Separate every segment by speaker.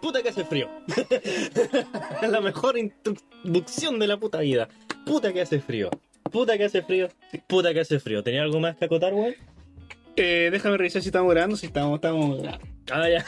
Speaker 1: puta que hace frío. la mejor introducción de la puta vida. Puta que hace frío. Puta que hace frío. Puta que hace frío. ¿Tenía algo más que acotar, weón?
Speaker 2: Eh, déjame revisar si estamos grabando, si estamos, estamos.
Speaker 1: Ah, ya.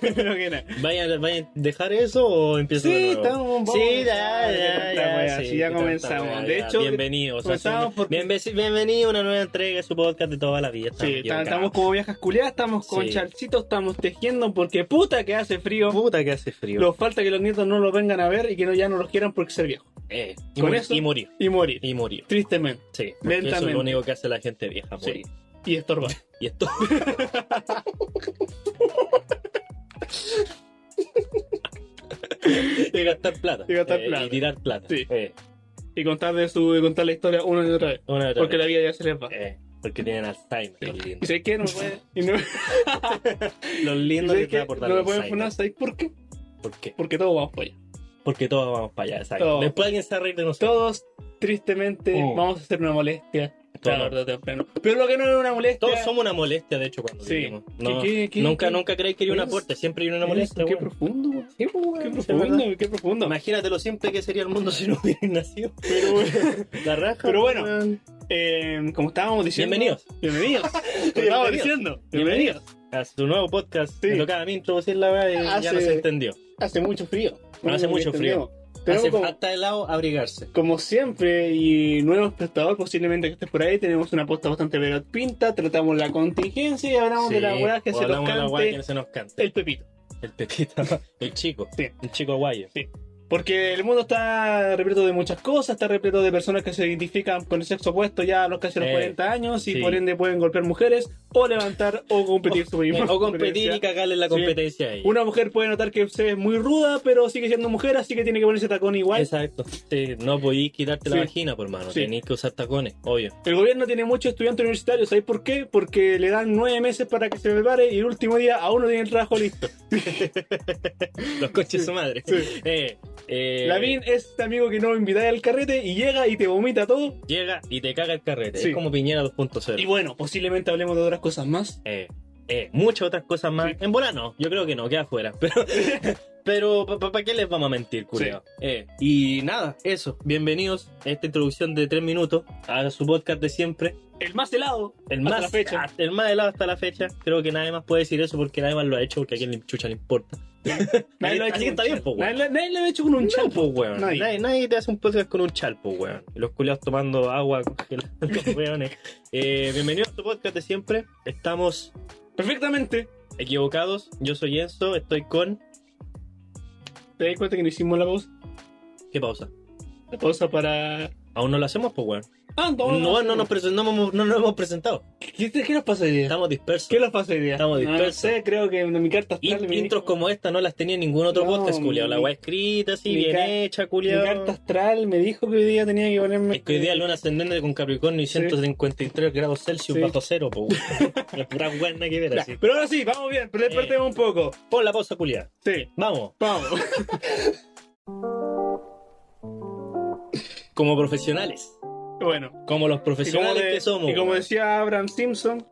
Speaker 2: Creo que no.
Speaker 1: ¿Vayan, vayan a dejar eso o empiezo de
Speaker 2: Sí,
Speaker 1: nuevo?
Speaker 2: estamos- vamos
Speaker 1: Sí,
Speaker 2: a
Speaker 1: ya,
Speaker 2: darle
Speaker 1: ya,
Speaker 2: tanta
Speaker 1: ya,
Speaker 2: wea,
Speaker 1: sí,
Speaker 2: sí, ya
Speaker 1: tanta
Speaker 2: comenzamos.
Speaker 1: wea,
Speaker 2: De
Speaker 1: ya.
Speaker 2: hecho,
Speaker 1: bienvenidos. a su-
Speaker 2: comenzamos porque-
Speaker 1: bienve- Bienvenido a una nueva entrega de su podcast de toda la vida.
Speaker 2: Sí, está-
Speaker 1: equivocados.
Speaker 2: estamos como viejas culiadas, estamos con
Speaker 1: Sí.
Speaker 2: charcitos, estamos tejiendo porque puta que hace frío.
Speaker 1: Puta que hace frío.
Speaker 2: Nos falta que los nietos no los vengan a ver y que no, ya no los quieran porque ser viejo.
Speaker 1: Eh, y,
Speaker 2: con
Speaker 1: morir,
Speaker 2: eso-
Speaker 1: y morir.
Speaker 2: Y morir.
Speaker 1: Y morir.
Speaker 2: Tristemente.
Speaker 1: Sí, porque eso es
Speaker 2: Lentamente.
Speaker 1: lo único que hace la gente vieja,
Speaker 2: Sí.
Speaker 1: morir.
Speaker 2: Y estorbar.
Speaker 1: Y esto. y gastar plata.
Speaker 2: Y gastar
Speaker 1: Eh,
Speaker 2: plata.
Speaker 1: Y tirar plata.
Speaker 2: Sí.
Speaker 1: Eh,
Speaker 2: Y contar de su, y contar la historia una y otra vez.
Speaker 1: una y otra
Speaker 2: Porque
Speaker 1: vez.
Speaker 2: la vida ya se les va.
Speaker 1: Eh, porque tienen Alzheimer, los
Speaker 2: Y
Speaker 1: lindos.
Speaker 2: sé que no me puede. Y no,
Speaker 1: Los
Speaker 2: y
Speaker 1: lindos
Speaker 2: sé
Speaker 1: que te
Speaker 2: que
Speaker 1: va a aportar
Speaker 2: no me
Speaker 1: el
Speaker 2: pueden
Speaker 1: Alzheimer.
Speaker 2: funar, ¿sabes por qué?
Speaker 1: ¿Por qué?
Speaker 2: Porque todos vamos para allá.
Speaker 1: Porque todos vamos para allá, exacto.
Speaker 2: Todos.
Speaker 1: Después alguien se va a reír de nosotros.
Speaker 2: Todos, tristemente,
Speaker 1: Mm.
Speaker 2: vamos a hacer una molestia. Claro,
Speaker 1: Todos.
Speaker 2: tarde o temprano. Pero lo que no es una molestia.
Speaker 1: Todos somos una molestia, de hecho, cuando
Speaker 2: Sí.
Speaker 1: vivimos. No,
Speaker 2: ¿Qué- qué- qué-
Speaker 1: nunca,
Speaker 2: qué-
Speaker 1: nunca creéis que hay un
Speaker 2: es-
Speaker 1: aporte, siempre hay una
Speaker 2: Eso,
Speaker 1: molestia.
Speaker 2: Qué
Speaker 1: weón.
Speaker 2: profundo, weón.
Speaker 1: Sí, pues, weón,
Speaker 2: qué
Speaker 1: es verdad.
Speaker 2: profundo, qué profundo.
Speaker 1: Imagínate lo simple que sería el mundo si no hubieran nacido.
Speaker 2: Pero bueno,
Speaker 1: La raja.
Speaker 2: Pero bueno.
Speaker 1: weón.
Speaker 2: eh, como estábamos diciendo.
Speaker 1: Bienvenidos.
Speaker 2: Bienvenidos. Como estábamos diciendo. Bienvenidos.
Speaker 1: a su nuevo podcast.
Speaker 2: Sí. Ah,
Speaker 1: Me tocaba a mí introducir la weá y ya
Speaker 2: Hace-
Speaker 1: no se entendió.
Speaker 2: Hace mucho frío.
Speaker 1: No hace mucho frío.
Speaker 2: Pero
Speaker 1: Hace
Speaker 2: como,
Speaker 1: falta helado abrigarse.
Speaker 2: como siempre, y nuevo espectador, posiblemente que estés por ahí, tenemos una posta bastante veloz pinta, tratamos la contingencia y hablamos de
Speaker 1: Sí,
Speaker 2: la weá que
Speaker 1: o
Speaker 2: se nos
Speaker 1: hablamos de la weá que
Speaker 2: cante
Speaker 1: no se nos cante.
Speaker 2: el pepito.
Speaker 1: El pepito. El chico.
Speaker 2: Sí.
Speaker 1: El chico guayo.
Speaker 2: Porque el mundo está repleto de muchas cosas, está repleto de personas que se identifican con el sexo opuesto ya a los casi los
Speaker 1: Eh,
Speaker 2: 40 años y
Speaker 1: sí.
Speaker 2: por ende pueden golpear mujeres o levantar o competir su misma
Speaker 1: Eh, O competir y
Speaker 2: competencia.
Speaker 1: cagarle la
Speaker 2: Sí.
Speaker 1: competencia ahí.
Speaker 2: Una mujer puede notar que se ve muy ruda, pero sigue siendo mujer, así que tiene que ponerse tacón igual.
Speaker 1: Exacto. Sí, no podéis quitarte
Speaker 2: Sí.
Speaker 1: la vagina, por mano.
Speaker 2: Sí.
Speaker 1: Tenéis que usar tacones, obvio.
Speaker 2: El gobierno tiene muchos estudiantes universitarios, ¿sabéis por qué? Porque le dan nueve meses para que se prepare y el último día aún no tiene el trabajo listo.
Speaker 1: Los coches su madre.
Speaker 2: Sí.
Speaker 1: Eh, eh,
Speaker 2: Lavín es este amigo que no invita al carrete y llega y te vomita todo.
Speaker 1: llega y te caga el carrete.
Speaker 2: Sí.
Speaker 1: Es como Piñera
Speaker 2: Y
Speaker 1: 2.0.
Speaker 2: bueno, posiblemente hablemos de otras cosas más.
Speaker 1: Eh, eh, muchas otras cosas más.
Speaker 2: Sí.
Speaker 1: En bola no, yo creo que no, queda afuera. Pero, pero ¿para qué les vamos a mentir, culiao? Eh, y nada, eso. Bienvenidos a esta introducción de tres minutos a su podcast de siempre.
Speaker 2: El más helado.
Speaker 1: El
Speaker 2: Hasta
Speaker 1: más,
Speaker 2: la fecha.
Speaker 1: hasta- el más helado hasta la fecha. Creo que nadie más puede decir eso porque nadie más lo ha hecho porque a quien le chucha le importa.
Speaker 2: Nadie pues, lo ha hecho
Speaker 1: Así que
Speaker 2: con
Speaker 1: está
Speaker 2: un
Speaker 1: bien, po,
Speaker 2: chal.
Speaker 1: weón.
Speaker 2: Nadie lo- nadie lo ha hecho con un
Speaker 1: chalpo,
Speaker 2: chapo.
Speaker 1: pues, weón.
Speaker 2: Nadie.
Speaker 1: Nadie. Nadie, te hace un podcast con un chalpo, weón. Y los culiados tomando agua congelando, weones. Eh, bienvenido a tu podcast de siempre. Estamos
Speaker 2: Perfectamente.
Speaker 1: equivocados. Yo soy Enzo, estoy con.
Speaker 2: ¿Te das cuenta que no hicimos la pausa?
Speaker 1: ¿Qué pausa?
Speaker 2: La pausa para...
Speaker 1: Aún no lo hacemos, pues, weón.
Speaker 2: Ah,
Speaker 1: No, no, nos presentamos, no nos hemos presentado.
Speaker 2: ¿Qué, qué nos pasa hoy día?
Speaker 1: Estamos dispersos.
Speaker 2: ¿Qué nos pasa hoy día?
Speaker 1: Estamos
Speaker 2: no
Speaker 1: dispersos.
Speaker 2: sé, creo que en mi carta
Speaker 1: In-
Speaker 2: astral... me
Speaker 1: intros
Speaker 2: dijo-
Speaker 1: como esta no las tenía ningún otro
Speaker 2: No,
Speaker 1: podcast, culiao. La
Speaker 2: mi-
Speaker 1: weá escrita, así,
Speaker 2: mi
Speaker 1: bien
Speaker 2: ca-
Speaker 1: hecha,
Speaker 2: Mi carta
Speaker 1: culiao.
Speaker 2: astral me dijo que hoy día tenía que ponerme...
Speaker 1: Es que hoy día luna ascendente con Capricornio y
Speaker 2: Sí.
Speaker 1: 153 grados Celsius
Speaker 2: Sí.
Speaker 1: bajo cero, pues, weón. Pura weá, nada que ver,
Speaker 2: Ya,
Speaker 1: así.
Speaker 2: Pero ahora sí, Eh. vamos bien, pero despertemos un poco.
Speaker 1: Pon la pausa, culiao.
Speaker 2: Sí,
Speaker 1: Vamos.
Speaker 2: vamos.
Speaker 1: como profesionales,
Speaker 2: bueno.
Speaker 1: como los
Speaker 2: y como
Speaker 1: profesionales
Speaker 2: de-
Speaker 1: que somos.
Speaker 2: Y como
Speaker 1: weón.
Speaker 2: decía Abraham Simpson...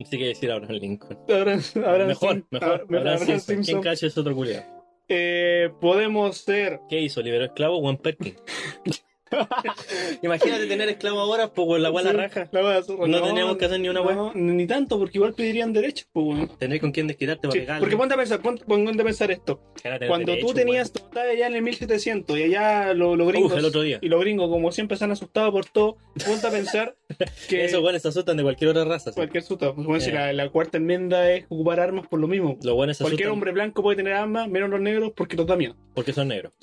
Speaker 1: Así que decir Abraham Lincoln.
Speaker 2: Abraham, Abraham
Speaker 1: mejor,
Speaker 2: Sim-
Speaker 1: mejor.
Speaker 2: Abra-
Speaker 1: Abraham, Simpson. ¿Quién
Speaker 2: Simpson.
Speaker 1: cacha es otro culiado?
Speaker 2: Eh, podemos ser...
Speaker 1: ¿Qué hizo? ¿Liberó esclavo Juan Perkins? Imagínate tener esclavo ahora por la guala
Speaker 2: Sí,
Speaker 1: raja.
Speaker 2: la guala zorra.
Speaker 1: No teníamos que hacer ni una
Speaker 2: no,
Speaker 1: wea.
Speaker 2: Ni tanto, porque igual pedirían derechos, pues, weón.
Speaker 1: Tener con quién desquitarte para
Speaker 2: Sí,
Speaker 1: pegarle.
Speaker 2: porque ponte a pensar, ponte, ponte a pensar esto.
Speaker 1: Era tener
Speaker 2: Cuando tú
Speaker 1: derecho,
Speaker 2: tenías tu batalla allá en el 1700 y allá lo- los gringos.
Speaker 1: Uf, el otro día.
Speaker 2: Y los gringos, como siempre, se han asustado por todo. Ponte a pensar
Speaker 1: weón.
Speaker 2: que.
Speaker 1: Esos weones se asustan de cualquier otra raza. sí.
Speaker 2: cualquier susto. Pues, bueno, si
Speaker 1: Eh.
Speaker 2: la, la cuarta enmienda es ocupar armas por lo mismo.
Speaker 1: Los buenos se asustan
Speaker 2: Cualquier hombre blanco puede tener armas, menos los negros, porque los da miedo.
Speaker 1: porque son negros.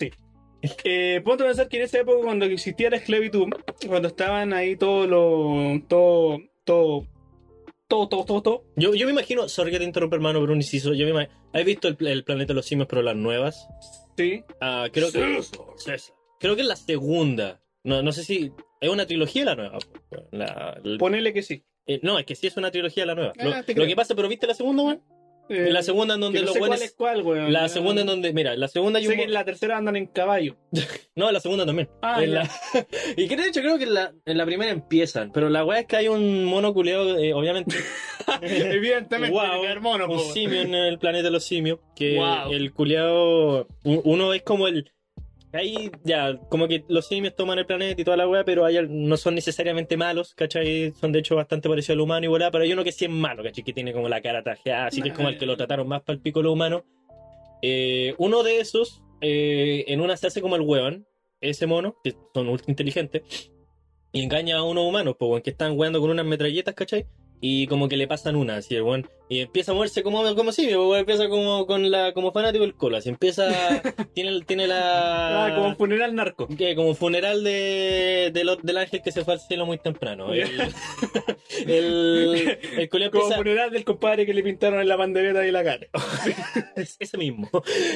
Speaker 2: Eh, ponte a pensar que en esa época, cuando existía la esclavitud, cuando estaban ahí todos los. Todo, todo, todo, todo, todo, todo.
Speaker 1: Yo, yo me imagino, sorry que te interrumpa hermano, pero un inciso. Yo me imagino, ¿Has visto el, el planeta de los simios, pero las nuevas?
Speaker 2: Sí.
Speaker 1: Ah, creo que. César. Creo que es la segunda. No, no sé si. Es una trilogía la nueva. po. La- la-
Speaker 2: Ponele que sí.
Speaker 1: eh, no, es que sí es una trilogía la nueva.
Speaker 2: Ah,
Speaker 1: Lo,
Speaker 2: te
Speaker 1: lo
Speaker 2: creo.
Speaker 1: que pasa, pero ¿viste la segunda, weón?
Speaker 2: Eh,
Speaker 1: la segunda en donde
Speaker 2: que no
Speaker 1: los
Speaker 2: sé
Speaker 1: buenos.
Speaker 2: cuál es cuál, weón.
Speaker 1: La
Speaker 2: Ya.
Speaker 1: segunda en donde. Mira, la segunda hay
Speaker 2: Sé
Speaker 1: un
Speaker 2: que en
Speaker 1: mo-
Speaker 2: la tercera andan en caballo.
Speaker 1: No, la segunda también.
Speaker 2: Ah,
Speaker 1: En
Speaker 2: ya.
Speaker 1: la- y que de hecho creo que en la, en la primera empiezan. Pero la weá es que hay un mono culeado, eh, obviamente.
Speaker 2: Evidentemente,
Speaker 1: Guau,
Speaker 2: el mono,
Speaker 1: un
Speaker 2: po.
Speaker 1: simio en el planeta de los simios. Que
Speaker 2: Wow.
Speaker 1: el culiado. Uno es como el. Ahí ya, como que los simios toman el planeta y toda la weá, pero hay al- no son necesariamente malos, ¿cachai? Son de hecho bastante parecidos al humano y volá, pero hay uno que sí es malo, ¿cachai? Que tiene como la cara tajeada, así que es como el que lo trataron más para el pico los humanos. Eh, uno de esos, eh, en una se hace como el weón, ese mono, que son ultra inteligentes, y engaña a unos humanos, pues, weón, que están weando con unas metralletas, ¿cachai? Y como que le pasan una, así el weón. Y empieza a moverse como, como si, empieza como con la, como fanático del cola. Se empieza. tiene, el- tiene la.
Speaker 2: Ah, como un funeral narco.
Speaker 1: que como funeral de, de lo- del ángel que se fue al cielo muy temprano. El, el, el culiao
Speaker 2: Como
Speaker 1: empieza-
Speaker 2: funeral del compadre que le pintaron en la pandereta y la cara.
Speaker 1: Es- Ese mismo.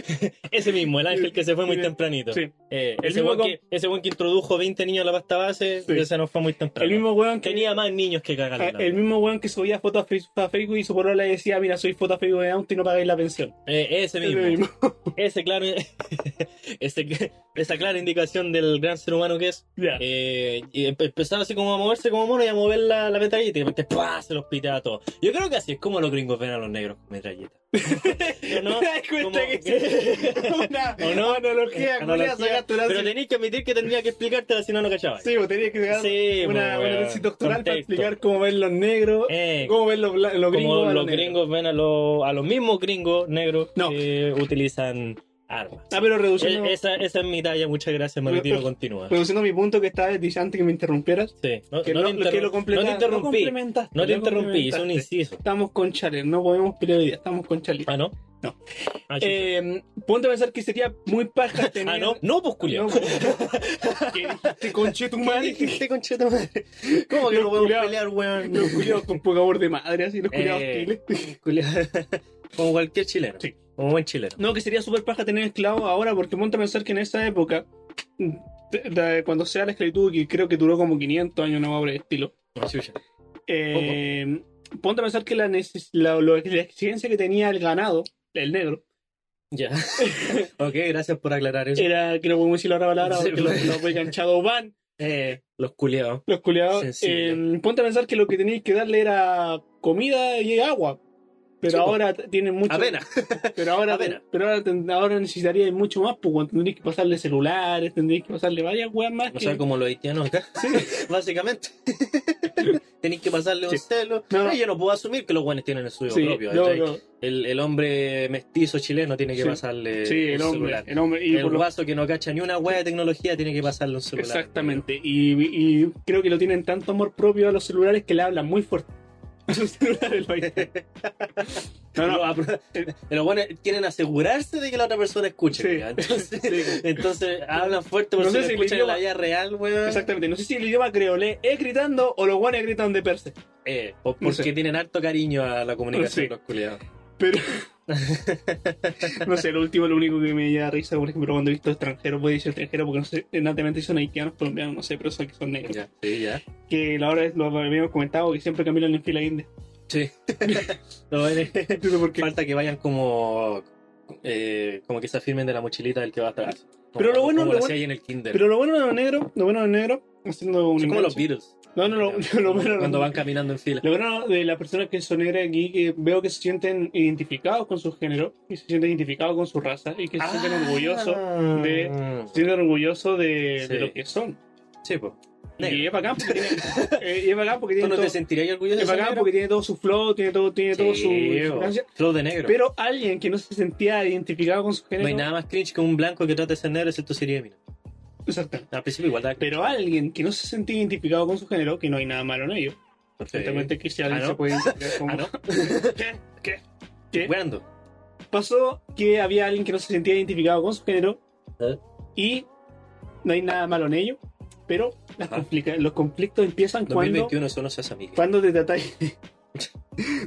Speaker 1: Ese mismo, el ángel que se fue muy
Speaker 2: Sí.
Speaker 1: tempranito.
Speaker 2: Sí.
Speaker 1: Eh,
Speaker 2: El
Speaker 1: ese,
Speaker 2: mismo
Speaker 1: buen que, ese weón que introdujo 20 niños a la pasta base,
Speaker 2: Sí.
Speaker 1: ese nos fue muy temprano.
Speaker 2: El mismo weón que.
Speaker 1: Tenía más niños que cagar.
Speaker 2: eh, El mismo weón que subía fotos a Face- a Facebook y su polola le decía, mira, soy foto a Facebook de auto y no pagáis la pensión.
Speaker 1: Eh, ese
Speaker 2: El
Speaker 1: mismo. Ese claro, ese- esa clara indicación del gran ser humano que es.
Speaker 2: Ya.
Speaker 1: Eh, y empe- empezaba así como a moverse como mono y a mover la, la metralleta y de repente ¡pua! se los pitea a todos. Yo creo que así es como los gringos ven a los negros con metralleta. ¿O no?
Speaker 2: ¿Te das cuenta
Speaker 1: Como-
Speaker 2: que sí? Una
Speaker 1: ¿O no?
Speaker 2: analogía,
Speaker 1: Analogía,
Speaker 2: culiá, sacaste la-
Speaker 1: Pero tenéis que admitir que tendría que explicártela si no, no cachabas.
Speaker 2: Sí, vos tenías que sacar
Speaker 1: Sí,
Speaker 2: una,
Speaker 1: po,
Speaker 2: una
Speaker 1: weón.
Speaker 2: tesis doctoral para
Speaker 1: Contexto.
Speaker 2: explicar cómo ven los negros,
Speaker 1: Eh,
Speaker 2: cómo ven los, bla- los gringos.
Speaker 1: como
Speaker 2: a
Speaker 1: los
Speaker 2: negros.
Speaker 1: gringos ven a, los a los mismos gringos negros
Speaker 2: No.
Speaker 1: que utilizan armas.
Speaker 2: Ah, pero reduciendo,
Speaker 1: E- esa, esa es mi talla, muchas gracias, me retiro, continúa.
Speaker 2: reduciendo mi punto que estaba diciendo antes que me interrumpieras.
Speaker 1: Sí, no,
Speaker 2: Que
Speaker 1: no
Speaker 2: lo,
Speaker 1: te
Speaker 2: que
Speaker 1: interrum- no
Speaker 2: lo completa-
Speaker 1: te
Speaker 2: lo
Speaker 1: interrumpí,
Speaker 2: complementaste,
Speaker 1: no te
Speaker 2: lo
Speaker 1: interrumpí, hice un
Speaker 2: complementaste.
Speaker 1: inciso.
Speaker 2: Estamos con Charles, no podemos pelear hoy día, estamos con Charles.
Speaker 1: Ah, no.
Speaker 2: No.
Speaker 1: Ah, sí.
Speaker 2: Eh, ponte a pensar que sería muy paja tener...
Speaker 1: Ah, no. No, pues culiao.
Speaker 2: No, ¿Qué dijiste, conche tu madre?
Speaker 1: ¿Cómo que no
Speaker 2: Los
Speaker 1: podemos
Speaker 2: culiaos.
Speaker 1: pelear, weón?
Speaker 2: Los culiados con poca amor de madre, así, los
Speaker 1: Eh.
Speaker 2: culiados hostiles.
Speaker 1: Como cualquier chileno.
Speaker 2: Sí.
Speaker 1: Como buen chileno.
Speaker 2: No, que sería súper paja tener esclavos ahora, porque ponte a pensar que en esa época, de- de- cuando sea la esclavitud, que creo que duró como 500 años, no va por el estilo, eh, ponte a pensar que la, neces- la, lo- la exigencia que tenía el ganado, el negro,
Speaker 1: Ya. Eh, ok, gracias por aclarar eso.
Speaker 2: era, que no podemos decir la otra palabra,
Speaker 1: Sí,
Speaker 2: porque los, los enganchados van,
Speaker 1: Eh, los culiados.
Speaker 2: los culiados.
Speaker 1: Sensible.
Speaker 2: eh, ponte a pensar que lo que tenías que darle era comida y agua. Pero
Speaker 1: Sí, po.
Speaker 2: ahora t- tienen mucho.
Speaker 1: Avena.
Speaker 2: Pero ahora,
Speaker 1: Avena.
Speaker 2: pero ahora, ten- ahora necesitaría mucho más, pues cuando tendrías que pasarle celulares, tendrías que pasarle varias weas más.
Speaker 1: O
Speaker 2: que-
Speaker 1: sea, como los haitianos acá. Básicamente. Tenéis que pasarle un
Speaker 2: Sí.
Speaker 1: celo.
Speaker 2: No, no.
Speaker 1: Eh, yo no puedo asumir que los buenos tienen el suyo
Speaker 2: Sí,
Speaker 1: propio.
Speaker 2: no,
Speaker 1: ¿cachai?
Speaker 2: no.
Speaker 1: El, el hombre mestizo chileno tiene que
Speaker 2: Sí.
Speaker 1: pasarle
Speaker 2: Sí, el
Speaker 1: un
Speaker 2: hombre,
Speaker 1: eh, celular.
Speaker 2: el hombre. Y
Speaker 1: El
Speaker 2: por lo-
Speaker 1: guaso que no cacha ni una hueá de tecnología tiene que pasarle un celular.
Speaker 2: Exactamente. Y, y creo que lo tienen tanto amor propio a los celulares que le hablan muy fuerte. A los celulares lo hay. No, no.
Speaker 1: Pero bueno, quieren asegurarse de que la otra persona escuche.
Speaker 2: Sí.
Speaker 1: mira. Entonces,
Speaker 2: Sí.
Speaker 1: entonces hablan fuerte por
Speaker 2: No
Speaker 1: si
Speaker 2: sé
Speaker 1: lo
Speaker 2: si el
Speaker 1: escuchan en la
Speaker 2: idioma-
Speaker 1: vida real, weón.
Speaker 2: Exactamente. No sé si el idioma creolé es gritando o los guanes gritan de perse.
Speaker 1: Eh, o porque
Speaker 2: No sé.
Speaker 1: tienen harto cariño a la comunicación,
Speaker 2: Sí.
Speaker 1: los culiados.
Speaker 2: Pero. no sé, lo último, lo único que me da risa, por ejemplo, cuando he visto extranjeros, voy a decir extranjeros porque no sé, naturalmente son haitianos, colombianos, no sé, pero son que son negros.
Speaker 1: Ya, sí, ya.
Speaker 2: Que la hora es lo habíamos comentado que siempre caminan en fila india.
Speaker 1: Sí. No, eh,
Speaker 2: Entiendo por qué.
Speaker 1: falta que vayan como. eh, como que se afirmen de la mochilita del que va a estar.
Speaker 2: Pero lo bueno-
Speaker 1: Como la
Speaker 2: lo bueno-
Speaker 1: hacía ahí en el Kinder.
Speaker 2: Pero lo bueno de los negros, lo bueno de los negros, haciendo un.
Speaker 1: Son como los
Speaker 2: enganche.
Speaker 1: Beatles.
Speaker 2: No, no, lo, lo bueno.
Speaker 1: Cuando van caminando en fila.
Speaker 2: Lo bueno de las personas que son negras aquí, que veo que se sienten identificados con su género y se sienten identificados con su raza y que se sienten
Speaker 1: Ah.
Speaker 2: orgullosos, de- se sienten orgullosos de, de
Speaker 1: Sí.
Speaker 2: lo que son.
Speaker 1: Sí, pues.
Speaker 2: Y es bacán porque tiene, eh, y es bacán porque
Speaker 1: ¿Tú
Speaker 2: tiene
Speaker 1: no
Speaker 2: todo,
Speaker 1: te sentirías orgulloso de
Speaker 2: es
Speaker 1: ser
Speaker 2: bacán
Speaker 1: negro?
Speaker 2: porque tiene todo su flow, tiene todo, tiene todo su,
Speaker 1: Sí,
Speaker 2: su
Speaker 1: bo.
Speaker 2: gracia.
Speaker 1: Flow de negro.
Speaker 2: Pero alguien que no se sentía identificado con su género,
Speaker 1: no hay nada más cringe que un blanco que trata de ser negro, excepto Siria Mina.
Speaker 2: Exactamente.
Speaker 1: Al principio igual da cringe.
Speaker 2: Pero alguien que no se sentía identificado con su género, que no hay nada malo en ello. Exactamente que si alguien
Speaker 1: Ah, ¿no?
Speaker 2: se puede identificar con
Speaker 1: Ah, ¿no?
Speaker 2: ¿Qué? ¿Qué? ¿Qué?
Speaker 1: Weando.
Speaker 2: pasó que había alguien que no se sentía identificado con su género
Speaker 1: ¿Eh?
Speaker 2: y no hay nada malo en ello, pero las
Speaker 1: Ajá.
Speaker 2: complica- los conflictos empiezan cuando,
Speaker 1: 2021 eso no se hace amigo.
Speaker 2: cuando te tratáis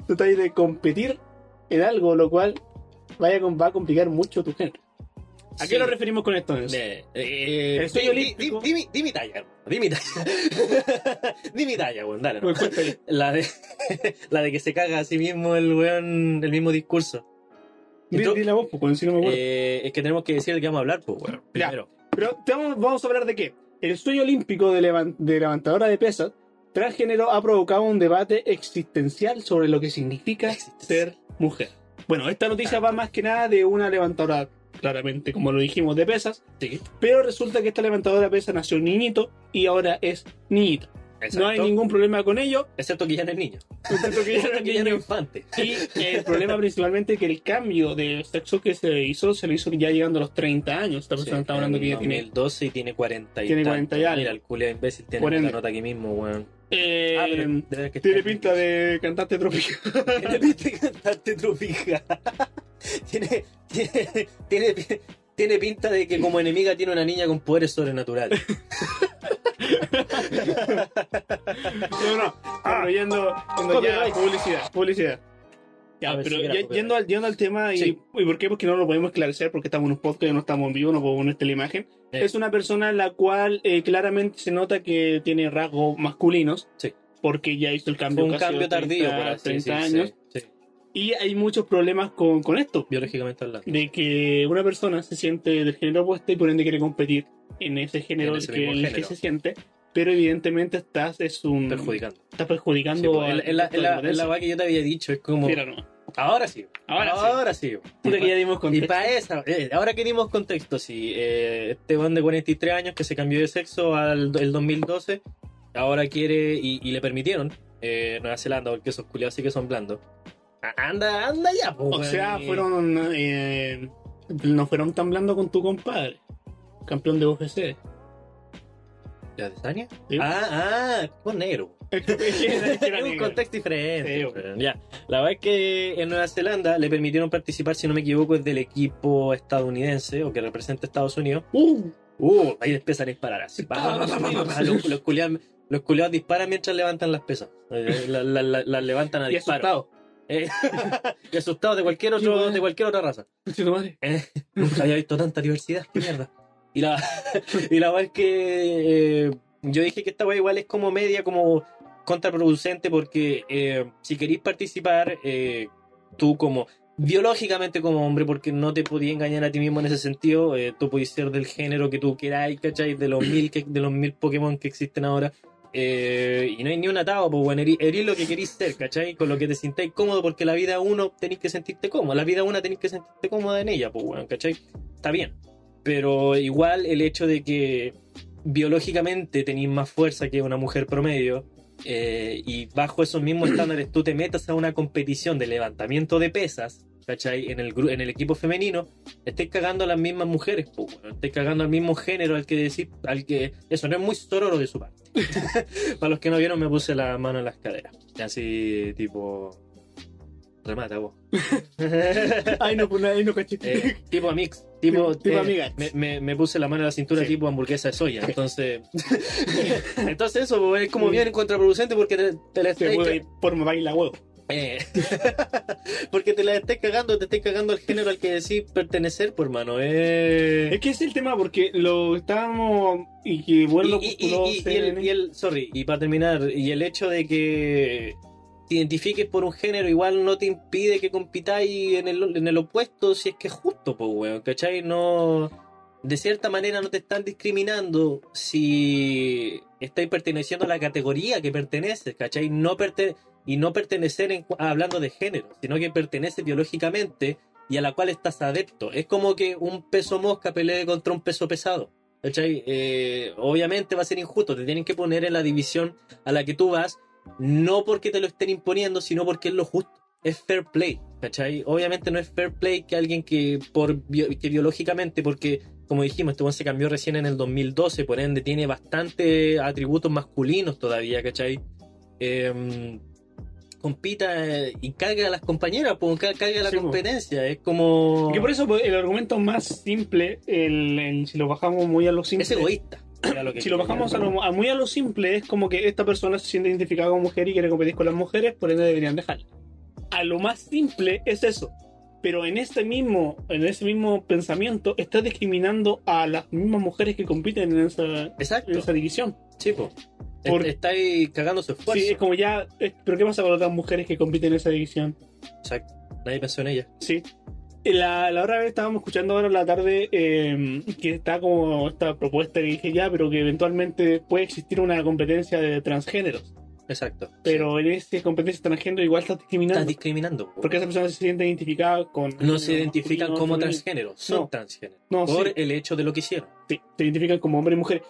Speaker 2: tratáis de competir en algo, lo cual vaya con- va a complicar mucho tu género. ¿A
Speaker 1: Sí.
Speaker 2: qué nos referimos con esto? Nelson?
Speaker 1: Eh, eh,
Speaker 2: El sueño
Speaker 1: di- di-
Speaker 2: olímpico.
Speaker 1: di- di mi- Di mi talla, hermano. Di mi talla. Di mi talla, weón. Dale, no.
Speaker 2: Pues, cuéntale.
Speaker 1: La de, la de que se caga a sí mismo el weón, el mismo discurso.
Speaker 2: Di-
Speaker 1: Entonces,
Speaker 2: di la voz, pues, cuando si no me acuerdo.
Speaker 1: eh, es que tenemos que decir de qué vamos a hablar, pues, weón.
Speaker 2: Ya.
Speaker 1: Primero.
Speaker 2: Pero te vamos, vamos a hablar de qué? El sueño olímpico de, levan- de levantadora de pesas transgénero ha provocado un debate existencial sobre lo que significa ser mujer. Bueno, esta noticia va más que nada de una levantadora, claramente, como lo dijimos, de pesas.
Speaker 1: Sí.
Speaker 2: Pero resulta que esta levantadora de pesas nació niñito y ahora es niñito. No hay ningún problema con ello.
Speaker 1: Excepto que ya no es niño.
Speaker 2: excepto que ya no
Speaker 1: Excepto
Speaker 2: es
Speaker 1: que ya no es
Speaker 2: niño.
Speaker 1: infante.
Speaker 2: Y el problema principalmente es que el cambio de sexo que se hizo se lo hizo ya llegando a los 30 años. Esta persona está hablando que ya tiene.
Speaker 1: 2012 y tiene 40 y
Speaker 2: Tiene
Speaker 1: tanto.
Speaker 2: 40 y algo.
Speaker 1: Mira, el culia imbécil tiene
Speaker 2: Por ende.
Speaker 1: la nota aquí mismo, weón.
Speaker 2: Eh,
Speaker 1: Ah, pero debe que
Speaker 2: tiene
Speaker 1: está-
Speaker 2: pinta de cantante tropical.
Speaker 1: Tiene pinta de cantante tropical. tiene, tiene, tiene, pi- tiene pinta de que como enemiga tiene una niña con poderes sobrenaturales.
Speaker 2: No, no.
Speaker 1: Ah.
Speaker 2: Pero yendo, yendo ya,
Speaker 1: Copyright.
Speaker 2: publicidad, publicidad. Ya,
Speaker 1: A ver,
Speaker 2: pero
Speaker 1: sí que era
Speaker 2: ya-
Speaker 1: copyright.
Speaker 2: yendo, al, yendo al tema, y,
Speaker 1: Sí.
Speaker 2: y por qué? Porque no lo podemos esclarecer, porque estamos en un podcast, no estamos en vivo, no podemos poner la imagen.
Speaker 1: Sí.
Speaker 2: Es una persona la cual eh, claramente se nota que tiene rasgos masculinos,
Speaker 1: Sí.
Speaker 2: porque ya hizo el cambio.
Speaker 1: Fue un
Speaker 2: casi
Speaker 1: cambio
Speaker 2: de 30,
Speaker 1: tardío, por así
Speaker 2: 30
Speaker 1: decirse.
Speaker 2: años.
Speaker 1: Sí,
Speaker 2: Y hay muchos problemas con, con esto,
Speaker 1: biológicamente hablando.
Speaker 2: de que una persona se siente del género opuesto y por ende quiere competir en ese género,
Speaker 1: En ese
Speaker 2: que,
Speaker 1: mismo
Speaker 2: en el que
Speaker 1: género.
Speaker 2: se siente, pero evidentemente estás, es un,
Speaker 1: Perjudicando.
Speaker 2: estás
Speaker 1: Sí,
Speaker 2: perjudicando
Speaker 1: pues,
Speaker 2: al-
Speaker 1: es la- es la- es la- es la weá que yo te había dicho, es como.
Speaker 2: Mira, no.
Speaker 1: Ahora sí.
Speaker 2: Ahora sí.
Speaker 1: ahora sí.
Speaker 2: Puta que ya dimos
Speaker 1: Y
Speaker 2: contexto.
Speaker 1: para esa, eh, ahora que dimos contexto, sí, eh, este weón de 43 años que se cambió de sexo al el 2012, ahora quiere, y, y le permitieron, eh, Nueva Zelanda, porque esos culiados sí que son blandos. A- Anda, anda ya, po,
Speaker 2: O
Speaker 1: weón.
Speaker 2: sea,
Speaker 1: Eh,
Speaker 2: fueron. eh, no fueron tan blando con tu compadre, campeón de UFC.
Speaker 1: ¿La de Tania?
Speaker 2: Sí.
Speaker 1: Ah, ah, con negro. Es un contexto diferente.
Speaker 2: Sí,
Speaker 1: weón. ya. La verdad es que en Nueva Zelanda le permitieron participar, si no me equivoco, es del equipo estadounidense o que representa a Estados Unidos.
Speaker 2: Uh,
Speaker 1: Uh, ahí empiezan a disparar
Speaker 2: Ah,
Speaker 1: así. Pa, pa, pa, pa, pa, pa. Los, los culiados los culiados disparan mientras levantan las pesas. Eh, la- la- la- Las levantan a
Speaker 2: y
Speaker 1: disparo.
Speaker 2: asustado.
Speaker 1: Eh, y asustados de cualquier
Speaker 2: Sí,
Speaker 1: otro,
Speaker 2: weón.
Speaker 1: de cualquier otra raza.
Speaker 2: Sí, tu madre.
Speaker 1: Nunca había visto tanta diversidad, qué mierda. Y la, y la verdad es que eh, yo dije que esta weá igual es como media, como contraproducente, porque eh, si queréis participar, eh, tú como biológicamente como hombre, porque no te podías engañar a ti mismo en ese sentido, eh, tú podías ser del género que tú queráis, ¿cachai? De los mil, que, de los mil Pokémon que existen ahora. Eh, y no hay ni un atado, pues bueno, erís lo que querís ser, ¿cachai? Con lo que te sintáis cómodo, porque la vida uno tenéis que sentirte cómodo, la vida una tenéis que sentirte cómoda en ella, pues bueno, ¿cachai? Está bien. Pero igual el hecho de que biológicamente tenéis más fuerza que una mujer promedio, eh, y bajo esos mismos estándares tú te metas a una competición de levantamiento de pesas, ¿cachai? En el, gru- en el equipo femenino, estés cagando a las mismas mujeres, pues bueno, estés cagando al mismo género al que decís, al que... Eso no es muy sororo de su parte. Para los que no vieron, me puse la mano en las caderas. Así, tipo. Remata vos. Eh,
Speaker 2: Ay, no, pues, ay, no, caché.
Speaker 1: tipo amix. Tipo,
Speaker 2: Tipo- tipo
Speaker 1: eh,
Speaker 2: amigas.
Speaker 1: Me, me- me puse la mano en la cintura,
Speaker 2: Sí.
Speaker 1: tipo hamburguesa de soya. Entonces. entonces, eso pues, es como bien contraproducente porque te, te la
Speaker 2: Se
Speaker 1: estáis.
Speaker 2: puede ir por baila huevo.
Speaker 1: eh, porque te la estés cagando, te estés cagando al género al que decís pertenecer, por hermano. Eh.
Speaker 2: Es que ese es el tema, porque lo estábamos. Y que vuelvo
Speaker 1: y, y- y- y- y el, y el- sorry, y para terminar, y el hecho de que te identifiques por un género igual no te impide que compitáis en el, en el opuesto si es que es justo, pues, weón, ¿cachai? No, de cierta manera no te están discriminando si estáis perteneciendo a la categoría que perteneces, ¿cachai? No perte- y no pertenecer en cu- hablando de género, sino que perteneces biológicamente y a la cual estás adepto. Es como que un peso mosca pelee contra un peso pesado. ¿Cachai? Eh, obviamente va a ser injusto, te tienen que poner en la división a la que tú vas, no porque te lo estén imponiendo, sino porque es lo justo. Es fair play, ¿cachai? Obviamente no es fair play que alguien que, por bio- que biológicamente, porque como dijimos, este weón se cambió recién en el 2012, por ende tiene bastante atributos masculinos todavía, ¿cachai? Em, compita eh, y carga a las compañeras, pues, ca- carga a la
Speaker 2: Sí, po.
Speaker 1: competencia, es como...
Speaker 2: Que por eso pues, el argumento más simple, el, el- si lo bajamos muy a lo simple.
Speaker 1: Es egoísta. era lo que
Speaker 2: Si lo
Speaker 1: quería.
Speaker 2: bajamos a, lo- a muy a lo simple, es como que esta persona se siente identificada como mujer y quiere competir con las mujeres, por ende deberían dejarla. A lo más simple es eso. Pero en este mismo, en ese mismo pensamiento, estás discriminando a las mismas mujeres que compiten en esa, en
Speaker 1: Exacto.
Speaker 2: esa división.
Speaker 1: Chipo.
Speaker 2: Por-
Speaker 1: Estáis cagando su esfuerzo.
Speaker 2: Sí, es como ya. es- Pero ¿qué pasa con las otras mujeres que compiten en esa división?
Speaker 1: Exacto. Nadie pensó en ella.
Speaker 2: Sí. La, la otra vez estábamos escuchando ahora en la tarde eh, que está como esta propuesta que dije ya, pero que eventualmente puede existir una competencia de transgéneros.
Speaker 1: Exacto.
Speaker 2: Pero en este competencia transgénero igual estás discriminando.
Speaker 1: Estás discriminando. po.
Speaker 2: porque esas personas se sienten identificadas con.
Speaker 1: no se identifican
Speaker 2: masculino,
Speaker 1: como
Speaker 2: femenino.
Speaker 1: transgénero, son
Speaker 2: No.
Speaker 1: transgénero.
Speaker 2: No,
Speaker 1: por
Speaker 2: sí,
Speaker 1: el hecho de lo que hicieron.
Speaker 2: te, te identifican como hombre y mujer.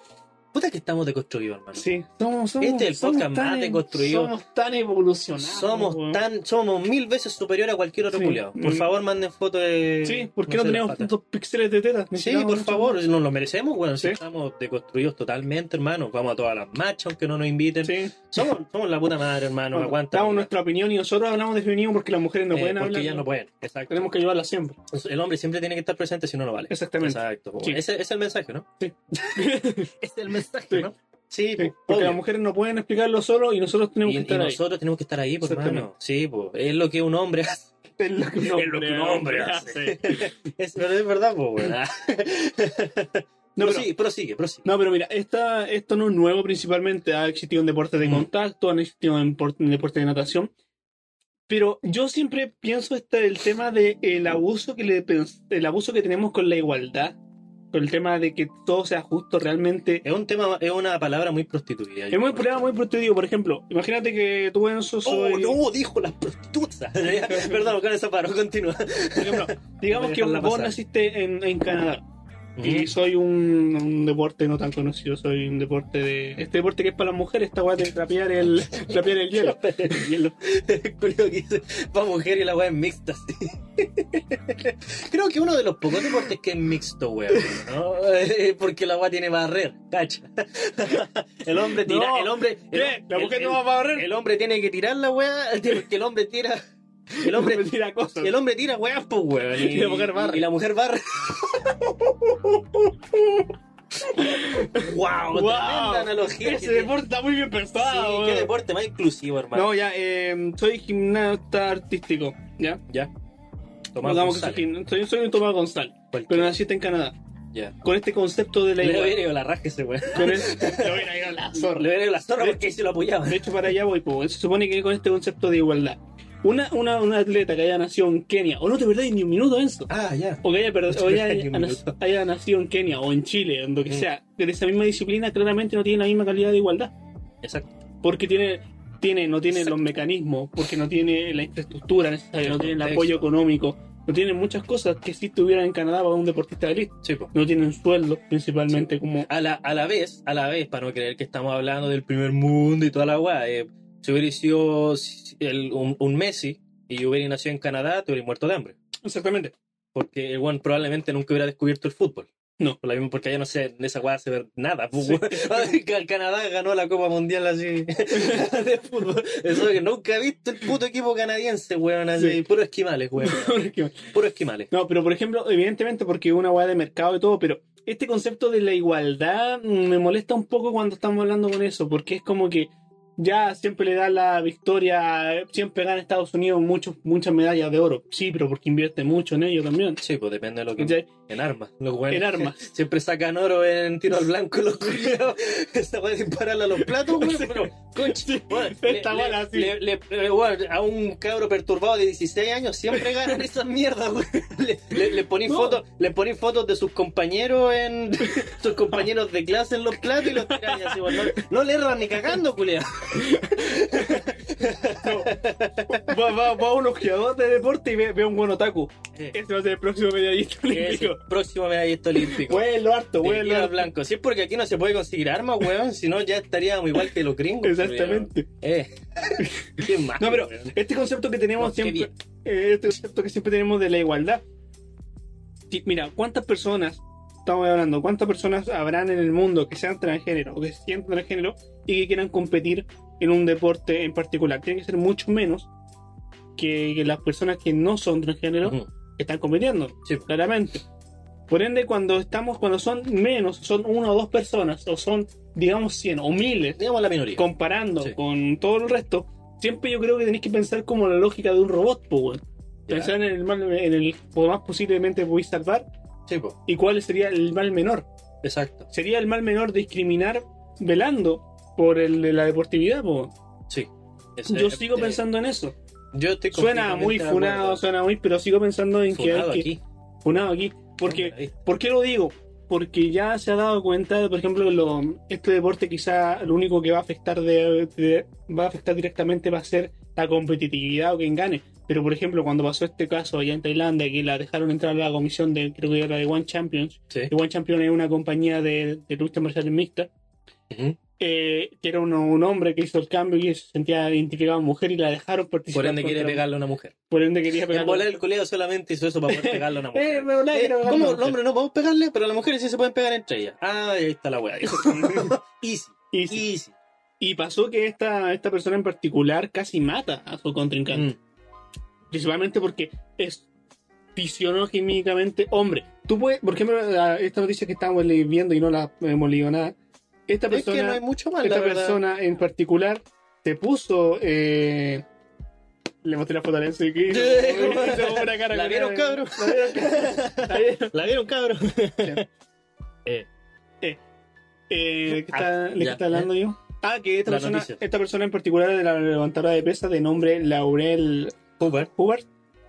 Speaker 1: Puta que estamos deconstruidos, hermano.
Speaker 2: Sí, somos, somos,
Speaker 1: Este es el
Speaker 2: somos
Speaker 1: podcast más
Speaker 2: en-
Speaker 1: deconstruido.
Speaker 2: Somos tan evolucionados.
Speaker 1: Somos
Speaker 2: weón.
Speaker 1: tan, somos mil veces superior a cualquier otro
Speaker 2: Sí.
Speaker 1: culiao. Por
Speaker 2: Mm.
Speaker 1: favor, manden fotos de.
Speaker 2: Sí, ¿por qué
Speaker 1: no
Speaker 2: no,
Speaker 1: sé,
Speaker 2: tenemos
Speaker 1: patas.
Speaker 2: tantos píxeles de teta?
Speaker 1: Sí,
Speaker 2: Necesitamos
Speaker 1: por
Speaker 2: mucho
Speaker 1: favor, nos lo merecemos, bueno,
Speaker 2: Sí.
Speaker 1: estamos deconstruidos totalmente, hermano. Vamos a todas las marchas, aunque no nos inviten.
Speaker 2: más. Sí.
Speaker 1: Somos, somos la puta madre, hermano.
Speaker 2: Bueno,
Speaker 1: aguanta.
Speaker 2: Damos nuestra opinión y nosotros hablamos de feminismo porque las mujeres no
Speaker 1: Eh,
Speaker 2: pueden
Speaker 1: porque
Speaker 2: hablar.
Speaker 1: ya no pueden. Exacto.
Speaker 2: Tenemos que ayudarlas siempre.
Speaker 1: Pues, El hombre siempre tiene que estar presente si no, no vale.
Speaker 2: Exactamente.
Speaker 1: Exacto.
Speaker 2: Sí.
Speaker 1: Ese ese es el mensaje, ¿no?
Speaker 2: Sí.
Speaker 1: es el mensaje,
Speaker 2: Sí.
Speaker 1: ¿no? Sí,
Speaker 2: Sí,
Speaker 1: pues,
Speaker 2: porque
Speaker 1: obvio.
Speaker 2: las mujeres no pueden explicarlo solo y nosotros
Speaker 1: Y,
Speaker 2: tenemos que
Speaker 1: y
Speaker 2: estar ahí.
Speaker 1: nosotros tenemos que estar ahí, pues,
Speaker 2: Exactamente.
Speaker 1: hermano. Sí, pues. Es lo que un hombre hace.
Speaker 2: Es lo que
Speaker 1: Es lo que un hombre hace. Es, pero es verdad, pues, weón.
Speaker 2: No,
Speaker 1: No,
Speaker 2: pero,
Speaker 1: prosigue, prosigue, prosigue.
Speaker 2: no, pero mira, esta, esto no es nuevo principalmente. Ha existido en deportes de
Speaker 1: Mm.
Speaker 2: contacto, han existido en, por- en deportes de natación. Pero yo siempre pienso este, el tema del el abuso, que le, pens- el abuso que tenemos con la igualdad, con el tema de que todo sea justo realmente.
Speaker 1: Es un tema, es una palabra muy prostituida.
Speaker 2: Es muy problema, muy prostituido. Por ejemplo, imagínate que tú, Enzo, soy...
Speaker 1: Oh, no, dijo las prostitutas. Perdón, con esa paro, continúa.
Speaker 2: por ejemplo, digamos
Speaker 1: Voy a
Speaker 2: que
Speaker 1: dejarla
Speaker 2: vos
Speaker 1: pasar.
Speaker 2: naciste en, en Canadá. Y soy un, un deporte no tan conocido, soy un deporte de. Este deporte que es para las mujeres, esta weá de trapear el, trapear el hielo.
Speaker 1: hielo. Culiao que dice, va mujer y la weá es mixta. sí. Creo que uno de los pocos deportes que es mixto, weón. ¿no? Eh, Porque la weá tiene barrer, cacha. El hombre tira,
Speaker 2: No.
Speaker 1: el hombre. el-
Speaker 2: ¿Qué? Eh, La
Speaker 1: el-
Speaker 2: mujer
Speaker 1: el-
Speaker 2: no va a barrer.
Speaker 1: El hombre tiene que tirar la weá, porque el hombre tira. El hombre,
Speaker 2: me tira cosas.
Speaker 1: el hombre tira weá, pues weón.
Speaker 2: Y la mujer barre.
Speaker 1: Y la mujer barre. wow,
Speaker 2: Wow.
Speaker 1: tremenda analogía. que
Speaker 2: Ese
Speaker 1: tiene.
Speaker 2: deporte está muy bien pensado.
Speaker 1: Sí, qué
Speaker 2: weón.
Speaker 1: deporte más inclusivo, hermano.
Speaker 2: No, ya, eh, soy gimnasta artístico, ¿ya?
Speaker 1: Ya. Tomás pues,
Speaker 2: Digamos que soy,
Speaker 1: González.
Speaker 2: gimna- soy, soy un Tomás González, pero
Speaker 1: Cualquiera.
Speaker 2: naciste en Canadá.
Speaker 1: Ya.
Speaker 2: Con este concepto de la
Speaker 1: Le hubiera
Speaker 2: igualdad.
Speaker 1: ido la raja a ese weón.
Speaker 2: Con el- le hubiera ido la
Speaker 1: Le
Speaker 2: zorra.
Speaker 1: hubiera ido la zorra porque ahí se lo apoyaba.
Speaker 2: De hecho, para allá voy, po. se supone que con este concepto de igualdad. Una, una, una atleta que haya nacido en Kenia, o no te perdés ni un minuto en eso,
Speaker 1: Ah, ya.
Speaker 2: o que haya, perdo- o haya-
Speaker 1: Ni un
Speaker 2: haya-
Speaker 1: minuto.
Speaker 2: haya nacido en Kenia o en Chile, en lo que
Speaker 1: Mm.
Speaker 2: sea, de esa misma disciplina, claramente no tiene la misma calidad de igualdad.
Speaker 1: Exacto.
Speaker 2: Porque tiene, tiene, no tiene
Speaker 1: Exacto.
Speaker 2: los mecanismos, porque no tiene la infraestructura necesaria, no tiene el
Speaker 1: contexto.
Speaker 2: apoyo económico, no tienen muchas cosas que si tuvieran en Canadá para un deportista de élite.
Speaker 1: Sí, po.
Speaker 2: No tienen sueldo, principalmente como.
Speaker 1: A la, a la vez, a la vez, para no creer que estamos hablando del primer mundo y toda la weá. eh, si hubiera sido si- el- un, un Messi y hubiera nacido en Canadá, te hubiera muerto de hambre.
Speaker 2: Exactamente.
Speaker 1: Porque el weón probablemente nunca hubiera descubierto el fútbol.
Speaker 2: No.
Speaker 1: Por la misma- porque allá no sé, en esa weá se ve nada. po,
Speaker 2: Sí.
Speaker 1: weón. Can- Canadá ganó la Copa Mundial así de fútbol. Eso que nunca he visto el puto equipo canadiense, weón, así.
Speaker 2: Sí.
Speaker 1: Puro esquimales, weón. Puro esquimales.
Speaker 2: No, pero por ejemplo, evidentemente porque es una hueá de mercado y todo, pero este concepto de la igualdad mm, me molesta un poco cuando estamos hablando con eso, porque es como que ya siempre le da la victoria, eh, siempre gana Estados Unidos muchos, muchas medallas de oro. Sí, pero porque invierte mucho en ello también.
Speaker 1: Sí, pues depende de lo que.
Speaker 2: ¿cachai?
Speaker 1: En armas, los weones.
Speaker 2: En armas.
Speaker 1: Siempre sacan oro en tiro al blanco los culiados. Esta weá dispararle a los platos, weón. Pero, concha, weón, le-
Speaker 2: Esta
Speaker 1: le-
Speaker 2: bala así.
Speaker 1: le- le- le- weón, a un cabro perturbado de 16 años siempre ganan esas mierdas, weón. Le, le, le poní
Speaker 2: No.
Speaker 1: fotos, le poní fotos de sus compañeros en sus compañeros de clase en los platos y los tiran y así, weón. No, no le erran ni cagando, culiado.
Speaker 2: Va, va, va un ojeador de deporte y ve, ve un buen otaku. Ese va a ser el próximo medallista olímpico.
Speaker 1: Próximo medallista olímpico.
Speaker 2: Vuelo harto,
Speaker 1: De tiro al
Speaker 2: vuelo.
Speaker 1: blanco. Si es porque aquí no se puede conseguir armas, weón, si no ya estaríamos igual que los gringos. culiao.
Speaker 2: Exactamente.
Speaker 1: Eh. Qué mal,
Speaker 2: No, pero
Speaker 1: weón.
Speaker 2: este concepto que tenemos
Speaker 1: No, qué
Speaker 2: siempre,
Speaker 1: bien.
Speaker 2: eh, este concepto que siempre tenemos de la igualdad. Sí, mira, ¿cuántas personas estamos hablando? ¿Cuántas personas habrán en el mundo que sean transgénero o que se sientan transgénero y que quieran competir en un deporte en particular? Tiene que ser mucho menos que, que las personas que no son transgénero
Speaker 1: Ujú.
Speaker 2: que están compitiendo,
Speaker 1: Sí.
Speaker 2: claramente. Por ende, cuando estamos, cuando son menos, son una o dos personas, o son, digamos, cien o miles,
Speaker 1: Digamos la minoría.
Speaker 2: comparando
Speaker 1: Sí.
Speaker 2: con todo el resto, siempre yo creo que tenéis que pensar como la lógica de un robot, po, weón.
Speaker 1: Ya.
Speaker 2: Pensar en el mal, en el por más posiblemente podéis salvar
Speaker 1: Sí, po.
Speaker 2: y cuál sería el mal menor.
Speaker 1: Exacto.
Speaker 2: Sería el mal menor discriminar velando por el de la deportividad, po, weón.
Speaker 1: Sí. Es-
Speaker 2: Yo
Speaker 1: eh,
Speaker 2: sigo
Speaker 1: eh,
Speaker 2: pensando en eso.
Speaker 1: Yo estoy
Speaker 2: Suena muy
Speaker 1: completamente de acuerdo.
Speaker 2: funado, suena muy, pero sigo pensando en que hay
Speaker 1: Funado
Speaker 2: que.
Speaker 1: aquí.
Speaker 2: Funado aquí. Porque,
Speaker 1: Ahí.
Speaker 2: ¿Por qué lo digo? porque ya se ha dado cuenta, de, por ejemplo, lo- este deporte quizá lo único que va a afectar de- de- va a afectar directamente va a ser la competitividad o quien gane. Pero por ejemplo, cuando pasó este caso allá en Tailandia, que la dejaron entrar a la comisión de creo que era de One Champions,
Speaker 1: Sí.
Speaker 2: que One Champion es una compañía de, de lucha marcial mixta,
Speaker 1: Ujú.
Speaker 2: eh, que era uno- un hombre que hizo el cambio y se sentía identificado como mujer y la dejaron participar.
Speaker 1: Por ende quiere
Speaker 2: contra-
Speaker 1: pegarle a una mujer.
Speaker 2: Por ende quería
Speaker 1: En
Speaker 2: pegar.
Speaker 1: volar el colegio solamente hizo eso para poder pegarle a una
Speaker 2: Eh,
Speaker 1: mujer.
Speaker 2: me volaba,
Speaker 1: Eh,
Speaker 2: quiero pegarle a
Speaker 1: ¿Cómo?
Speaker 2: una
Speaker 1: Los
Speaker 2: mujer.
Speaker 1: hombres no podemos pegarle, pero las mujeres sí se pueden pegar entre ellas. Ah, ahí está la weá. easy,
Speaker 2: Y, sí,
Speaker 1: easy.
Speaker 2: y pasó que esta, esta persona en particular casi mata a su contrincante.
Speaker 1: Mm.
Speaker 2: Principalmente porque es fisionómicamente hombre. Tú puedes, por ejemplo, la- esta noticia que estábamos le- viendo y no la hemos leído nada. Esta
Speaker 1: Es
Speaker 2: persona.
Speaker 1: que no hay mucho más, la
Speaker 2: esta
Speaker 1: verdad.
Speaker 2: persona en particular te puso. eh, le mostré la foto a Lenzo y que hizo una cara
Speaker 1: ¿La
Speaker 2: con-
Speaker 1: vieron, cabrón?
Speaker 2: ¿La vieron, cabrón? ¿La vieron?
Speaker 1: ¿La vieron, cabrón?
Speaker 2: Eh, ¿qué está,
Speaker 1: Ah,
Speaker 2: ¿De qué
Speaker 1: ya,
Speaker 2: está hablando yo? Ah, que esta
Speaker 1: La
Speaker 2: persona,
Speaker 1: noticia.
Speaker 2: esta persona en particular de la levantadora de pesas de nombre Laurel
Speaker 1: Uber.
Speaker 2: Hubbard
Speaker 1: Eh.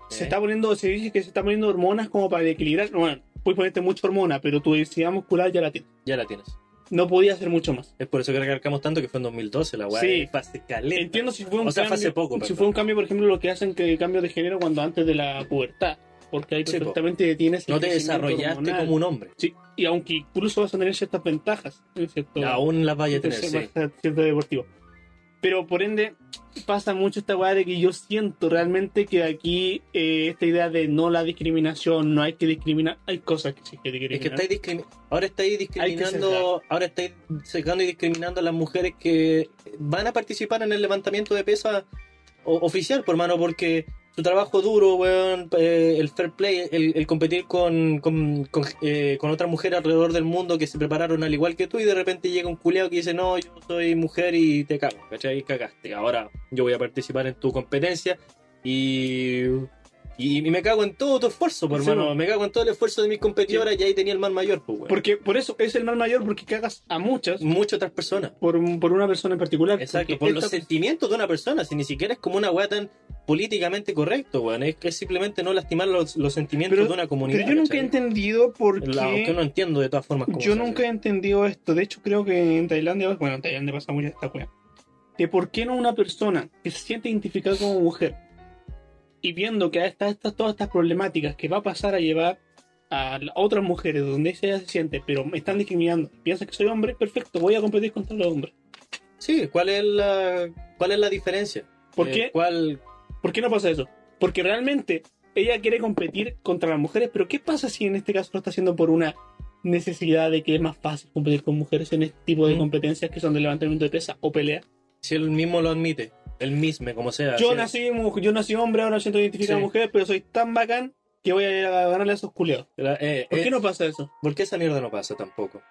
Speaker 2: se está poniendo, se dice que se está poniendo hormonas como para equilibrar. Bueno, puedes ponerte mucha hormona, pero tu densidad muscular ya la tienes.
Speaker 1: Ya la tienes.
Speaker 2: No podía hacer mucho más.
Speaker 1: Es por eso que recalcamos tanto que fue en 2012 la weá.
Speaker 2: Sí.
Speaker 1: es Fase caleta.
Speaker 2: Entiendo si fue un
Speaker 1: O sea, fue
Speaker 2: cambio,
Speaker 1: hace poco,
Speaker 2: si
Speaker 1: perdón.
Speaker 2: fue un cambio, por ejemplo, lo que hacen que el cambio de género cuando antes de la pubertad, porque ahí
Speaker 1: Sí, po.
Speaker 2: perfectamente detienes el
Speaker 1: No te
Speaker 2: crecimiento
Speaker 1: desarrollaste
Speaker 2: hormonal.
Speaker 1: como un hombre.
Speaker 2: Sí, y aunque incluso vas a tener ciertas ventajas, en cierto-
Speaker 1: Aún las vaya a tener,
Speaker 2: Entonces,
Speaker 1: sí.
Speaker 2: va a estar siendo deportivo. Pero por ende, pasa mucho esta weá de que yo siento realmente que aquí eh, esta idea de no la discriminación, no hay que discriminar, hay cosas que sí que
Speaker 1: Es que
Speaker 2: discriminar.
Speaker 1: estáis discrimi- ahora estáis
Speaker 2: Hay que
Speaker 1: discriminando, ahora estáis sacando y discriminando a las mujeres que van a participar en el levantamiento de pesa o- oficial, por mano, porque su trabajo duro, weón, eh, el fair play, el, el competir con, con, con, eh, con otras mujeres alrededor del mundo que se prepararon al igual que tú y de repente llega un culeado que dice, no, yo soy mujer y te cago, ¿cachai? Y cagaste. Ahora yo voy a participar en tu competencia y... Y, y me cago en todo tu esfuerzo, por
Speaker 2: Sí,
Speaker 1: hermano.
Speaker 2: weón.
Speaker 1: me cago en todo el esfuerzo de mis competidoras y ahí tenía el mal mayor, pues, weón.
Speaker 2: Porque por eso es el mal mayor, porque cagas a muchas
Speaker 1: Muchas otras personas.
Speaker 2: por, un- por una persona en particular.
Speaker 1: Exacto,
Speaker 2: Porque
Speaker 1: por los
Speaker 2: esta-
Speaker 1: sentimientos de una persona, si ni siquiera es como una weá tan políticamente correcto, weón. Es, es simplemente no lastimar los, los sentimientos
Speaker 2: Pero-
Speaker 1: de una comunidad.
Speaker 2: Pero yo nunca he
Speaker 1: ¿cachai?
Speaker 2: entendido por qué...
Speaker 1: La- aunque no entiendo de todas formas cómo
Speaker 2: Yo
Speaker 1: se hace.
Speaker 2: nunca he entendido esto. De hecho, creo que en Tailandia, bueno, en Tailandia pasa mucho esta wea. De por qué no una persona que se siente identificada como mujer y viendo que está, está- todas estas problemáticas que va a pasar a llevar a la- otras mujeres donde ella se siente, pero me están discriminando, piensa que soy hombre, perfecto, voy a competir contra los hombres.
Speaker 1: Sí, ¿cuál es la, cuál es la diferencia?
Speaker 2: ¿Por
Speaker 1: Eh,
Speaker 2: qué?
Speaker 1: ¿Cuál?
Speaker 2: ¿Por qué no pasa eso? Porque realmente ella quiere competir contra las mujeres, pero ¿qué pasa si en este caso lo está haciendo por una necesidad de que es más fácil competir con mujeres en este tipo de
Speaker 1: Mm.
Speaker 2: competencias que son de levantamiento de pesa o pelea?
Speaker 1: Si él mismo lo admite, él mismo, como sea.
Speaker 2: Yo
Speaker 1: si-
Speaker 2: nací, mu- yo nací hombre, ahora siento identificado
Speaker 1: Sí.
Speaker 2: mujer, pero soy tan bacán que voy a ir a ganarle a esos culeados.
Speaker 1: la- eh,
Speaker 2: ¿Por
Speaker 1: eh,
Speaker 2: qué no pasa eso?
Speaker 1: ¿Por qué esa mierda no pasa tampoco?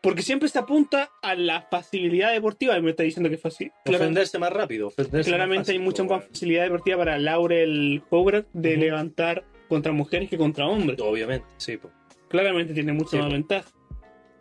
Speaker 2: Porque siempre se apunta a la facilidad deportiva y me está diciendo que es fácil. Claramente,
Speaker 1: ofenderse más rápido, ofenderse más
Speaker 2: claramente
Speaker 1: fácil, pues,
Speaker 2: hay mucha
Speaker 1: weón.
Speaker 2: más facilidad deportiva para Laurel Howard de
Speaker 1: Ujú.
Speaker 2: levantar contra mujeres que contra hombres.
Speaker 1: Obviamente, sí. pues. po.
Speaker 2: Claramente tiene mucha
Speaker 1: Sí,
Speaker 2: más
Speaker 1: po.
Speaker 2: ventaja.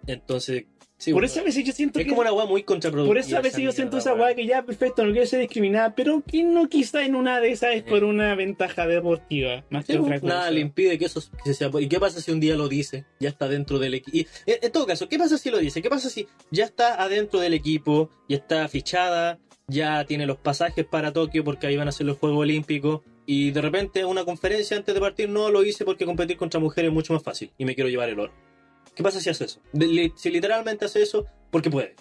Speaker 1: Entonces, sí,
Speaker 2: por
Speaker 1: bueno,
Speaker 2: eso a veces yo siento
Speaker 1: es
Speaker 2: que...
Speaker 1: como una weá muy contraproductiva.
Speaker 2: Por eso a veces yo
Speaker 1: mierda,
Speaker 2: siento esa weá que ya, perfecto, no quiero ser discriminada, pero que no quizá en una de esas es
Speaker 1: Ujú.
Speaker 2: por una ventaja deportiva, más
Speaker 1: Sí,
Speaker 2: que
Speaker 1: po,
Speaker 2: otra cosa.
Speaker 1: nada le impide que eso que sea. ¿Y qué pasa si un día lo dice? Ya está dentro del equipo. En, en todo caso, ¿qué pasa si lo dice? ¿Qué pasa si ya está adentro del equipo? Ya está fichada, ya tiene los pasajes para Tokio porque ahí van a ser los Juegos Olímpicos. Y de repente, una conferencia antes de partir, no lo hice porque competir contra mujeres es mucho más fácil y me quiero llevar el oro. ¿Qué pasa si hace eso? De- li- si literalmente hace eso, porque puede.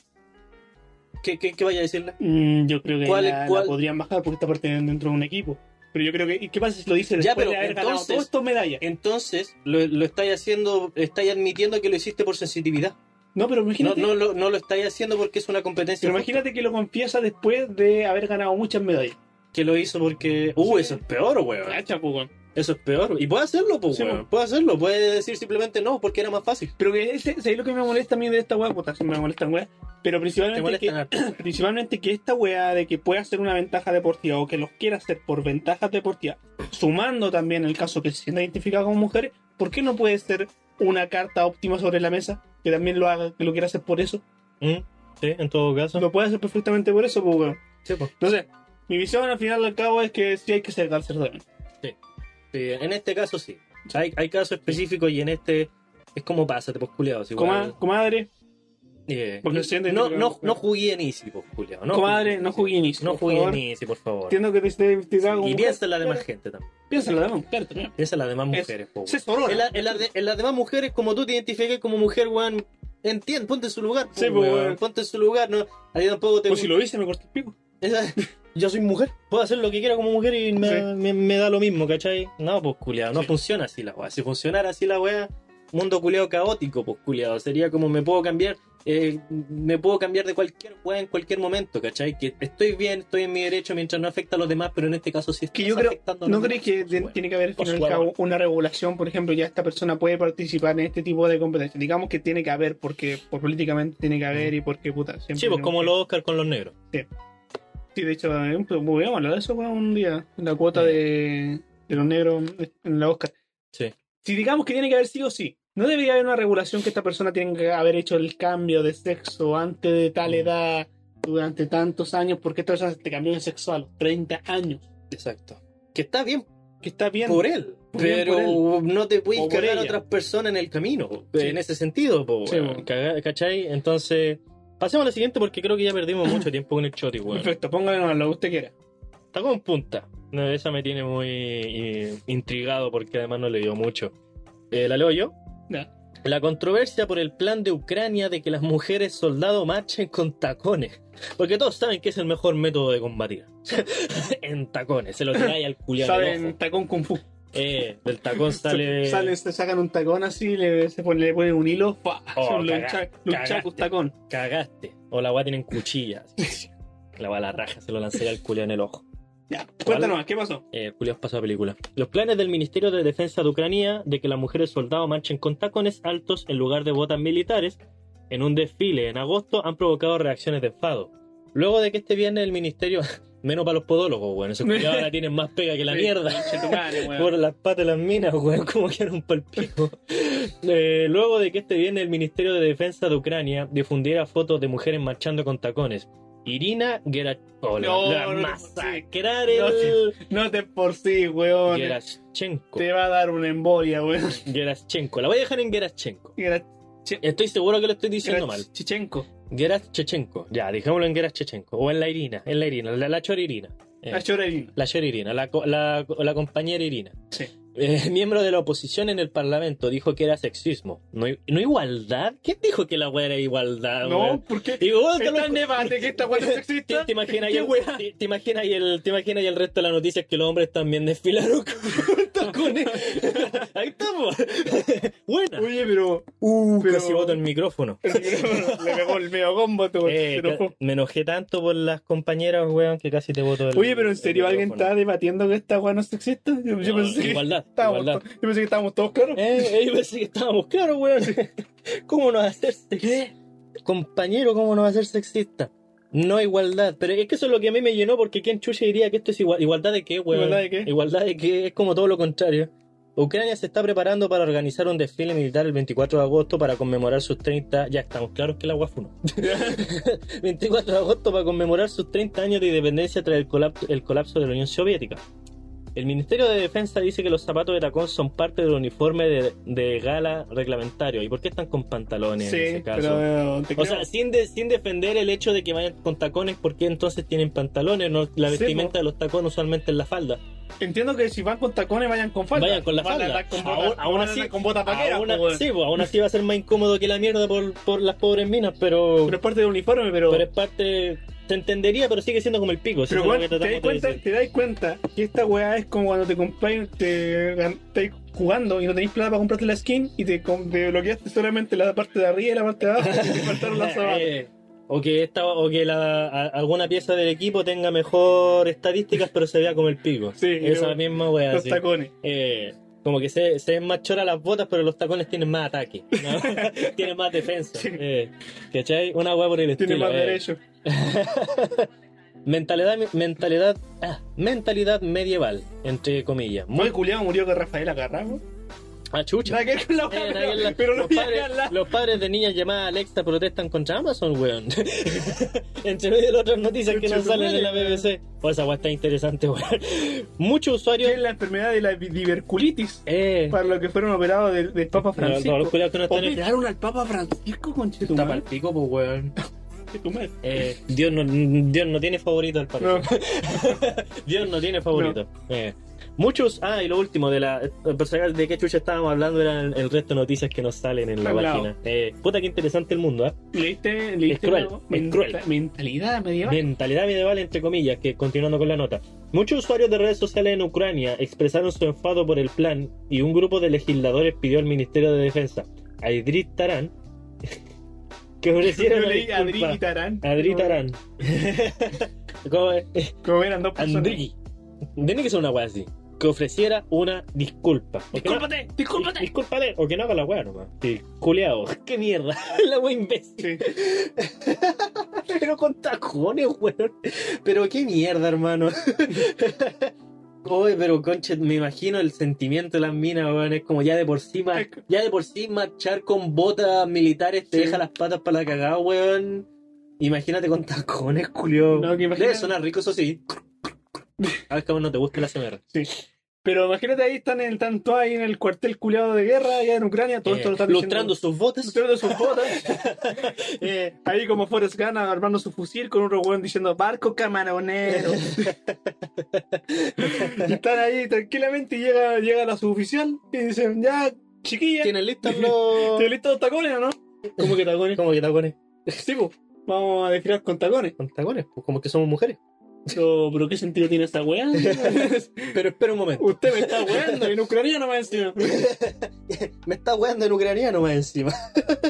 Speaker 1: ¿Qué, qué- qué vaya a decirle?
Speaker 2: Mm, yo creo que
Speaker 1: ¿Cuál-
Speaker 2: la, la
Speaker 1: cuál?
Speaker 2: podrían bajar porque está perteneciendo dentro de un equipo. Pero yo creo que. ¿y ¿Qué pasa si lo dice después
Speaker 1: Ya, pero
Speaker 2: de haber ganado
Speaker 1: entonces-
Speaker 2: todos estos medallas?
Speaker 1: Entonces, lo, lo estáis haciendo, estáis admitiendo que lo hiciste por sensitividad.
Speaker 2: No, pero
Speaker 1: No,
Speaker 2: imagínate,
Speaker 1: no, lo, no lo estáis haciendo porque es una competencia.
Speaker 2: pero imagínate que lo confiesa después de haber ganado muchas medallas.
Speaker 1: Que lo hizo porque. Uh, eso es peor, weón.
Speaker 2: Cacha, po, weón.
Speaker 1: Eso es peor. Y puede hacerlo, pues,
Speaker 2: Sí,
Speaker 1: weón.
Speaker 2: po.
Speaker 1: Puede hacerlo. Puede decir simplemente no porque era más fácil.
Speaker 2: Pero que ese, ¿sabes lo que me molesta a mí de esta weá? Puta, sí me molestan weá. Pero
Speaker 1: Te
Speaker 2: principalmente que,
Speaker 1: molestan harto.
Speaker 2: principalmente que esta weá de que pueda ser una ventaja deportiva o que los quiera hacer por ventajas deportivas, sumando también el caso que se sienta identificado como mujeres, ¿por qué no puede ser una carta óptima sobre la mesa que también lo haga, que lo quiera hacer por eso?
Speaker 1: Mm, Sí, en todo caso.
Speaker 2: Lo puede hacer perfectamente por eso, pues, weón.
Speaker 1: Sí, po.
Speaker 2: Entonces, mi visión al final del cabo es que sí hay que ser cárcel también.
Speaker 1: Sí, en este caso sí. Hay, hay casos específicos y en este Es como pásate, pues culiado. si
Speaker 2: Coma-
Speaker 1: igual-
Speaker 2: comadre,
Speaker 1: Eh,
Speaker 2: porque siente-
Speaker 1: no, no, no jugué en Easy, pues culiado. No
Speaker 2: comadre,
Speaker 1: jugué en
Speaker 2: no
Speaker 1: Easy.
Speaker 2: jugué en Easy,
Speaker 1: No
Speaker 2: por
Speaker 1: jugué en
Speaker 2: favor.
Speaker 1: Easy, por favor.
Speaker 2: entiendo que te esté
Speaker 1: Y
Speaker 2: tirado como-
Speaker 1: piensa en la demás
Speaker 2: Pero-
Speaker 1: gente también.
Speaker 2: Piensa en la demás, claro, también.
Speaker 1: Piensa en las demás
Speaker 2: Es-
Speaker 1: mujeres, po, weón.
Speaker 2: Se sorora.
Speaker 1: En, la- en la de- en las demás mujeres, como tú te identificas como mujer, weón, entiende, ponte en su lugar. po,
Speaker 2: Sí, po,
Speaker 1: weón,
Speaker 2: weón.
Speaker 1: Ponte en su lugar, no. A ti tampoco te
Speaker 2: Pues si lo hice, me corté el pico.
Speaker 1: Esa- Yo soy mujer, puedo hacer lo que quiera como mujer y me,
Speaker 2: Sí.
Speaker 1: me- me da lo mismo, ¿cachai? No, pues culiado, no
Speaker 2: Sí.
Speaker 1: funciona así la weá. Si funcionara así la weá, mundo culiado caótico, pues culiado. Sería como me puedo cambiar, eh, me puedo cambiar de cualquier weá en cualquier momento, ¿cachai? Que estoy bien, estoy en mi derecho mientras no afecta a los demás, pero en este caso sí está
Speaker 2: Que yo creo-
Speaker 1: afectando a los
Speaker 2: ¿No
Speaker 1: demás.
Speaker 2: crees que
Speaker 1: Pues,
Speaker 2: de-
Speaker 1: bueno.
Speaker 2: tiene que haber al
Speaker 1: Por
Speaker 2: final y al
Speaker 1: supuesto.
Speaker 2: cabo una regulación? Por ejemplo, ya esta persona puede participar en este tipo de competencias. Digamos que tiene que haber, porque por políticamente tiene que haber y porque puta. Siempre
Speaker 1: Sí, pues
Speaker 2: tenemos
Speaker 1: como
Speaker 2: que-
Speaker 1: los Oscar con los negros.
Speaker 2: Sí, de hecho, eh, pues, podríamos hablar de eso weón, un día, en la cuota de, de los negros en la Oscar.
Speaker 1: Sí.
Speaker 2: Si digamos que tiene que haber sí o sí, ¿no debería haber una regulación que esta persona tenga que haber hecho el cambio de sexo antes de tal
Speaker 1: Mm.
Speaker 2: edad, durante tantos años? Porque esta persona te cambió de sexo a los 30 años.
Speaker 1: Exacto. Que está bien
Speaker 2: Que está bien.
Speaker 1: por él,
Speaker 2: Por bien
Speaker 1: pero
Speaker 2: por
Speaker 1: no te puedes
Speaker 2: O por
Speaker 1: cargar a
Speaker 2: ella.
Speaker 1: otras personas en el camino, po,
Speaker 2: Sí.
Speaker 1: en ese sentido, po,
Speaker 2: Sí,
Speaker 1: weón.
Speaker 2: po.
Speaker 1: Caga- ¿cachai? Entonces, pasemos a lo siguiente porque creo que ya perdimos mucho tiempo con el choti, weón.
Speaker 2: Perfecto, pónganlo lo que usted quiera.
Speaker 1: Está con punta. No, esa me tiene muy eh, intrigado porque además no le dio mucho. Eh, ¿La leo yo?
Speaker 2: Ya.
Speaker 1: La controversia por el plan de Ucrania de que las mujeres soldado marchen con tacones. Porque todos saben que es el mejor método de combatir. en tacones. Se lo tiráis al culiado.
Speaker 2: Saben, tacón kung fu.
Speaker 1: Eh, del tacón sale.
Speaker 2: Salen, se sacan un tacón así, le, se ponen, le ponen un hilo. ¡fua!
Speaker 1: Oh,
Speaker 2: lucha,
Speaker 1: caga-
Speaker 2: lucha
Speaker 1: cagaste.
Speaker 2: con tacón.
Speaker 1: Cagaste. O la weá tienen cuchillas. La weá la raja, se lo lancé al culiao en el ojo.
Speaker 2: Ya, cuéntanos, ¿qué pasó?
Speaker 1: Eh, Julio pasó a película. Los planes del Ministerio de Defensa de Ucrania de que las mujeres soldados marchen con tacones altos en lugar de botas militares en un desfile en agosto han provocado reacciones de enfado. Luego de que este viernes el ministerio, menos para los podólogos, bueno, esos culiados ahora tienen más pega que la
Speaker 2: Sí,
Speaker 1: mierda.
Speaker 2: Chetumare, weón.
Speaker 1: Por las patas de las minas, weón, como que era un palpico. Eh, luego de que este viernes el Ministerio de Defensa de Ucrania difundiera fotos de mujeres marchando con tacones. Irina Gerachkova,
Speaker 2: No,
Speaker 1: la
Speaker 2: no, no,
Speaker 1: masacrar
Speaker 2: sí. No,
Speaker 1: el...
Speaker 2: No te por sí, weón.
Speaker 1: Gerashchenko.
Speaker 2: Te va a dar una embolia, weón.
Speaker 1: Gerashchenko. La voy a dejar en Gerashchenko.
Speaker 2: Era,
Speaker 1: Estoy seguro que lo estoy
Speaker 2: era
Speaker 1: diciendo mal.
Speaker 2: Chichenko.
Speaker 1: Gerashchenko. Ya, dejémoslo en Gerashchenko. O en la Irina. En la Irina. La, la chora Irina. Eh,
Speaker 2: La chorerina.
Speaker 1: la chora Irina. La, co- la, la compañera Irina.
Speaker 2: Sí.
Speaker 1: Eh, miembro de la oposición en el parlamento dijo que era sexismo. ¿No, i- no igualdad? ¿Quién dijo que la wea era igualdad?
Speaker 2: No,
Speaker 1: Ah, weón?
Speaker 2: ¿por qué?
Speaker 1: Y oh, vos,
Speaker 2: Está en debate que esta weá es
Speaker 1: ¿Te,
Speaker 2: sexista.
Speaker 1: te imaginas ahí
Speaker 2: ¿Qué
Speaker 1: el,
Speaker 2: weá?
Speaker 1: te- te imaginas ahí el, te imaginas ahí el resto de las noticias que los hombres también desfilaron con tacones? ahí estamos. Buena.
Speaker 2: Oye,
Speaker 1: pero...
Speaker 2: pero. pero-
Speaker 1: Uh, Casi boto el micrófono.
Speaker 2: el micrófono Le pegó el medio combo, tú.
Speaker 1: Eh,
Speaker 2: pero-
Speaker 1: ca- me enojé tanto por las compañeras, weón, que casi te boto el
Speaker 2: Oye, pero en serio,
Speaker 1: el
Speaker 2: ¿alguien está
Speaker 1: micrófono.
Speaker 2: debatiendo que esta weá no es sexista? Yo, yo
Speaker 1: No,
Speaker 2: pensé que
Speaker 1: igualdad,
Speaker 2: estábamos,
Speaker 1: igualdad.
Speaker 2: yo pensé que estábamos todos claros.
Speaker 1: Eh, eh, yo pensé que estábamos claros, weón. ¿Cómo no va a ser sexista? Compañero, ¿cómo no va a ser sexista? No igualdad. Pero es que eso es lo que a mí me llenó, porque ¿quién chuche diría que esto es igual? ¿Igualdad de qué, weón?
Speaker 2: ¿Igualdad de qué?
Speaker 1: Igualdad de qué, es como todo lo contrario. Ucrania se está preparando para organizar un desfile militar el 24 de agosto para conmemorar sus 30... Ya estamos claros que la agua fue uno. 24 de agosto para conmemorar sus 30 años de independencia tras el colapso, el colapso de la Unión Soviética. El Ministerio de Defensa dice que los zapatos de tacón son parte del uniforme de, de gala reglamentario. ¿Y por qué están con pantalones en
Speaker 2: sí,
Speaker 1: ese caso?
Speaker 2: pero. te
Speaker 1: o
Speaker 2: creo.
Speaker 1: sea, sin, de- sin defender el hecho de que vayan con tacones, ¿por qué entonces tienen pantalones? No, la
Speaker 2: Sí,
Speaker 1: vestimenta
Speaker 2: po.
Speaker 1: de los tacones usualmente es la falda.
Speaker 2: Entiendo que si van con tacones, vayan con falda.
Speaker 1: Vayan con la
Speaker 2: Van a
Speaker 1: falda.
Speaker 2: andar con
Speaker 1: Aún-
Speaker 2: botas-
Speaker 1: aún
Speaker 2: van a
Speaker 1: así-
Speaker 2: andar Con botas vaqueras,
Speaker 1: Aún a-
Speaker 2: po, weón.
Speaker 1: sí, po, aún así va a ser más incómodo que la mierda por, por las pobres minas, pero,
Speaker 2: Pero es parte del uniforme, pero.
Speaker 1: pero es parte... Se entendería, pero sigue siendo como el pico. si eso
Speaker 2: Pero
Speaker 1: es lo
Speaker 2: weón,
Speaker 1: que
Speaker 2: te, das
Speaker 1: tratamos de
Speaker 2: cuenta,
Speaker 1: decir.
Speaker 2: te das cuenta que esta weá es como cuando te compráis, te gan- estáis jugando y no tenéis plata para comprarte la skin y te, com- te bloqueaste solamente la parte de arriba y la parte de abajo y te faltaron las zapatas.
Speaker 1: Eh, O que, esta, o que la, a- alguna pieza del equipo tenga mejor estadísticas, pero se vea como el pico.
Speaker 2: Sí,
Speaker 1: Esa
Speaker 2: pero-
Speaker 1: misma wea.
Speaker 2: Los
Speaker 1: sí.
Speaker 2: tacones.
Speaker 1: Eh, como que se, se ven más choras las botas, pero los tacones tienen más ataque. ¿no? tienen más defensa.
Speaker 2: Sí.
Speaker 1: eh, ¿Cachai? Una wea por el
Speaker 2: Tiene
Speaker 1: estilo.
Speaker 2: más
Speaker 1: eh.
Speaker 2: derecho.
Speaker 1: Mentalidad, mentalidad, ah, mentalidad medieval, entre comillas.
Speaker 2: Muy culiado murió con Rafael Agarrado.
Speaker 1: Ah, chucha.
Speaker 2: Nada que ver con la
Speaker 1: Eh,
Speaker 2: weá,
Speaker 1: nadie
Speaker 2: pero,
Speaker 1: la-
Speaker 2: pero no
Speaker 1: los,
Speaker 2: voy a hablar.
Speaker 1: padres, los padres de niñas llamadas Alexa protestan contra Amazon, weón. Entre medio de las otras noticias que nos
Speaker 2: Chucha,
Speaker 1: salen
Speaker 2: madre,
Speaker 1: en la BBC. Pues esa weá está interesante, weón. Muchos
Speaker 2: Que es
Speaker 1: usuarios.
Speaker 2: la enfermedad de la diverculitis.
Speaker 1: Eh,
Speaker 2: Para los que fueron operados del, del Papa
Speaker 1: no, todos
Speaker 2: Francisco.
Speaker 1: los culiados que no están en-
Speaker 2: Operaron al Papa Francisco con
Speaker 1: Está pa'l pico, pues, weón.
Speaker 2: No,
Speaker 1: Eh, Dios, no, Dios no tiene favorito al parecer. Dios no tiene favorito. Eh, muchos. Ah, y lo último, de la por si acaso, de qué chucha estábamos hablando eran el resto de noticias que nos salen en la
Speaker 2: Hablado.
Speaker 1: página. Eh, puta, qué interesante el mundo, ¿ah?
Speaker 2: leíste, leíste
Speaker 1: Es cruel,
Speaker 2: la
Speaker 1: es
Speaker 2: menta-
Speaker 1: cruel.
Speaker 2: mentalidad medieval.
Speaker 1: Mentalidad medieval, entre comillas, que continuando con la nota. Muchos usuarios de redes sociales en Ucrania expresaron su enfado por el plan y un grupo de legisladores pidió al Ministerio de Defensa, a Idrit Tarán, que ofreciera
Speaker 2: Yo
Speaker 1: una
Speaker 2: leí a Adri
Speaker 1: disculpa.
Speaker 2: y Tarán.
Speaker 1: Adri Tarán. Como-
Speaker 2: Como eran dos personas.
Speaker 1: Andriki. Tiene que ser una wea así. Que ofreciera una disculpa. O que no-
Speaker 2: Discúlpate, discúlpate.
Speaker 1: Discúlpate. O que no haga la wea nomás. Sí, culeado. Qué mierda. La wea imbécil.
Speaker 2: Sí.
Speaker 1: Pero con tacones, weón. Pero qué mierda, hermano. Oye, pero conche, me imagino el sentimiento de las minas, weón. Es como ya de por sí, mar- ya de por sí marchar con botas militares te
Speaker 2: Sí.
Speaker 1: deja las patas para la cagada, weón. Imagínate con tacones, culio.
Speaker 2: No, que imagina-
Speaker 1: Debe sonar rico, eso sí. A ver, cabrón, no te gusta la CMR.
Speaker 2: Pero imagínate ahí están en tanto ahí en el cuartel culiado de guerra allá en Ucrania, todo
Speaker 1: Eh,
Speaker 2: esto lo están
Speaker 1: lustrando
Speaker 2: diciendo-
Speaker 1: sus botas.
Speaker 2: lustrando sus botas.
Speaker 1: Eh,
Speaker 2: ahí como Forrest Gump armando su fusil con un robot diciendo barco camaronero. Y están ahí tranquilamente y llega, llega la suboficial y dicen, ya, chiquilla,
Speaker 1: ¿Tienen listos los.?
Speaker 2: ¿tienes listos los tacones o no? ¿Cómo que tacones?
Speaker 1: ¿Cómo que tacones?
Speaker 2: sí, po, vamos a desfilar con tacones.
Speaker 1: Con tacones, pues como que somos mujeres.
Speaker 2: Pero, ¿pero qué sentido tiene esta weá?
Speaker 1: Pero espera un momento.
Speaker 2: Usted me está weando en ucraniano más encima.
Speaker 1: Me está weando en ucraniano más encima.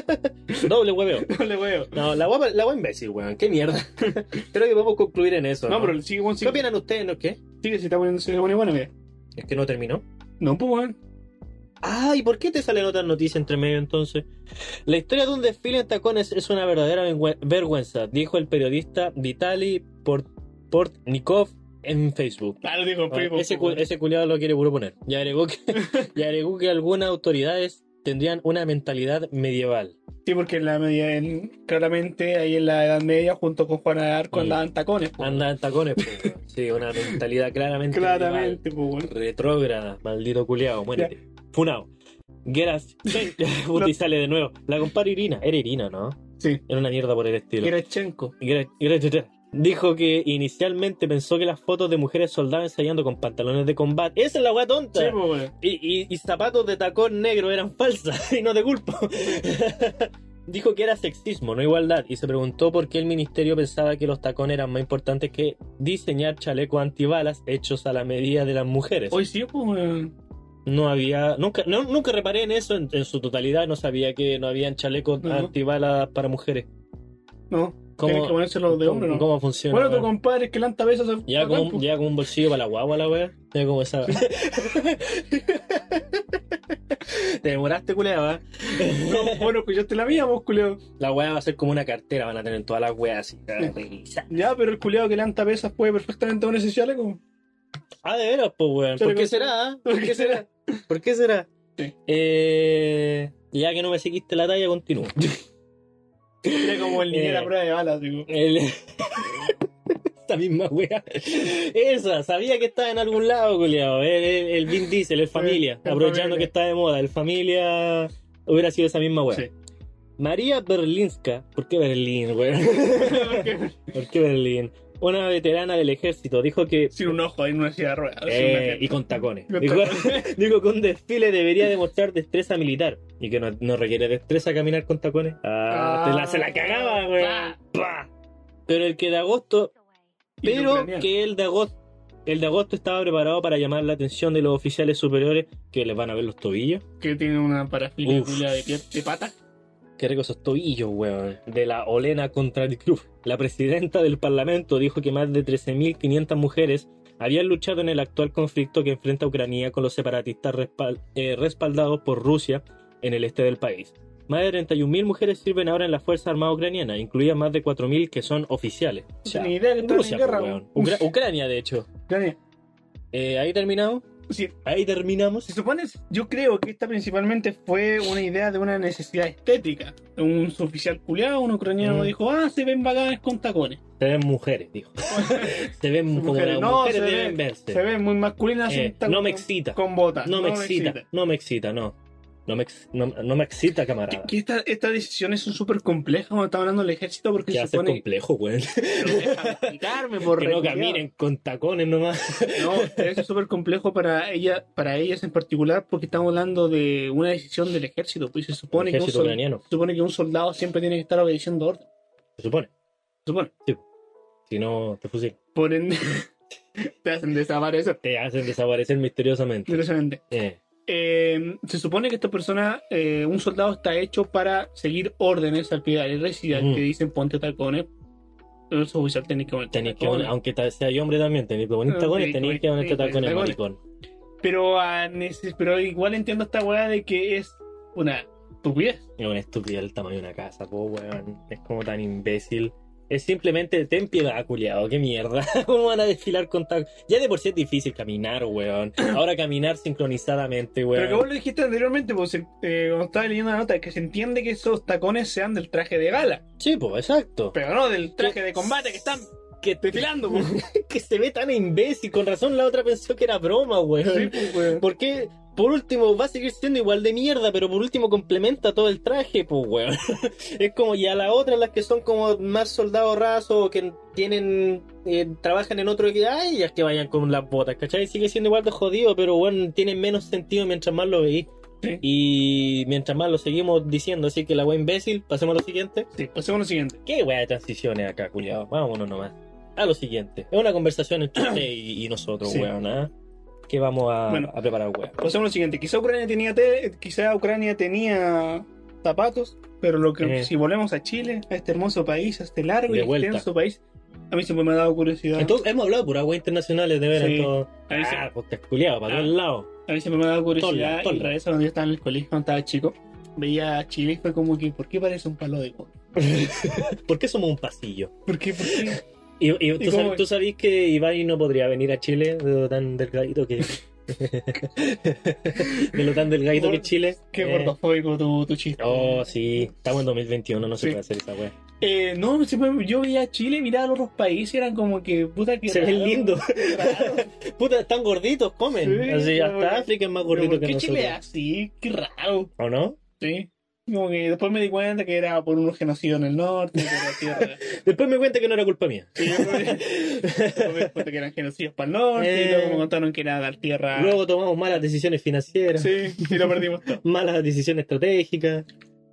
Speaker 1: Doble hueveo.
Speaker 2: No le weo.
Speaker 1: No, la guapa, la guapa imbécil, weón. Qué mierda. Creo que podemos concluir en eso.
Speaker 2: No, pero sigue, bueno,
Speaker 1: ¿Qué
Speaker 2: sigue.
Speaker 1: opinan ustedes? ¿No qué?
Speaker 2: Sigue, se está poniendo, se pone bueno, mira.
Speaker 1: Es que no terminó.
Speaker 2: No, pues, weón.
Speaker 1: Ah, ¿y por qué te salen otras noticias entre medio entonces? La historia de un desfile en tacones es una verdadera vengüe- vergüenza, dijo el periodista Vitaly Port- Portnikov en Facebook.
Speaker 2: Ah, lo dijo,
Speaker 1: Bueno,
Speaker 2: primo.
Speaker 1: ese, cu- ese culiado lo quiere puro poner. Y agregó, que, y agregó que algunas autoridades tendrían una mentalidad medieval.
Speaker 2: Sí, porque en la media, en- claramente ahí en la Edad Media, junto con Juana de Arco,
Speaker 1: Mm.
Speaker 2: andaban tacones. po.
Speaker 1: Anda en tacones, pues, weón. Sí, una mentalidad claramente. medieval.
Speaker 2: Claramente, pues, weón.
Speaker 1: Retrógrada, maldito culiado, muérete. Funao. Geras. Puta, y sale de nuevo. La compadre Irina. Era Irina, ¿no?
Speaker 2: Sí.
Speaker 1: Era una mierda por el estilo.
Speaker 2: Gerachenko.
Speaker 1: Gra- gra- gra- gra- Dijo que inicialmente pensó que las fotos de mujeres soldadas ensayando con pantalones de combate. Esa es la weá tonta.
Speaker 2: Sí, pues, weón.
Speaker 1: Y, y- y zapatos de tacón negro eran falsas, y no te culpo. Dijo que era sexismo, no igualdad, y se preguntó por qué el ministerio pensaba que los tacones eran más importantes que diseñar chalecos antibalas hechos a la medida de las mujeres.
Speaker 2: Hoy sí, pues, weón.
Speaker 1: No había, nunca, no- nunca reparé en eso en, en su totalidad, no sabía que no habían chalecos
Speaker 2: No.
Speaker 1: antibalas para mujeres.
Speaker 2: No, tienen que
Speaker 1: ¿Cómo,
Speaker 2: ponerse los de
Speaker 1: cómo-
Speaker 2: hombre, ¿no?
Speaker 1: cómo funciona?
Speaker 2: Bueno, tu
Speaker 1: weón?
Speaker 2: compadre es que lanta veces a
Speaker 1: Lleva
Speaker 2: a
Speaker 1: como, un-
Speaker 2: campo.
Speaker 1: lleva como un bolsillo para la guagua la wea. Lleva como esa. Te demoraste, ¿eh? culeaba.
Speaker 2: No, bueno, escuchaste la mía, vos, culiao.
Speaker 1: La weá va a ser como una cartera, van a tener todas las weas así.
Speaker 2: Ya, pero el culiao que lanta pesas puede perfectamente ponerse ese chaleco.
Speaker 1: Ah, de veras, pues weón. ¿Por qué será? ah? ¿Por qué será? ¿Por qué será?
Speaker 2: Sí.
Speaker 1: Eh, ya que no me seguiste la talla, continúo.
Speaker 2: Era como el niño de
Speaker 1: Eh.
Speaker 2: la prueba de balas, digo.
Speaker 1: El- Esta misma wea. Esa, sabía que estaba en algún lado, culiao. El, el, el Vin Diesel, el familia.
Speaker 2: El
Speaker 1: aprovechando
Speaker 2: Familia.
Speaker 1: que está de moda. El familia hubiera sido esa misma wea.
Speaker 2: Sí.
Speaker 1: María Berlinska. ¿Por qué Berlín, weón?
Speaker 2: Porque
Speaker 1: ¿Por qué Berlín? Una veterana del ejército dijo que
Speaker 2: Sin un ojo, ahí en una silla de ruedas. sin
Speaker 1: Eh,
Speaker 2: una gente.
Speaker 1: y con tacones.
Speaker 2: Con
Speaker 1: digo, digo, con desfile debería demostrar destreza militar. Y que no, no requiere destreza caminar con tacones. Ah,
Speaker 2: Ah.
Speaker 1: te la, se la cagaba, güey. Pa. Pero el que de agosto.
Speaker 2: Y
Speaker 1: Pero
Speaker 2: ucraniano.
Speaker 1: que el de agosto. El de agosto estaba preparado para llamar la atención de los oficiales superiores que les van a ver los tobillos.
Speaker 2: que tiene una parafilia
Speaker 1: Uf.
Speaker 2: culia de, pie- de pata.
Speaker 1: Qué ricos esos tobillos, weón. De la Olena contra el club. La presidenta del parlamento dijo que más de 13.500 mujeres habían luchado en el actual conflicto que enfrenta Ucrania con los separatistas respal- eh, respaldados por Rusia en el este del país. Más de 31.000 mujeres sirven ahora en la Fuerza Armada Ucraniana, incluidas más de 4.000 que son oficiales. O sea,
Speaker 2: Ni idea que estaban en
Speaker 1: Rusia,
Speaker 2: guerra,
Speaker 1: weón.
Speaker 2: weón.
Speaker 1: Ucra- Ucrania, de hecho.
Speaker 2: Ucrania.
Speaker 1: Eh, ¿Ahí terminado?
Speaker 2: Sí,
Speaker 1: Ahí terminamos.
Speaker 2: se supone, yo creo que esta principalmente fue una idea de una necesidad estética. Un oficial culiado, un ucraniano,
Speaker 1: Mm.
Speaker 2: dijo, ah, se ven bacanes con tacones.
Speaker 1: Se ven mujeres, dijo. se ven como
Speaker 2: mujeres.
Speaker 1: las
Speaker 2: No,
Speaker 1: mujeres
Speaker 2: se
Speaker 1: deben
Speaker 2: ven-
Speaker 1: verse.
Speaker 2: Se ven muy masculinas.
Speaker 1: Eh,
Speaker 2: sin tacones,
Speaker 1: no me excita.
Speaker 2: Con botas.
Speaker 1: no, me excita, no me excita, no. No me, ex- no, no me excita, camarada.
Speaker 2: Que estas estas decisiones son súper complejas cuando está hablando del ejército porque
Speaker 1: Que
Speaker 2: se
Speaker 1: hace
Speaker 2: supone
Speaker 1: complejo, güey.
Speaker 2: Pero déjame explicarme, por
Speaker 1: Que no
Speaker 2: reculeado.
Speaker 1: caminen con tacones nomás.
Speaker 2: No, pero eso es súper complejo para ella, para ellas en particular, porque estamos hablando de una decisión del ejército, pues se supone, que un,
Speaker 1: Ejército
Speaker 2: sol-
Speaker 1: ucraniano,
Speaker 2: se supone que un soldado siempre tiene que estar obedeciendo orden.
Speaker 1: se supone.
Speaker 2: Se supone.
Speaker 1: Si no, te fusilan.
Speaker 2: Por ende, te hacen desaparecer.
Speaker 1: Te hacen desaparecer misteriosamente.
Speaker 2: Interesante.
Speaker 1: Eh,
Speaker 2: Eh, se supone que esta persona, eh, un soldado está hecho para seguir órdenes al pie de la residencia
Speaker 1: Mm.
Speaker 2: que dicen ponte tacones. Pero eso oficial tenés que ponerte
Speaker 1: tenés que,
Speaker 2: tacones. Ah,
Speaker 1: aunque ta- sea yo hombre también, tenés que poner
Speaker 2: No,
Speaker 1: tacones,
Speaker 2: tenés que
Speaker 1: tenés que
Speaker 2: poner-
Speaker 1: ponerte
Speaker 2: tenés que
Speaker 1: tacones, maricón.
Speaker 2: poner Pero, ah, neces- pero igual entiendo esta weá de que es una estupidez.
Speaker 1: Es una estupidez el tamaño de una casa, po, weón. Es como tan imbécil. Es simplemente ten piedad, culiado, qué mierda. ¿Cómo van a desfilar con tacones? Ya de por sí es difícil caminar, weón. Ahora caminar sincronizadamente, weón.
Speaker 2: Pero que vos lo dijiste anteriormente, pues, eh, cuando estaba leyendo la nota, que se entiende que esos tacones sean del traje de gala,
Speaker 1: Sí, pues, exacto.
Speaker 2: pero no del traje de combate que están
Speaker 1: Que,
Speaker 2: desfilando. pues.
Speaker 1: que se ve tan imbécil. Con razón la otra pensó que era broma,
Speaker 2: Sí,
Speaker 1: weón.
Speaker 2: pues, weón.
Speaker 1: ¿Por qué? Por último, va a seguir siendo igual de mierda, pero por último complementa todo el traje, pues, weón. Es como, y a la otra, las que son como más soldados rasos, o que tienen, eh, trabajan en otro equipo, ay, ya que vayan con las botas, ¿cachai? Sigue siendo igual de jodido, pero bueno, tiene menos sentido mientras más lo veis.
Speaker 2: Sí.
Speaker 1: Y mientras más lo seguimos diciendo, así que la wea imbécil, pasemos a lo siguiente.
Speaker 2: pues, Sí, pasemos a lo siguiente.
Speaker 1: ¿Qué wea de transiciones acá, culiado? Vámonos nomás. A lo siguiente. Es una conversación entre usted y, y nosotros,
Speaker 2: Sí.
Speaker 1: weón, ¿ah? ¿Qué vamos a,
Speaker 2: Bueno.
Speaker 1: a preparar, weón?
Speaker 2: Pasemos a lo siguiente. Quizá Ucrania tenía te- quizá Ucrania tenía zapatos, pero lo que
Speaker 1: Eh.
Speaker 2: si volvemos a Chile, a este hermoso país, a este largo y
Speaker 1: De vuelta.
Speaker 2: extenso país, a mí siempre me ha dado curiosidad.
Speaker 1: Entonces, hemos hablado por aguas internacionales, de veras.
Speaker 2: Sí.
Speaker 1: todo.
Speaker 2: A mí se-
Speaker 1: Ah, pues te has culiado para
Speaker 2: Ah.
Speaker 1: todos lados.
Speaker 2: A mí siempre me ha dado curiosidad
Speaker 1: Tola, tola.
Speaker 2: y para eso cuando yo estaba en el colegio, cuando estaba chico, veía a Chile y fue como que, ¿por qué parece un palo de cobre?
Speaker 1: ¿Por qué somos un pasillo?
Speaker 2: ¿Por qué? ¿Por qué?
Speaker 1: Y, y tú,
Speaker 2: cómo
Speaker 1: sabes,
Speaker 2: es?
Speaker 1: tú sabís que Ibai no podría venir a Chile de lo tan delgadito que. de lo tan delgadito
Speaker 2: Gor-
Speaker 1: que Chile.
Speaker 2: Qué
Speaker 1: Eh,
Speaker 2: gordofóbico tu, tu chiste.
Speaker 1: Oh, sí. Estamos en 2021, no se
Speaker 2: Sí.
Speaker 1: puede hacer esa wea.
Speaker 2: Eh, no, siempre- yo veía a Chile, miraba a otros países, eran como que, puta, que
Speaker 1: Se ven lindos. Puta, están gorditos, comen.
Speaker 2: Sí,
Speaker 1: Así, hasta
Speaker 2: como que-
Speaker 1: África es más
Speaker 2: ¿Por
Speaker 1: gordito
Speaker 2: qué
Speaker 1: que nosotros.
Speaker 2: Chile es así? Qué raro.
Speaker 1: ¿O no?
Speaker 2: Sí. Como que después me di cuenta que era por un genocidio en el norte, por la tierra.
Speaker 1: Después me cuenta que no era culpa mía.
Speaker 2: Y yo me- después me di cuenta que eran genocidios para el norte, y luego me contaron que era dar tierra.
Speaker 1: Eh. Luego tomamos malas decisiones financieras,
Speaker 2: Ah. sí, y lo perdimos todo.
Speaker 1: malas decisiones estratégicas.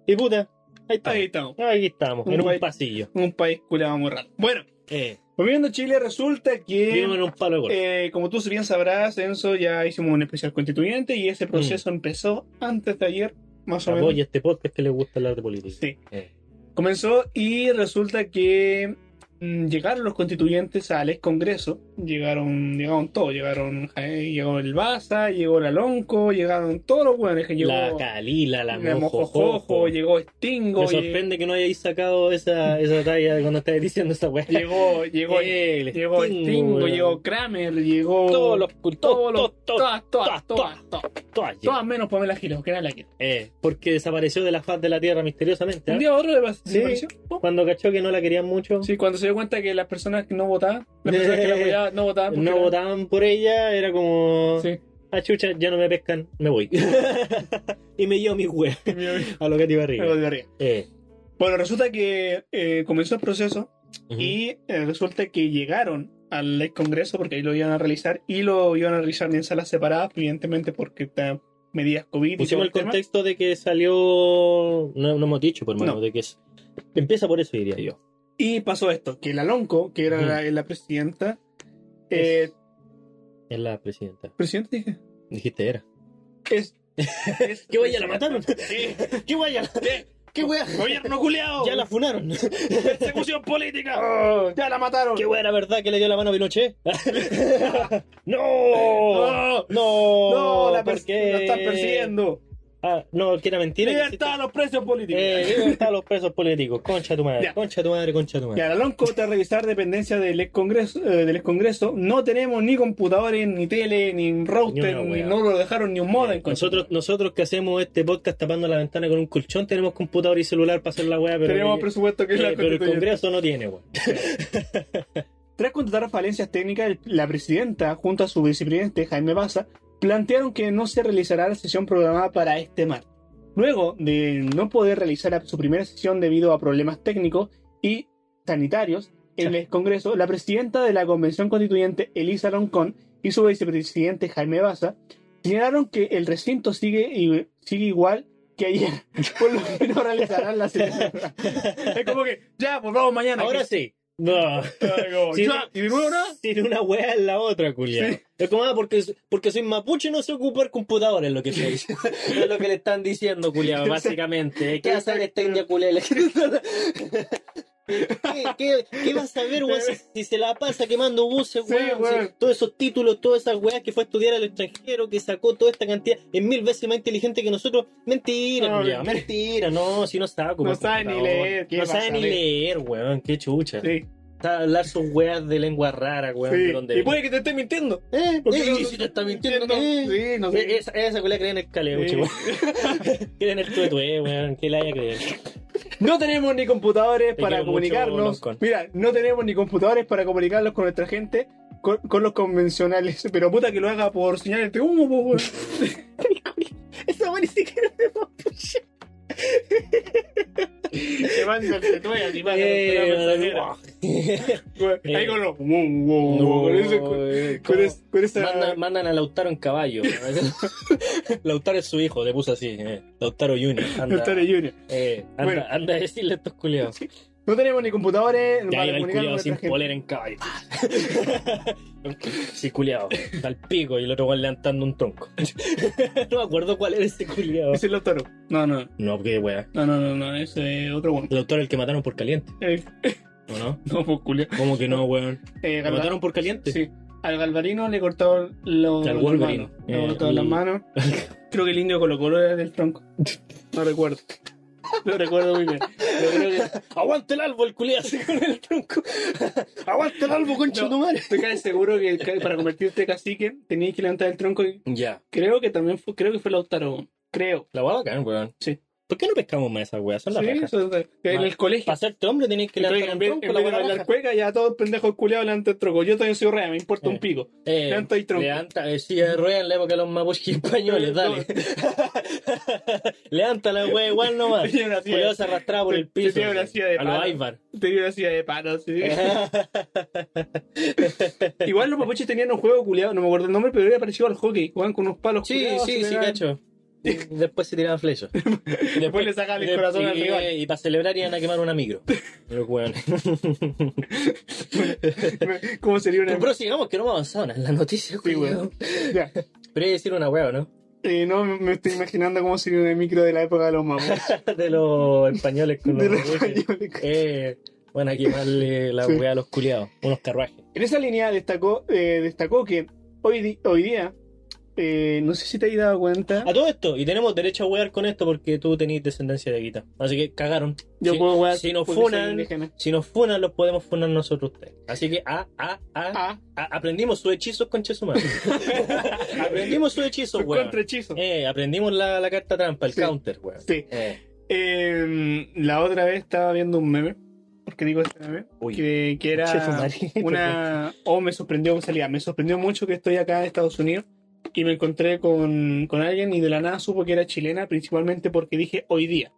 Speaker 1: Y puta, ahí está.
Speaker 2: Ahí estamos.
Speaker 1: Ahí estamos,
Speaker 2: Un
Speaker 1: en un
Speaker 2: país-
Speaker 1: pasillo.
Speaker 2: Un país culiado muy raro. Bueno,
Speaker 1: Eh,
Speaker 2: volviendo a Chile, resulta
Speaker 1: vivimos en
Speaker 2: que,
Speaker 1: un palo de golf.
Speaker 2: eh, como tú bien sabrás, Enzo, ya hicimos un especial constituyente y
Speaker 1: Mm.
Speaker 2: ese proceso empezó antes de ayer, más o menos.
Speaker 1: Apoya este podcast que le gusta hablar de política.
Speaker 2: Sí.
Speaker 1: Eh,
Speaker 2: Comenzó y resulta que mm, llegaron los constituyentes al ex Congreso, llegaron, llegaron todos, llegaron, Jaén, llegó el Baza, llegó la Lonco, llegaron todos los hueones que llegó.
Speaker 1: la Calila, la,
Speaker 2: la
Speaker 1: Mojojojo.
Speaker 2: Mojojojo, llegó Stingo,
Speaker 1: Me
Speaker 2: lle-
Speaker 1: sorprende que no hayáis sacado esa, esa talla cuando estáis diciendo esa weá.
Speaker 2: llegó, llegó,
Speaker 1: Eh, el
Speaker 2: llegó
Speaker 1: Stingo,
Speaker 2: Stingo,
Speaker 1: weón.
Speaker 2: llegó Kramer, llegó
Speaker 1: Todos los todos,
Speaker 2: todos los-
Speaker 1: todos, todos,
Speaker 2: todas, todas, todas, todas,
Speaker 1: todas llegan.
Speaker 2: todas menos Pamela Giles, que era la que.
Speaker 1: Eh, porque desapareció de la faz de la tierra misteriosamente. ¿ah?
Speaker 2: Un día a otro le pas-
Speaker 1: Sí.
Speaker 2: desapareció. Pum.
Speaker 1: Cuando cachó que no la querían mucho,
Speaker 2: Sí, cuando se dio cuenta que las personas que no votaban, las personas que la apoyaban, no votaban. porque
Speaker 1: Ah, no
Speaker 2: era-
Speaker 1: votaban por ella, era como.
Speaker 2: Sí.
Speaker 1: Ah, chucha, ya no me pescan, me voy. y me llevo mis weas a lo que te iba
Speaker 2: Algo
Speaker 1: arriba.
Speaker 2: de arriba.
Speaker 1: Eh.
Speaker 2: Bueno, resulta que eh, comenzó el proceso y eh, resulta que llegaron al ex Congreso porque ahí lo iban a realizar y lo iban a realizar en salas separadas, evidentemente porque está medidas COVID. y todo
Speaker 1: Pusimos el
Speaker 2: tema.
Speaker 1: contexto de que salió. No, no hemos dicho, por hermano,
Speaker 2: No.
Speaker 1: de que es. Empieza por eso, diría yo.
Speaker 2: Y pasó esto, que la Lonco, que era
Speaker 1: Ujú.
Speaker 2: la, la presidenta, eh,
Speaker 1: Es la presidenta.
Speaker 2: presidenta dije,
Speaker 1: Dijiste era.
Speaker 2: es... es-
Speaker 1: ¡Qué vaya, la mataron!
Speaker 2: Sí.
Speaker 1: ¡Qué guaya! ¡Qué wea!
Speaker 2: ¡Gobierno culiao!
Speaker 1: ¡Ya la funaron!
Speaker 2: persecución política! ¡Ya la mataron!
Speaker 1: ¡Qué wea era verdad que le dio la mano a Pinochet! ¡No! ¡No!
Speaker 2: ¡No! ¡No! ¡La,
Speaker 1: ¿por
Speaker 2: pers-
Speaker 1: qué?
Speaker 2: la están persiguiendo!
Speaker 1: Ah, no, que era mentira. que
Speaker 2: Libertad a los presos políticos.
Speaker 1: existe- Eh, libertad a los presos políticos. Concha de tu madre,
Speaker 2: Ya.
Speaker 1: concha de tu madre, concha de tu madre.
Speaker 2: Ya, la Lonco te revisar dependencia del ex congreso, eh, del ex congreso. No tenemos ni computadores, ni tele, ni router,
Speaker 1: Ni una
Speaker 2: ni,
Speaker 1: wea.
Speaker 2: no lo dejaron ni un modem. con-
Speaker 1: Nosotros, nosotros que hacemos este podcast tapando la ventana con un colchón, tenemos computador y celular para hacer la weá, pero,
Speaker 2: tenemos
Speaker 1: eh,
Speaker 2: presupuesto que es
Speaker 1: eh,
Speaker 2: la
Speaker 1: pero el
Speaker 2: Constituyente.
Speaker 1: Congreso no tiene, weón.
Speaker 2: Tras constatar falencias técnicas, el- la presidenta, junto a su vicepresidente Jaime Baza, plantearon que no se realizará la sesión programada para este martes. Luego de no poder realizar la- su primera sesión debido a problemas técnicos y sanitarios en el Congreso, la presidenta de la Convención Constituyente, Elisa Loncón, y su vicepresidente Jaime Baza, señalaron que el recinto sigue, i- sigue igual que ayer, por lo que no realizarán la sesión. es como que, ya, pues vamos mañana.
Speaker 1: Ahora
Speaker 2: que-
Speaker 1: sí. No.
Speaker 2: Como,
Speaker 1: Sí,
Speaker 2: ya, y de nuevo, ¿no?
Speaker 1: Tiene una weá en la otra, culiao.
Speaker 2: Sí.
Speaker 1: Es como, ah, porque, porque soy mapuche no sé ocupar computadores, lo que se dice. es lo que le están diciendo, culiao, básicamente. ¿Qué hacer este india culiao? Le- ¿Qué, qué, qué vas a ver, weón, si, si se la pasa quemando buses,
Speaker 2: Sí,
Speaker 1: weón?
Speaker 2: weón.
Speaker 1: Si todos esos títulos, todas esas weas que fue a estudiar al extranjero, que sacó toda esta cantidad, es mil veces más inteligente que nosotros. Mentira,
Speaker 2: No,
Speaker 1: culiao, mentira. No, si no sabe ocupar
Speaker 2: No sabe ni
Speaker 1: computador.
Speaker 2: leer, ¿qué
Speaker 1: No
Speaker 2: vas
Speaker 1: sabe
Speaker 2: a
Speaker 1: ni
Speaker 2: leer?
Speaker 1: leer, weón. Qué chucha.
Speaker 2: Sí,
Speaker 1: Está a hablar sus weas de lengua rara, weón.
Speaker 2: sí.
Speaker 1: de donde
Speaker 2: Y puede que te esté mintiendo.
Speaker 1: Eh,
Speaker 2: Porque
Speaker 1: eh,
Speaker 2: no-
Speaker 1: y si te está mintiendo, eh.
Speaker 2: Sí, no sé.
Speaker 1: Eh, Esa, esa culia cree en el caleuche,
Speaker 2: Sí.
Speaker 1: weón. cree en el tuetue, weón. Que la haya creer.
Speaker 2: No tenemos ni computadores
Speaker 1: Te
Speaker 2: para
Speaker 1: quiero mucho,
Speaker 2: comunicarnos.
Speaker 1: Loncón.
Speaker 2: Mira, no tenemos ni computadores para comunicarnos con nuestra gente, con, con los convencionales. Pero puta que lo haga por señales de humo, po, weón. Esa weón ni siquiera te va a apoyar. Te manda el tetué, animal,
Speaker 1: Eh,
Speaker 2: la Eh. mensajera. Weón, Ahí con los. wow, wow, wow, con ese- con-
Speaker 1: eh,
Speaker 2: con
Speaker 1: ¿cómo?
Speaker 2: es- Con esa.
Speaker 1: Mandan, mandan a Lautaro en caballo. weón. Lautaro es su hijo, le puso así. eh. Lautaro Junior. Anda,
Speaker 2: Doctora Junior.
Speaker 1: eh, anda,
Speaker 2: Bueno.
Speaker 1: anda a decirle a estos culiados.
Speaker 2: No tenemos ni computadores
Speaker 1: Ya
Speaker 2: para
Speaker 1: iba el
Speaker 2: comunicarnos con
Speaker 1: culiado
Speaker 2: nuestra
Speaker 1: sin
Speaker 2: gente.
Speaker 1: polera en caballo. sí, culiado. Al pico y el otro weón levantando un tronco. no me acuerdo cuál era ese culiado.
Speaker 2: Ese es el toro. No, no,
Speaker 1: No, qué weá.
Speaker 2: no, no, no, no, ese es otro bueno.
Speaker 1: El doctor el que mataron por caliente, ¿o no?
Speaker 2: no, pues culiao.
Speaker 1: ¿Cómo que no, weón?
Speaker 2: Eh,
Speaker 1: ¿Lo
Speaker 2: Galva-
Speaker 1: mataron por caliente?
Speaker 2: Sí. Al Galvarino le cortó los
Speaker 1: Al
Speaker 2: las
Speaker 1: Wolverine.
Speaker 2: manos. Le
Speaker 1: Eh,
Speaker 2: cortó
Speaker 1: al-
Speaker 2: las manos. Creo que el indio Colo Colo era del tronco. No recuerdo. No recuerdo muy bien. Pero creo que.
Speaker 1: ¡Aguante el árbol, culiado! Así con el tronco. ¡Aguante el árbol,
Speaker 2: No, Estoy casi seguro que el ca- para convertirte en cacique tenías que levantar el tronco y
Speaker 1: Ya.
Speaker 2: creo que también fue, creo que fue Lautaro. Creo.
Speaker 1: La hueá bacán, weón.
Speaker 2: Sí.
Speaker 1: ¿Por qué no pescamos más esas weas? Son las
Speaker 2: Sí,
Speaker 1: rajas.
Speaker 2: eso es- en
Speaker 1: Mal.
Speaker 2: el colegio.
Speaker 1: Para hacerte hombre tenés que
Speaker 2: Entonces,
Speaker 1: levantar
Speaker 2: en
Speaker 1: el
Speaker 2: vez,
Speaker 1: tronco la
Speaker 2: en vez de
Speaker 1: hueá
Speaker 2: bailar
Speaker 1: raja.
Speaker 2: cueca, ya todos pendejos culeados delante del troco. Yo también soy rea, me importa un
Speaker 1: Eh.
Speaker 2: pico.
Speaker 1: Eh,
Speaker 2: Levanta el tronco.
Speaker 1: Levanta, eh, sí, eh, rueda en la época de los mapuches españoles, dale. levanta la wea igual nomás.
Speaker 2: Tenía una silla-
Speaker 1: Culiado se arrastraba por el
Speaker 2: Te- te
Speaker 1: piso.
Speaker 2: tiene una
Speaker 1: weón.
Speaker 2: silla de
Speaker 1: A los
Speaker 2: palo.
Speaker 1: Ivar.
Speaker 2: Tenía una silla de paro, eh, sí. Igual los mapuches tenían un juego culeado, no me acuerdo el nombre, pero era parecido al hockey. Jugaban con unos palos
Speaker 1: Sí,
Speaker 2: culeados,
Speaker 1: sí,
Speaker 2: se
Speaker 1: sí,
Speaker 2: pegaban.
Speaker 1: cacho. Y Después se tiraban flechas. Después,
Speaker 2: le sacaban el
Speaker 1: de-
Speaker 2: corazón al
Speaker 1: y,
Speaker 2: rival.
Speaker 1: Y, para celebrar iban a quemar una micro. Los hueones.
Speaker 2: ¿Cómo sería una...
Speaker 1: Pero, pero sigamos que no hemos avanzado en la noticia,
Speaker 2: Sí,
Speaker 1: culiao.
Speaker 2: weón. Ya.
Speaker 1: Pero iba a decir una hueá, ¿no?
Speaker 2: Eh, no, me- me estoy imaginando cómo sería una micro de la época de los mapuches.
Speaker 1: De los españoles con
Speaker 2: de
Speaker 1: los
Speaker 2: los
Speaker 1: mapuches.
Speaker 2: españoles.
Speaker 1: Eh, van a quemarle eh, la
Speaker 2: Sí.
Speaker 1: hueá a los culiados. Unos carruajes.
Speaker 2: En esa línea destacó, eh, destacó que hoy, di- hoy día, eh, no sé si te has dado cuenta,
Speaker 1: A todo esto, y tenemos derecho a huear con esto porque tú tenés descendencia de guita. Así que cagaron.
Speaker 2: yo
Speaker 1: si,
Speaker 2: puedo jugar
Speaker 1: si nos
Speaker 2: porque soy
Speaker 1: funan,
Speaker 2: indígena.
Speaker 1: si nos funan, los podemos funar nosotros ustedes. Así que, ah, ah, ah,
Speaker 2: Ah,
Speaker 1: A- aprendimos sus hechizos, conche su madre. aprendimos sus hechizos, weón.
Speaker 2: contrahechizo.
Speaker 1: Eh, aprendimos la, la carta trampa, el
Speaker 2: Sí.
Speaker 1: counter, weón.
Speaker 2: Sí.
Speaker 1: Eh,
Speaker 2: Eh, la otra vez estaba viendo un meme. ¿Por qué digo este meme?
Speaker 1: Uy.
Speaker 2: Que, que
Speaker 1: conche su
Speaker 2: era
Speaker 1: madre.
Speaker 2: una. Oh, me sorprendió que salía. Me sorprendió mucho que estoy acá en Estados Unidos y me encontré con, con alguien y de la nada supo que era chilena, principalmente porque dije hoy día.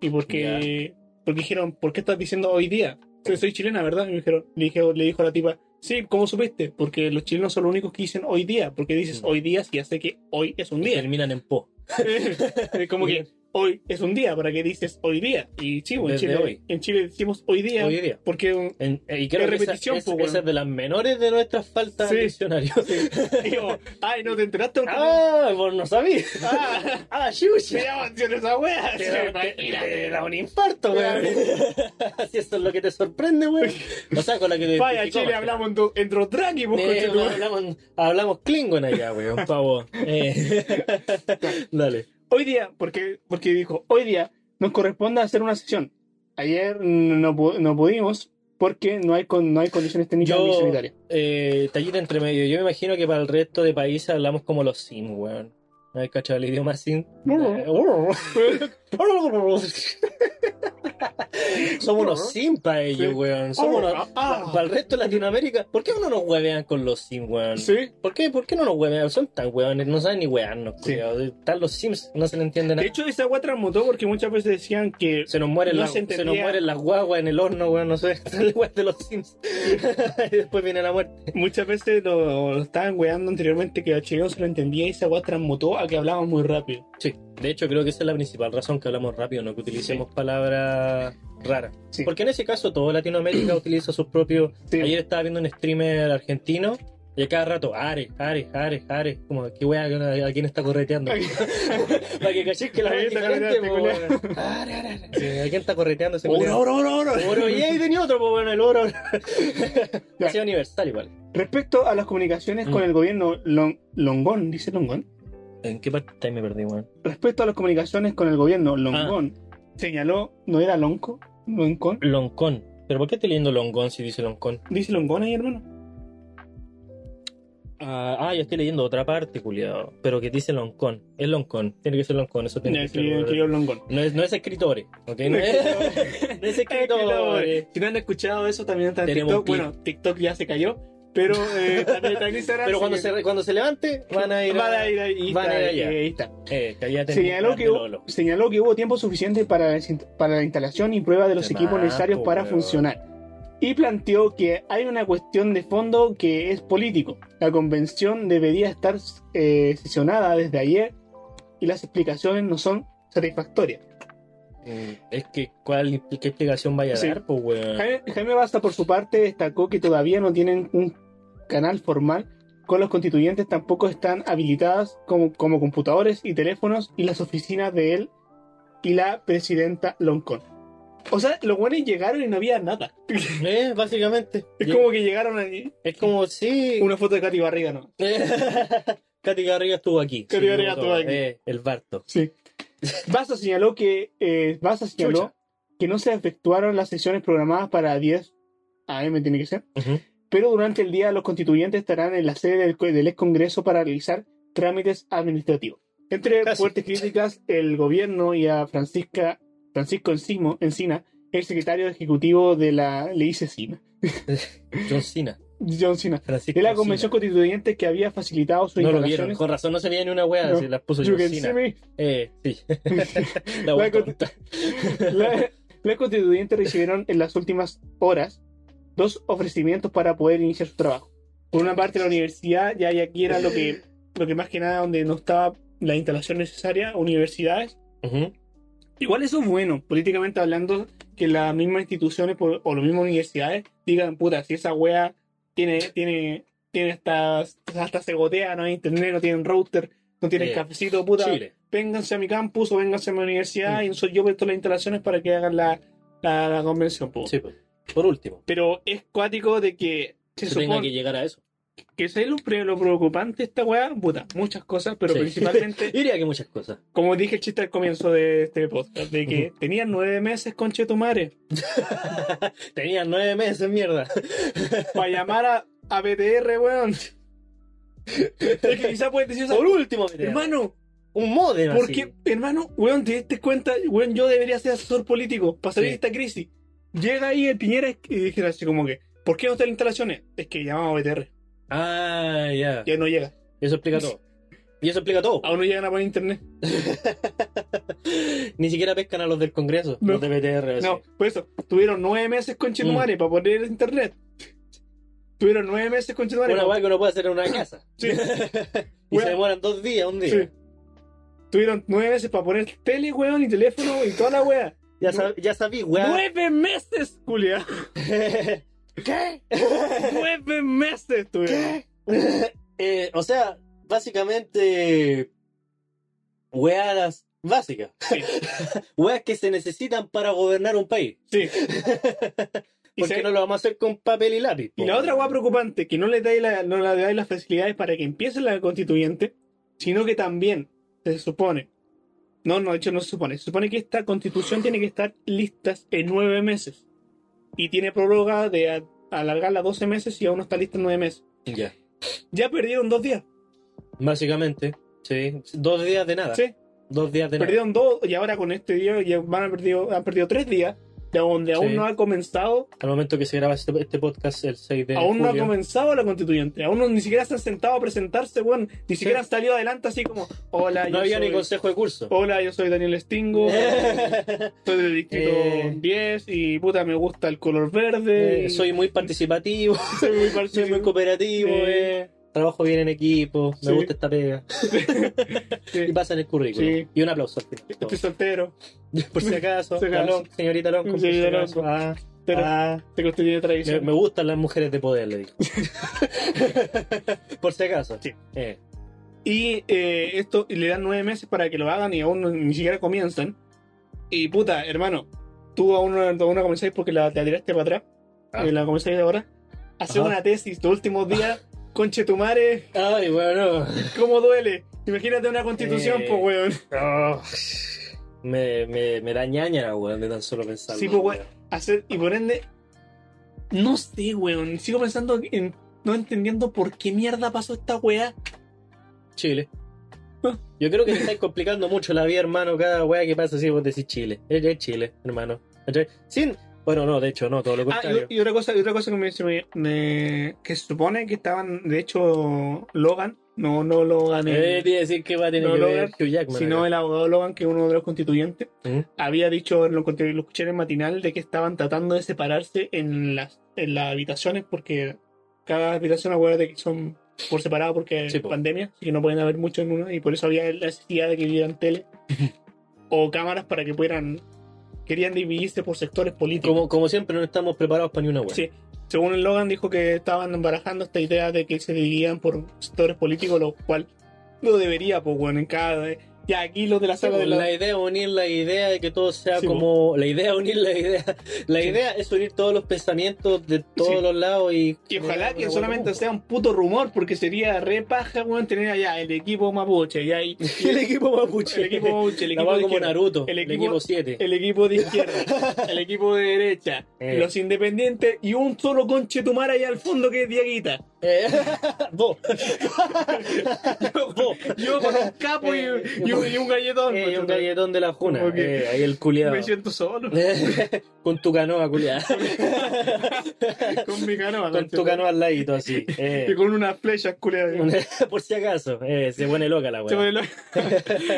Speaker 2: Y porque. Porque dijeron, ¿por qué estás diciendo hoy día? Soy, soy chilena, ¿verdad? Y me dijeron, le, dije, le dijo la tipa, sí, ¿cómo supiste? Porque los chilenos son los únicos que dicen hoy día. Porque dices
Speaker 1: Mm.
Speaker 2: hoy día si ya sé que hoy es un
Speaker 1: Y
Speaker 2: día.
Speaker 1: Terminan en po.
Speaker 2: Es como que hoy es un día, ¿para qué dices hoy día? Y sí, en
Speaker 1: Desde
Speaker 2: Chile,
Speaker 1: hoy.
Speaker 2: en Chile decimos hoy día
Speaker 1: Hoy día.
Speaker 2: porque um,
Speaker 1: En- eh, y creo
Speaker 2: Es
Speaker 1: que esa,
Speaker 2: repetición,
Speaker 1: esa-
Speaker 2: po, weón.
Speaker 1: esa es de las menores de nuestras faltas
Speaker 2: Sí.
Speaker 1: al diccionario.
Speaker 2: digo, ay, no te enteraste porque
Speaker 1: ah, vos no sabías.
Speaker 2: ah,
Speaker 1: Ah,
Speaker 2: se
Speaker 1: yuya.
Speaker 2: llama atención esa wea.
Speaker 1: Te
Speaker 2: Sí,
Speaker 1: da, te- te da un infarto, weón. si eso es lo que te sorprende, weón. O sea, con la que te
Speaker 2: Vaya,
Speaker 1: identificó,
Speaker 2: Chile,
Speaker 1: más que nada.
Speaker 2: hablamos en, do- en Dothraki, pues,
Speaker 1: Eh,
Speaker 2: conchetumare.
Speaker 1: hablamos, hablamos Klingon allá, weón, pavo. Eh. Dale.
Speaker 2: hoy día, porque, porque dijo, hoy día nos corresponde hacer una sesión. Ayer no, pu- no pudimos porque no hay, con, no hay condiciones técnicas ni
Speaker 1: Yo,
Speaker 2: sanitarias.
Speaker 1: eh, tallita entre medio. Yo me imagino que para el resto de países hablamos como los sim, weón. ¿No hay cachado el idioma sim? Somos unos sim para ellos,
Speaker 2: Sí.
Speaker 1: weón. Somos unos-
Speaker 2: Ah,
Speaker 1: pa-
Speaker 2: ah.
Speaker 1: Para el resto de Latinoamérica, ¿por qué no nos huevean con los sim, weón?
Speaker 2: Sí.
Speaker 1: ¿Por qué? ¿Por qué no nos huevean? Son tan hueones, no saben ni huearnos,
Speaker 2: Sí.
Speaker 1: culiao. Están los sims, no se le entiende
Speaker 2: De
Speaker 1: nada.
Speaker 2: hecho, esa agua transmutó porque muchas veces decían que
Speaker 1: Se nos mueren,
Speaker 2: no
Speaker 1: las,
Speaker 2: se
Speaker 1: se nos
Speaker 2: entendía.
Speaker 1: mueren las guaguas en el horno, weón, no sé. Son las weas de los sims. y después viene la muerte.
Speaker 2: muchas veces lo, lo estaban weando anteriormente que a Chileno se lo entendía y esa agua transmutó a que hablaban muy rápido.
Speaker 1: Sí, de hecho creo que esa es la principal razón que hablamos rápido, no que utilicemos palabras raras.
Speaker 2: Sí.
Speaker 1: Porque en ese caso todo Latinoamérica utiliza sus propios...
Speaker 2: Sí.
Speaker 1: Ayer estaba viendo un streamer argentino y a cada rato, Ares, Ares, Ares, Ares, como que wea, a quién está correteando. Para que cachéis que la
Speaker 2: Ahí
Speaker 1: wea es
Speaker 2: está
Speaker 1: diferente, po,
Speaker 2: correteando,
Speaker 1: weón. Ares, Ares, Ares. Sí, a quién está correteando ese
Speaker 2: Oro,
Speaker 1: culiao?
Speaker 2: oro, oro, oro.
Speaker 1: Oro, y ahí tenía otro, pues bueno, el oro.
Speaker 2: Ya.
Speaker 1: ha sido universal igual.
Speaker 2: Respecto a las comunicaciones
Speaker 1: Mm.
Speaker 2: con el gobierno Lon- Longón, dice Longón.
Speaker 1: ¿En qué parte me perdí, weón?
Speaker 2: Respecto a las comunicaciones con el gobierno Longón, señaló, ¿no era Lonco? Loncón.
Speaker 1: Loncón. ¿Pero por qué estoy leyendo Longón si dice Loncón?
Speaker 2: Dice Longón ahí, hermano.
Speaker 1: Ah, ah, yo estoy leyendo otra parte, culiado. Pero que dice Loncón. Es Loncón. Tiene que ser Loncón. Eso tiene
Speaker 2: Ya,
Speaker 1: que ser.
Speaker 2: escribió- escribió Longón.
Speaker 1: No es, no es escritores, ¿ok? No es, no es escritores.
Speaker 2: Si no han escuchado eso, también está en
Speaker 1: Tenemos
Speaker 2: TikTok.
Speaker 1: clip.
Speaker 2: Bueno, TikTok ya se cayó, pero eh, también está en Instagram.
Speaker 1: Pero cuando
Speaker 2: sí.
Speaker 1: se, cuando se levante, van a ir.
Speaker 2: Van a ir ahí.
Speaker 1: van a
Speaker 2: está,
Speaker 1: ir allá.
Speaker 2: eh, ahí está.
Speaker 1: Eh, cállate.
Speaker 2: Señaló que, hubo,
Speaker 1: Lolo.
Speaker 2: señaló que hubo tiempo suficiente para, la desin- para la instalación y prueba de los
Speaker 1: Qué
Speaker 2: equipos
Speaker 1: mal,
Speaker 2: necesarios
Speaker 1: po,
Speaker 2: para
Speaker 1: weón.
Speaker 2: funcionar. Y planteó que hay una cuestión de fondo que es político. La convención debería estar eh, sesionada desde ayer y las explicaciones no son satisfactorias.
Speaker 1: Mm, Es que, ¿cuál, ¿qué explicación vaya a
Speaker 2: Sí. ¿Eh?
Speaker 1: dar, pues, weón?
Speaker 2: Jaime, Jaime Basta, por su parte, destacó que todavía no tienen un canal formal con los constituyentes, tampoco están habilitadas como, como computadores y teléfonos y las oficinas de él y la presidenta Loncón. O sea, los buenos llegaron y no había nada.
Speaker 1: Eh, básicamente.
Speaker 2: Es como que llegaron allí.
Speaker 1: Es como, sí.
Speaker 2: Una foto de Katy Barriga, ¿no?
Speaker 1: Katy Garriga estuvo aquí.
Speaker 2: Katy Garriga
Speaker 1: Sí,
Speaker 2: estuvo aquí.
Speaker 1: eh, el Barto.
Speaker 2: Sí. Basta señaló que eh, Basta señaló
Speaker 1: Chucha.
Speaker 2: que no se efectuaron las sesiones programadas para 10 AM, tiene que ser, pero durante el día los constituyentes estarán en la sede del, co- del ex Congreso para realizar trámites administrativos. Entre
Speaker 1: Casi.
Speaker 2: fuertes críticas, el gobierno y a Francisca, Francisco Encimo, Encina, el secretario ejecutivo de la ley Cina,
Speaker 1: John Cena.
Speaker 2: John Cina,
Speaker 1: Francisco
Speaker 2: de la
Speaker 1: Cena.
Speaker 2: convención constituyente que había facilitado sus
Speaker 1: No lo vieron,
Speaker 2: instalaciones.
Speaker 1: con razón no se veía ni una wea,
Speaker 2: No.
Speaker 1: se las puso
Speaker 2: You
Speaker 1: John
Speaker 2: can
Speaker 1: Cena.
Speaker 2: see me.
Speaker 1: Eh, sí. La wea
Speaker 2: La con-
Speaker 1: tonta.
Speaker 2: La- Los constituyentes recibieron en las últimas horas dos ofrecimientos para poder iniciar su trabajo. Por una parte la universidad, ya, ya aquí era lo que, lo que más que nada donde no estaba la instalación necesaria, universidades.
Speaker 1: Ujú.
Speaker 2: Igual eso es bueno, políticamente hablando, que las mismas instituciones por- o las mismas universidades digan, puta, si esa wea tiene, tiene, tiene hasta, hasta se gotea, no hay internet, no tienen router, no tienen
Speaker 1: Sí.
Speaker 2: cafecito, puta,
Speaker 1: Chile.
Speaker 2: vénganse a mi campus o vénganse a mi universidad y soy yo presto las instalaciones para que hagan la, la, la convención. po.
Speaker 1: Sí, pues. Por último,
Speaker 2: Pero es cuático de que se
Speaker 1: se tenga que
Speaker 2: supone
Speaker 1: llegar a eso.
Speaker 2: que, ese es lo, pre- lo preocupante de esta weá, puta, muchas cosas, pero
Speaker 1: Sí.
Speaker 2: principalmente,
Speaker 1: Diría que muchas cosas.
Speaker 2: como dije el chiste al comienzo de este podcast, de que tenían nueve meses con Chetumare
Speaker 1: Tenía nueve meses, mierda.
Speaker 2: para llamar a, a BTR, weón. Es que quizá puedes decir esa-
Speaker 1: Por último, hermano,
Speaker 2: Hermano,
Speaker 1: un modem así.
Speaker 2: Porque, hermano, weón, te diste cuenta, weón, yo debería ser asesor político para salir
Speaker 1: Sí.
Speaker 2: de esta crisis. Llega ahí el Piñera y dijera así como que, ¿por qué no están las instalaciones? Es que llamamos a BTR,
Speaker 1: Ah, ya.
Speaker 2: ya no llega.
Speaker 1: Eso explica todo. Y eso explica todo.
Speaker 2: Aún no llegan a poner internet.
Speaker 1: Ni siquiera pescan a los del Congreso,
Speaker 2: No.
Speaker 1: los de BTR. así.
Speaker 2: No, por eso, tuvieron nueve meses
Speaker 1: Mm.
Speaker 2: con Chetumare para poner internet. Tuvieron nueve meses con Chetumare.
Speaker 1: Una
Speaker 2: para-
Speaker 1: weá que uno puede hacer en una casa.
Speaker 2: Sí.
Speaker 1: y
Speaker 2: Wea.
Speaker 1: se demoran dos días, un día.
Speaker 2: Sí. Tuvieron nueve meses para poner tele, weón, y teléfono y toda la wea.
Speaker 1: Ya, sab- ya sabí, weá.
Speaker 2: ¡Nueve meses, Julia!
Speaker 1: ¿Qué?
Speaker 2: ¡Nueve meses tuvieron!
Speaker 1: Eh, o sea, básicamente. Weadas básicas.
Speaker 2: Sí.
Speaker 1: Weas que se necesitan para gobernar un país.
Speaker 2: Sí. Y
Speaker 1: Porque
Speaker 2: se-
Speaker 1: no lo vamos a hacer con papel y lápiz.
Speaker 2: Y
Speaker 1: po.
Speaker 2: la otra hueá preocupante, que no le dais la- no le dais las facilidades para que empiece la constituyente, sino que también se supone No, no, de hecho no se supone. Se supone que esta constitución tiene que estar listas en nueve meses. Y tiene prórroga de a- alargarla 12 meses y aún no está lista en nueve meses.
Speaker 1: Ya.
Speaker 2: Ya perdieron dos días.
Speaker 1: Básicamente, sí. Dos días de nada.
Speaker 2: Sí,
Speaker 1: Dos días de nada.
Speaker 2: perdieron dos y ahora con este día ya van a perdido, han perdido tres días. De donde aún
Speaker 1: Sí.
Speaker 2: no ha comenzado,
Speaker 1: Al momento que se graba este, este podcast, el 6 de
Speaker 2: aún no ha
Speaker 1: julio.
Speaker 2: comenzado la constituyente, aún no- ni siquiera se han sentado a presentarse, bueno, ni
Speaker 1: Sí.
Speaker 2: siquiera han salido adelante así como, hola,
Speaker 1: No
Speaker 2: yo
Speaker 1: había ni
Speaker 2: soy-
Speaker 1: consejo de curso.
Speaker 2: Hola, yo soy Daniel Stingo,
Speaker 1: Eh,
Speaker 2: soy del distrito
Speaker 1: Eh.
Speaker 2: 10 y puta, me gusta el color verde. y
Speaker 1: soy muy participativo,
Speaker 2: soy muy
Speaker 1: soy muy
Speaker 2: parcial.
Speaker 1: cooperativo,
Speaker 2: Eh.
Speaker 1: eh, trabajo bien en equipo, me
Speaker 2: Sí.
Speaker 1: gusta esta pega. Y
Speaker 2: Sí,
Speaker 1: pasa en el currículum.
Speaker 2: Sí. Este
Speaker 1: Y un aplauso al final.
Speaker 2: Estoy soltero,
Speaker 1: Por si acaso,
Speaker 2: Por si acaso.
Speaker 1: Alonso, señorita Alonso, por si
Speaker 2: Señorita
Speaker 1: acaso. Ah,
Speaker 2: pero
Speaker 1: ah,
Speaker 2: te constituye de
Speaker 1: me,
Speaker 2: tradición.
Speaker 1: me gustan las mujeres de poder, le digo. por si acaso.
Speaker 2: Sí.
Speaker 1: Eh,
Speaker 2: Y eh, esto y le dan nueve meses para que lo hagan y aún no- ni siquiera comienzan. Y puta, hermano, tú aún no, aún no comenzáis porque la, la tiraste para atrás.
Speaker 1: Ah.
Speaker 2: Y la comenzáis ahora. Hacer
Speaker 1: Ajá.
Speaker 2: una tesis tus últimos días. Conche tu madre,
Speaker 1: Ay, bueno.
Speaker 2: ¿cómo duele? Imagínate una constitución,
Speaker 1: Eh.
Speaker 2: pues, weón.
Speaker 1: Ah, me, me, me da ñaña, weón, de tan solo pensarlo.
Speaker 2: Sí, pues, weón. Hacer, y por ende, no sé, weón. Sigo pensando en. No entendiendo por qué mierda pasó esta weá.
Speaker 1: Chile. Yo creo que te estáis complicando mucho la vida, hermano. Cada weá que pasa, si vos decís Chile. Es, es Chile, hermano. ¿Cachai? Sin. Bueno, no, de hecho, no, todo lo
Speaker 2: Ah,
Speaker 1: contrario.
Speaker 2: y, y otra cosa, y otra cosa que me, se me- me- que se supone que estaban, de hecho, Logan, no, no Logan, el-
Speaker 1: Eh, tiene que decir que va a tener
Speaker 2: No
Speaker 1: que
Speaker 2: lo
Speaker 1: ver Hugh Jackman.
Speaker 2: sino
Speaker 1: acá.
Speaker 2: el abogado Logan, que es uno de los constituyentes,
Speaker 1: ¿Mm?
Speaker 2: había dicho, lo, encontré- lo escuché en el matinal, de que estaban tratando de separarse en las, en las habitaciones, porque cada habitación, acuérdate que son por separado porque
Speaker 1: Sí,
Speaker 2: es
Speaker 1: po.
Speaker 2: pandemia, así que no pueden haber mucho en una, y por eso había la necesidad de que vieran tele o cámaras para que pudieran. Querían dividirse por sectores políticos.
Speaker 1: Como, como siempre, no estamos preparados para ni una weá.
Speaker 2: Sí. Según el Logan dijo que estaban barajando esta idea de que se dividían por sectores políticos, lo cual no debería, pues bueno, en cada... Ya aquí los de la
Speaker 1: Sí,
Speaker 2: sala
Speaker 1: pues,
Speaker 2: de la...
Speaker 1: La idea es unir la idea de que todo sea
Speaker 2: Sí, pues.
Speaker 1: como. La idea es unir la idea. La
Speaker 2: Sí.
Speaker 1: idea es unir todos los pensamientos de todos
Speaker 2: Sí.
Speaker 1: los lados y.
Speaker 2: Y ojalá que
Speaker 1: Una
Speaker 2: solamente
Speaker 1: weá
Speaker 2: sea un puto rumor, porque sería re paja, weón, tener allá el equipo mapuche, y ahí...
Speaker 1: como- El equipo mapuche.
Speaker 2: El equipo mapuche, el
Speaker 1: La
Speaker 2: equipo
Speaker 1: weá
Speaker 2: de
Speaker 1: como
Speaker 2: izquierda,
Speaker 1: Naruto.
Speaker 2: El
Speaker 1: El
Speaker 2: equipo-
Speaker 1: equipo 7.
Speaker 2: el equipo de izquierda, el equipo de derecha,
Speaker 1: Eh.
Speaker 2: los independientes y un solo conche tumara allá al fondo que es Dieguita.
Speaker 1: Eh, vos. vos.
Speaker 2: Yo con un capo y,
Speaker 1: Eh,
Speaker 2: y un, y un galletón.
Speaker 1: Eh,
Speaker 2: pues,
Speaker 1: un galletón de la juna.
Speaker 2: Como que-
Speaker 1: eh, ahí el culiado.
Speaker 2: Me siento solo
Speaker 1: Con tu canoa, culiado.
Speaker 2: con mi canoa.
Speaker 1: Con tu
Speaker 2: conche-
Speaker 1: canoa al ladito, así. eh.
Speaker 2: Y con unas flechas culiadas.
Speaker 1: Por si acaso. eh, se pone loca la weá.
Speaker 2: Se pone lo-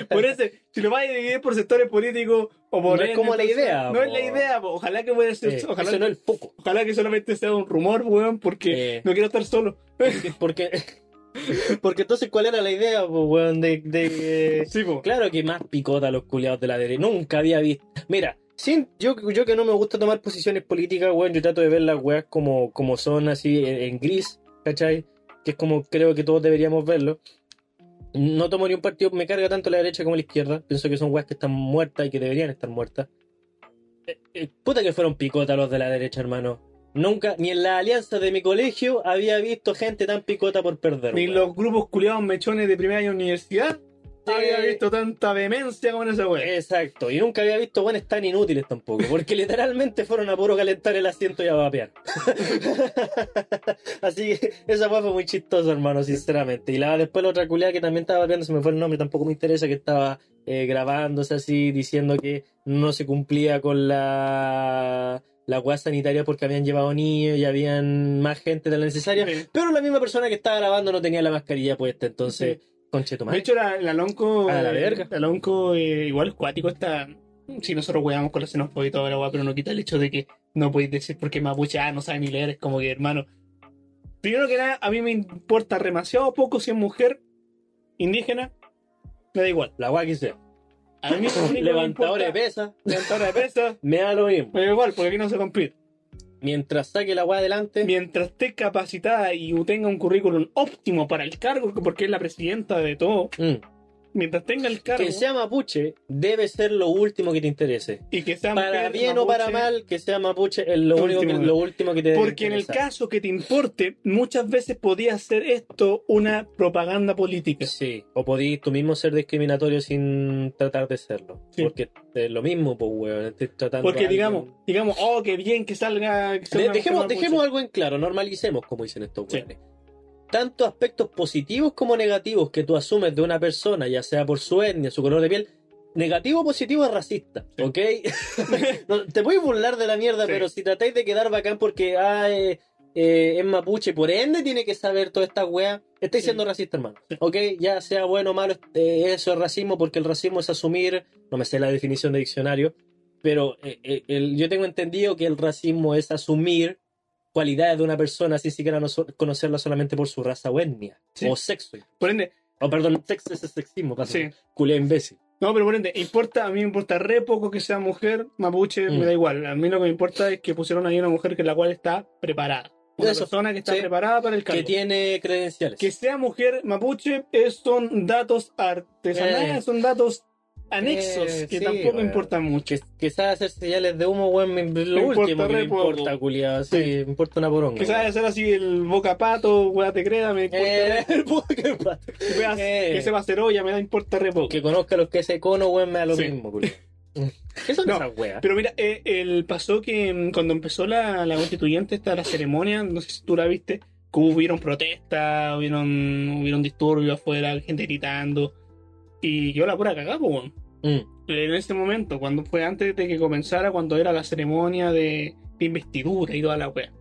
Speaker 2: por eso, si lo vas a dividir por sectores políticos o por.
Speaker 1: No es como la idea,
Speaker 2: No
Speaker 1: po.
Speaker 2: es la idea, po. ojalá que pueda ser.
Speaker 1: Eh,
Speaker 2: ojalá,
Speaker 1: eso no es el foco.
Speaker 2: ojalá que solamente sea un rumor, weón, porque
Speaker 1: Eh.
Speaker 2: no quiero estar solo.
Speaker 1: Porque, porque entonces, ¿cuál era la idea, po, weón? De, de- eh,
Speaker 2: Sí, po.
Speaker 1: Claro que más picota los culiados de la derecha. Nunca había visto. Mira, sin, yo, yo que no me gusta tomar posiciones políticas, weón, yo trato de ver las weas como, como son, así, en, en gris, ¿cachai? Que es como creo que todos deberíamos verlo. No tomo ni un partido, me carga tanto la derecha como la izquierda. Pienso que son weas que están muertas y que deberían estar muertas. Eh, eh, puta que fueron picota los de la derecha, hermano. Nunca, ni en la alianza de mi colegio había visto gente tan picota por perder.
Speaker 2: Ni
Speaker 1: weón.
Speaker 2: los grupos culiados mechones de primera año de universidad había
Speaker 1: Eh.
Speaker 2: visto tanta vehemencia como en esa weón.
Speaker 1: Exacto, y nunca había visto buenas tan inútiles tampoco, porque literalmente fueron a puro calentar el asiento y a vapear. Así que esa weá fue muy chistosa, hermano, sinceramente. Y la después la otra culiada que también estaba vapeando, se me fue el nombre, tampoco me interesa, que estaba eh, grabándose así, diciendo que no se cumplía con la la weá sanitaria porque habían llevado niños y habían más gente de la necesaria. Pero la misma persona que estaba grabando no tenía la mascarilla puesta, entonces, conche tu
Speaker 2: De
Speaker 1: madre.
Speaker 2: hecho, la, la Lonco. eh,
Speaker 1: A Ah, la verga.
Speaker 2: La Lonco, eh, igual es cuático está. Si nosotros weamos con la xenofobia y toda la weá, pero no quita el hecho de que no podéis decir porque mapuche, ah, no sabe ni leer, es como que hermano. Primero que nada, a mí me importa demasiado poco si es mujer, indígena, me da igual.
Speaker 1: La weá que sea.
Speaker 2: A mí lo único que me
Speaker 1: Levantadores de pesas.
Speaker 2: importa- Levantadora de pesas,
Speaker 1: Me da lo mismo.
Speaker 2: me da igual, porque aquí no se compite.
Speaker 1: Mientras saque la weá adelante,
Speaker 2: Mientras esté capacitada y tenga un currículum óptimo para el cargo, porque es la presidenta de todo,
Speaker 1: mm,
Speaker 2: mientras tenga el cargo
Speaker 1: Que sea mapuche debe ser lo último que te interese.
Speaker 2: y que sea
Speaker 1: Para
Speaker 2: mujer,
Speaker 1: bien o
Speaker 2: mapuche,
Speaker 1: para mal, que sea mapuche es lo,
Speaker 2: Lo
Speaker 1: único que,
Speaker 2: último.
Speaker 1: lo último que te debe
Speaker 2: Porque en el
Speaker 1: interesar.
Speaker 2: caso que te importe, muchas veces podía ser esto una propaganda política.
Speaker 1: Sí, o podís tú mismo ser discriminatorio sin tratar de serlo.
Speaker 2: Sí.
Speaker 1: Porque es lo mismo, pues, weón. estoy tratando a
Speaker 2: Porque
Speaker 1: alguien-
Speaker 2: digamos, digamos, oh, qué bien que salga. que sea
Speaker 1: De-
Speaker 2: una
Speaker 1: dejemos,
Speaker 2: mujer
Speaker 1: dejemos
Speaker 2: mapuche.
Speaker 1: algo en claro, normalicemos, como dicen estos
Speaker 2: Sí.
Speaker 1: weones. Tanto aspectos positivos como negativos que tú asumes de una persona, ya sea por su etnia, su color de piel, negativo o positivo es racista,
Speaker 2: Sí.
Speaker 1: ¿ok? No, te voy a burlar de la mierda,
Speaker 2: Sí.
Speaker 1: pero si tratáis de quedar bacán porque ah, eh, eh, es mapuche, por ende tiene que saber toda esta weá, estáis
Speaker 2: Sí.
Speaker 1: siendo racista, hermano, ¿ok? Ya sea bueno o malo, eh, eso es racismo, porque el racismo es asumir, no me sé la definición de diccionario, pero eh, eh, el- yo tengo entendido que el racismo es asumir cualidades de una persona sin siquiera no so- conocerla solamente por su raza o etnia
Speaker 2: Sí.
Speaker 1: o sexo.
Speaker 2: Por ende,
Speaker 1: O perdón, sexo es sexismo, casi.
Speaker 2: sí.
Speaker 1: Culé imbécil.
Speaker 2: No, pero por ende, importa, a mí me importa re poco que sea mujer, mapuche,
Speaker 1: Mm.
Speaker 2: me da igual. A mí lo que me importa es que pusieron ahí una mujer que la cual está preparada. Una
Speaker 1: Eso,
Speaker 2: persona que está
Speaker 1: sí.
Speaker 2: preparada para el cargo.
Speaker 1: Que tiene credenciales.
Speaker 2: Que sea mujer mapuche es- son datos artesanales,
Speaker 1: Eh.
Speaker 2: son datos anexos
Speaker 1: Eh,
Speaker 2: que
Speaker 1: sí,
Speaker 2: tampoco
Speaker 1: weón.
Speaker 2: importan mucho.
Speaker 1: que, que sabe hacer señales de humo, weón, me- lo
Speaker 2: importa
Speaker 1: último que
Speaker 2: re
Speaker 1: me
Speaker 2: poco.
Speaker 1: importa, culiado. Sí, me importa una poronga.
Speaker 2: Que sabe hacer así el boca pato, weá te crea, me importa
Speaker 1: Eh,
Speaker 2: re-
Speaker 1: el poker, pa.
Speaker 2: weas
Speaker 1: eh.
Speaker 2: que se va a hacer olla, me da importa re poco.
Speaker 1: que conozca a los que ese cono, weón, me da lo
Speaker 2: Sí.
Speaker 1: mismo, culiado. ¿Qué son
Speaker 2: No,
Speaker 1: esas weas?
Speaker 2: Pero mira, eh, el pasó que mm, cuando empezó la, la constituyente, esta la ceremonia, no sé si tú la viste, que hubieron protestas, hubieron, hubieron disturbios afuera, gente gritando. Y yo la pura cagada, po, weón.
Speaker 1: Mm,
Speaker 2: En ese momento, cuando fue antes de que comenzara, cuando era la ceremonia de, de investidura y toda la wea.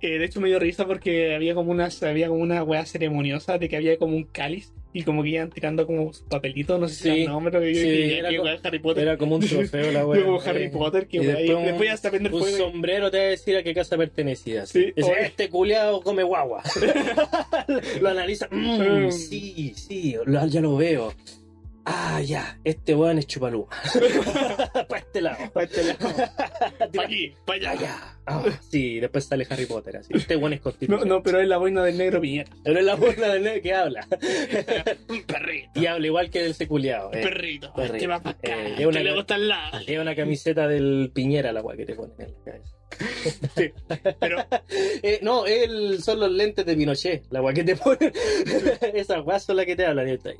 Speaker 2: Eh, de hecho, me dio risa porque había como una, había como una wea ceremoniosa de que había como un cáliz y como que iban tirando como sus papelitos, no sé si
Speaker 1: Sí,
Speaker 2: era el nombre, pero yo
Speaker 1: sí,
Speaker 2: dije,
Speaker 1: era
Speaker 2: "Qué
Speaker 1: co-
Speaker 2: wea, Harry Potter.
Speaker 1: Era como un trofeo la wea.
Speaker 2: Como Harry
Speaker 1: eh.
Speaker 2: Potter, que
Speaker 1: y
Speaker 2: wea, y
Speaker 1: después
Speaker 2: después,
Speaker 1: un-
Speaker 2: hasta prender
Speaker 1: Un
Speaker 2: fuego.
Speaker 1: sombrero te va a decir a qué casa pertenecías.
Speaker 2: Sí,
Speaker 1: Dice,
Speaker 2: oye.
Speaker 1: este culiado come guagua. lo analiza. "Mm,
Speaker 2: Mm.
Speaker 1: sí, sí, lo- ya lo veo. Ah, ya, este weón es chupalú. Para este lado.
Speaker 2: Pa' este lado, pa' aquí, pa' allá.
Speaker 1: Allá. Ah, sí, después sale Harry Potter. Así. Este weón es
Speaker 2: No,
Speaker 1: constituyente.
Speaker 2: no, pero es la boina del negro piñera.
Speaker 1: Pero es la buena del nene que habla.
Speaker 2: Un perrito,
Speaker 1: Y habla igual que ese culiado. eh.
Speaker 2: perrito,
Speaker 1: perrito.
Speaker 2: este va pa' acá,
Speaker 1: Eh, es
Speaker 2: este
Speaker 1: una-
Speaker 2: le gusta al lado.
Speaker 1: Lleva una camiseta del Piñera la weá que te ponen en la cabeza.
Speaker 2: Pero
Speaker 1: Eh, no, el- son los lentes de Pinochet, la weá que te ponen. Esas weas son las que te hablan y está ahí.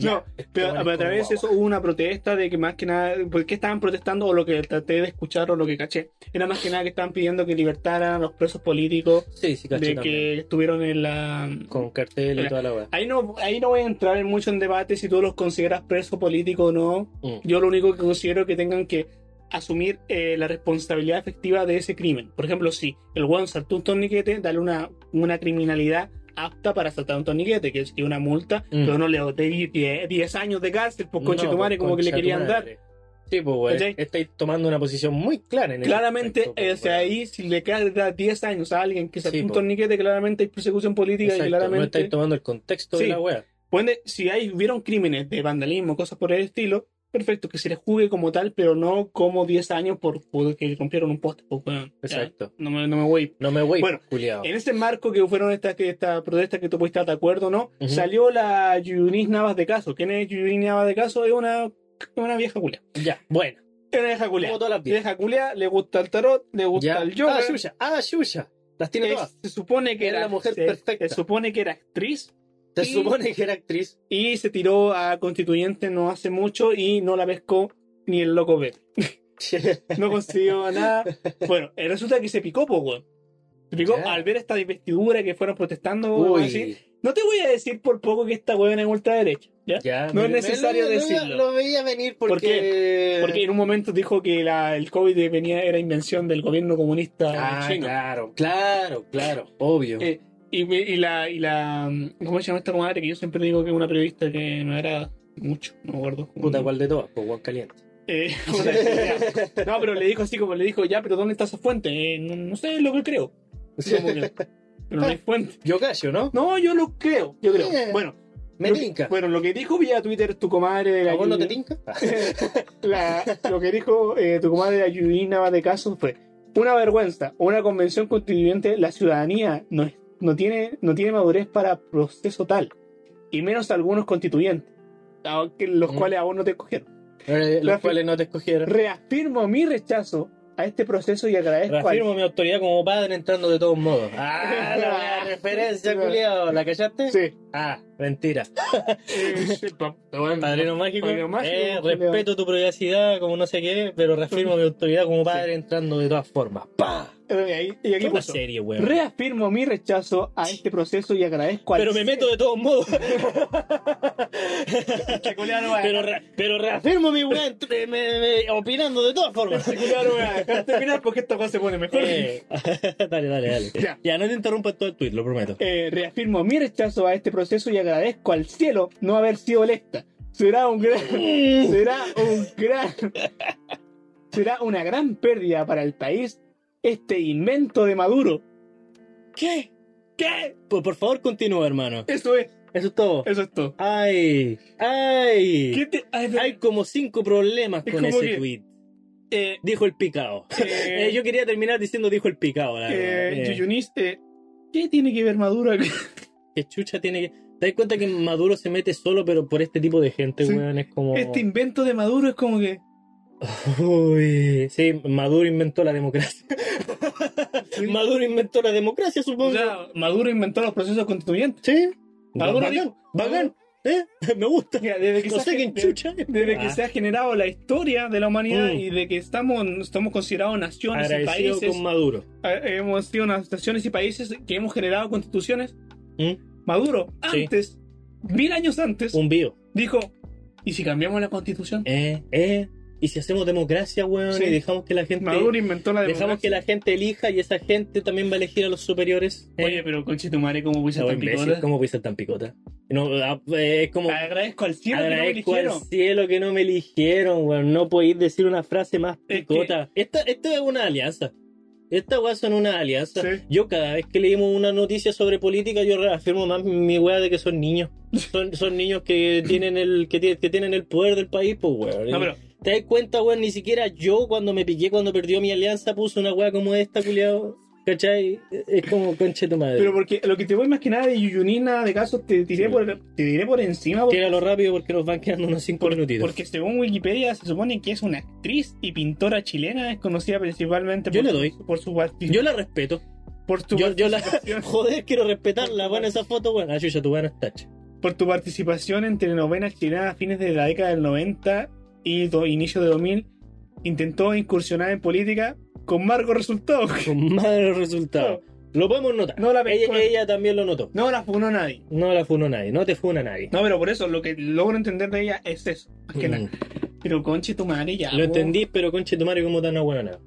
Speaker 2: No, pero a, a través de eso hubo una protesta de que más que nada, ¿por qué estaban protestando o lo que traté de escuchar o lo que caché? Era más que nada que estaban pidiendo que libertaran a los presos políticos
Speaker 1: Sí, sí, caché
Speaker 2: de
Speaker 1: también.
Speaker 2: que estuvieron en la...
Speaker 1: Con cartel y
Speaker 2: Mira.
Speaker 1: toda la weá.
Speaker 2: Ahí no, ahí no voy a entrar en mucho en debate si tú los consideras presos políticos o no.
Speaker 1: Mm.
Speaker 2: Yo lo único que considero es que tengan que asumir eh, la responsabilidad efectiva de ese crimen. Por ejemplo, si el weón saltó un torniquete, dale una, una criminalidad apta para saltar un torniquete, que sería una multa,
Speaker 1: Mm.
Speaker 2: pero no le doy 10 10 años de cárcel, pues conche
Speaker 1: No,
Speaker 2: tu madre,
Speaker 1: pues,
Speaker 2: como que le
Speaker 1: concha tu
Speaker 2: querían dar.
Speaker 1: madre. Sí, pues weón.
Speaker 2: ¿Cachai?
Speaker 1: Estáis tomando una posición muy clara en el
Speaker 2: Claramente,
Speaker 1: aspecto, pues,
Speaker 2: eh, o sea,
Speaker 1: weón.
Speaker 2: ahí si le cargas 10 años a alguien que saltó
Speaker 1: Sí,
Speaker 2: un
Speaker 1: po.
Speaker 2: torniquete, claramente hay persecución política
Speaker 1: Exacto,
Speaker 2: y
Speaker 1: No
Speaker 2: claramente...
Speaker 1: estáis tomando el contexto de
Speaker 2: Sí.
Speaker 1: la weá.
Speaker 2: Por ende, si hay, hubieron crímenes de vandalismo, cosas por el estilo, perfecto, que se les juzgue como tal, pero no como 10 años por, por que rompieron un poste. pues, weón. Ya,
Speaker 1: Exacto.
Speaker 2: no, me, no me voy.
Speaker 1: No me voy,
Speaker 2: Bueno, eh,
Speaker 1: culiado.
Speaker 2: En ese marco que fueron estas que- estas protestas que tú pudiste estar de acuerdo, ¿no?
Speaker 1: Ujú.
Speaker 2: Salió la Yunis Navas de Caso. ¿Quién es Yunis Navas de Caso? Es una, una vieja culia.
Speaker 1: Ya, bueno.
Speaker 2: Es una vieja culia.
Speaker 1: Como todas las viejas.
Speaker 2: Vieja culia, le gusta el tarot, le gusta
Speaker 1: Ya.
Speaker 2: el yoga.
Speaker 1: Ah, Yuya. Ah, Yuya. Las tiene
Speaker 2: Es-
Speaker 1: todas.
Speaker 2: se supone que
Speaker 1: Es
Speaker 2: era,
Speaker 1: la mujer
Speaker 2: se-
Speaker 1: perfecta.
Speaker 2: se supone que era actriz,
Speaker 1: Se
Speaker 2: sí.
Speaker 1: supone que era actriz.
Speaker 2: y se tiró a constituyente no hace mucho y no la pescó ni el loco B. No consiguió nada. Bueno, eh, resulta que se picó, po, weón. Se picó
Speaker 1: Ya.
Speaker 2: al ver esta investidura que fueron protestando. weón, así.
Speaker 1: Uy.
Speaker 2: No te voy a decir por poco que esta weón es ultraderecha, ¿ya?
Speaker 1: Ya.
Speaker 2: No
Speaker 1: me- me-
Speaker 2: es necesario
Speaker 1: lo- lo-
Speaker 2: decirlo.
Speaker 1: Lo veía venir porque.
Speaker 2: ¿Por Porque en un momento dijo que la- el COVID venía, era invención del gobierno comunista
Speaker 1: Ah,
Speaker 2: chino.
Speaker 1: claro, claro, claro. Obvio.
Speaker 2: Eh, Y, me- y la, y la. ¿Cómo se llama esta comadre? Que yo siempre digo que es una periodista que me agrada mucho, no me acuerdo.
Speaker 1: Puta, ¿cuál de todas? Pues Juan Caliente.
Speaker 2: Eh, o sea, No, pero le dijo así como le dijo, ya, pero ¿dónde está esa fuente? Eh, no, no sé lo que creo. Así como que, pero no hay fuente.
Speaker 1: Yo callo, ¿no?
Speaker 2: No, yo lo creo, yo creo.
Speaker 1: Eh,
Speaker 2: Bueno,
Speaker 1: Me
Speaker 2: lo que-
Speaker 1: tinca.
Speaker 2: bueno, lo que dijo vía Twitter tu comadre de la
Speaker 1: ¿A vos no te
Speaker 2: Yu-
Speaker 1: tinca?
Speaker 2: la- Lo que dijo eh, tu comadre de la Yudina de Caso fue una vergüenza, una convención constituyente, la ciudadanía no, es- no tiene, no tiene madurez para proceso tal. y menos algunos constituyentes, a- que- los
Speaker 1: Mm.
Speaker 2: cuales aún no te escogieron.
Speaker 1: Eh, los
Speaker 2: Reafir-
Speaker 1: cuales no te escogieron.
Speaker 2: Reafirmo mi rechazo a este proceso y agradezco al-
Speaker 1: Reafirmo mi autoridad como padre entrando de todos modos. Ah, la buena referencia, culiao. ¿La callaste?
Speaker 2: Sí.
Speaker 1: Ah, mentira. Padrino mágico.
Speaker 2: Padrino mágico, pues,
Speaker 1: eh,
Speaker 2: culiao.
Speaker 1: respeto tu privacidad como no sé qué, pero reafirmo mi autoridad como padre entrando de todas formas. ¡Pah!
Speaker 2: Y Eh, ahí- y aquí
Speaker 1: ¿Qué una
Speaker 2: puso,
Speaker 1: serie, weón.
Speaker 2: Reafirmo mi rechazo a este proceso y agradezco al-
Speaker 1: Pero me meto de todos modos.
Speaker 2: Este culiao no va a-
Speaker 1: pero, re- pero reafirmo mi weá entre- me- me- opinando de todas formas.
Speaker 2: Este culiao no va a dejar terminar porque esta cosa se pone mejor.
Speaker 1: Eh, dale, dale, dale.
Speaker 2: Ya.
Speaker 1: Ya. no te interrumpas todo el tweet, lo prometo.
Speaker 2: Eh, reafirmo mi rechazo a este proceso y agradezco al cielo no haber sido electa. Será un gran. será un gran. será una gran pérdida para el país este invento de Maduro.
Speaker 1: ¿Qué? ¿Qué? Pues por favor continúa, hermano.
Speaker 2: Eso es,
Speaker 1: Eso es todo.
Speaker 2: eso es todo.
Speaker 1: Ay, ay.
Speaker 2: ¿Qué te- ay, pero-
Speaker 1: Hay como cinco problemas
Speaker 2: Es
Speaker 1: con
Speaker 2: como
Speaker 1: ese
Speaker 2: que-
Speaker 1: tweet.
Speaker 2: eh,
Speaker 1: Dijo el picao.
Speaker 2: eh,
Speaker 1: Eh, yo quería terminar diciendo dijo el picao, la verdad.
Speaker 2: eh,
Speaker 1: Eh,
Speaker 2: Yuyunis, eh, ¿qué tiene que ver Maduro acá?
Speaker 1: que chucha tiene que. ¿Te das cuenta que Maduro se mete solo, pero por este tipo de gente,
Speaker 2: Sí.
Speaker 1: weón? Es como.
Speaker 2: Este invento de Maduro es como que.
Speaker 1: Uy, sí, Maduro inventó la democracia. Maduro inventó la democracia,
Speaker 2: O
Speaker 1: supongo.
Speaker 2: sea, Maduro inventó los procesos constituyentes.
Speaker 1: sí.
Speaker 2: Maduro
Speaker 1: bacán,
Speaker 2: dijo.
Speaker 1: bacán. ¿Eh? Me gusta.
Speaker 2: Mira, desde que
Speaker 1: No
Speaker 2: se ha
Speaker 1: sé quién
Speaker 2: gen-
Speaker 1: chucha.
Speaker 2: Desde que
Speaker 1: Ah,
Speaker 2: se ha generado la historia de la humanidad
Speaker 1: Mm.
Speaker 2: y de que estamos, estamos considerados naciones y
Speaker 1: agradecido
Speaker 2: países,
Speaker 1: con Maduro.
Speaker 2: a- hemos sido unas naciones y países que hemos generado constituciones.
Speaker 1: Mm,
Speaker 2: Maduro,
Speaker 1: Sí.
Speaker 2: antes, mil años antes,
Speaker 1: Un bio.
Speaker 2: dijo, ¿y si cambiamos la constitución?
Speaker 1: Eh, eh. Y si hacemos democracia, weón,
Speaker 2: Sí.
Speaker 1: y dejamos que la gente.
Speaker 2: Maduro inventó la democracia.
Speaker 1: Dejamos Este, que la gente elija y esa gente también va a elegir a los superiores. Eh,
Speaker 2: Oye, pero conche tu madre, ¿cómo
Speaker 1: chavo
Speaker 2: fuiste tan
Speaker 1: imbécil,
Speaker 2: picota?
Speaker 1: ¿Cómo voy a ser tan picota? No, ah, eh, es como.
Speaker 2: Agradezco al cielo
Speaker 1: Agradezco
Speaker 2: que no me
Speaker 1: al
Speaker 2: eligieron.
Speaker 1: cielo que no me eligieron, weón. No podéis decir una frase más
Speaker 2: Es que-
Speaker 1: picota. Esta, esta es una alianza. Esta weá son una alianza.
Speaker 2: Sí.
Speaker 1: Yo cada vez que leímos una noticia sobre política, yo reafirmo más mi weá de que son niños. Son, son niños que tienen el que, tie- que tienen el poder del país, pues weón.
Speaker 2: No, pero
Speaker 1: ¿Te das cuenta, weón? Ni siquiera yo cuando me piqué, cuando perdió mi alianza, puse una weá como esta, culiado. ¿Cachai? Es como conche tu madre.
Speaker 2: Pero porque lo que te voy más que nada de Yuyunina de casos te tiré
Speaker 1: Sí.
Speaker 2: por te diré por encima porque,
Speaker 1: Tíralo rápido porque nos van quedando unos 5 minutitos.
Speaker 2: porque según Wikipedia se supone que es una actriz y pintora chilena desconocida principalmente
Speaker 1: Yo
Speaker 2: por,
Speaker 1: le doy.
Speaker 2: por su
Speaker 1: Yo la respeto.
Speaker 2: por tu
Speaker 1: Yo, yo la.
Speaker 2: participación-
Speaker 1: Joder, quiero respetarla. Bueno, esa foto, bueno. Ah, chucha, tu buena tacha.
Speaker 2: por tu participación en telenovelas chilenas a fines de la década del 90 y do- inicio de 2000 intentó incursionar en política con marco resultado.
Speaker 1: Con malos resultados. Lo podemos notar.
Speaker 2: No la pescó.
Speaker 1: ella, ella también lo notó.
Speaker 2: No la funó nadie.
Speaker 1: No la funó nadie. No te funa nadie.
Speaker 2: No, pero por eso lo que logro entender de ella es eso. Más que
Speaker 1: Mm.
Speaker 2: nada. Pero conche tu madre ya.
Speaker 1: Lo
Speaker 2: po.
Speaker 1: entendí, pero conche tu madre, ¿cómo tan nada.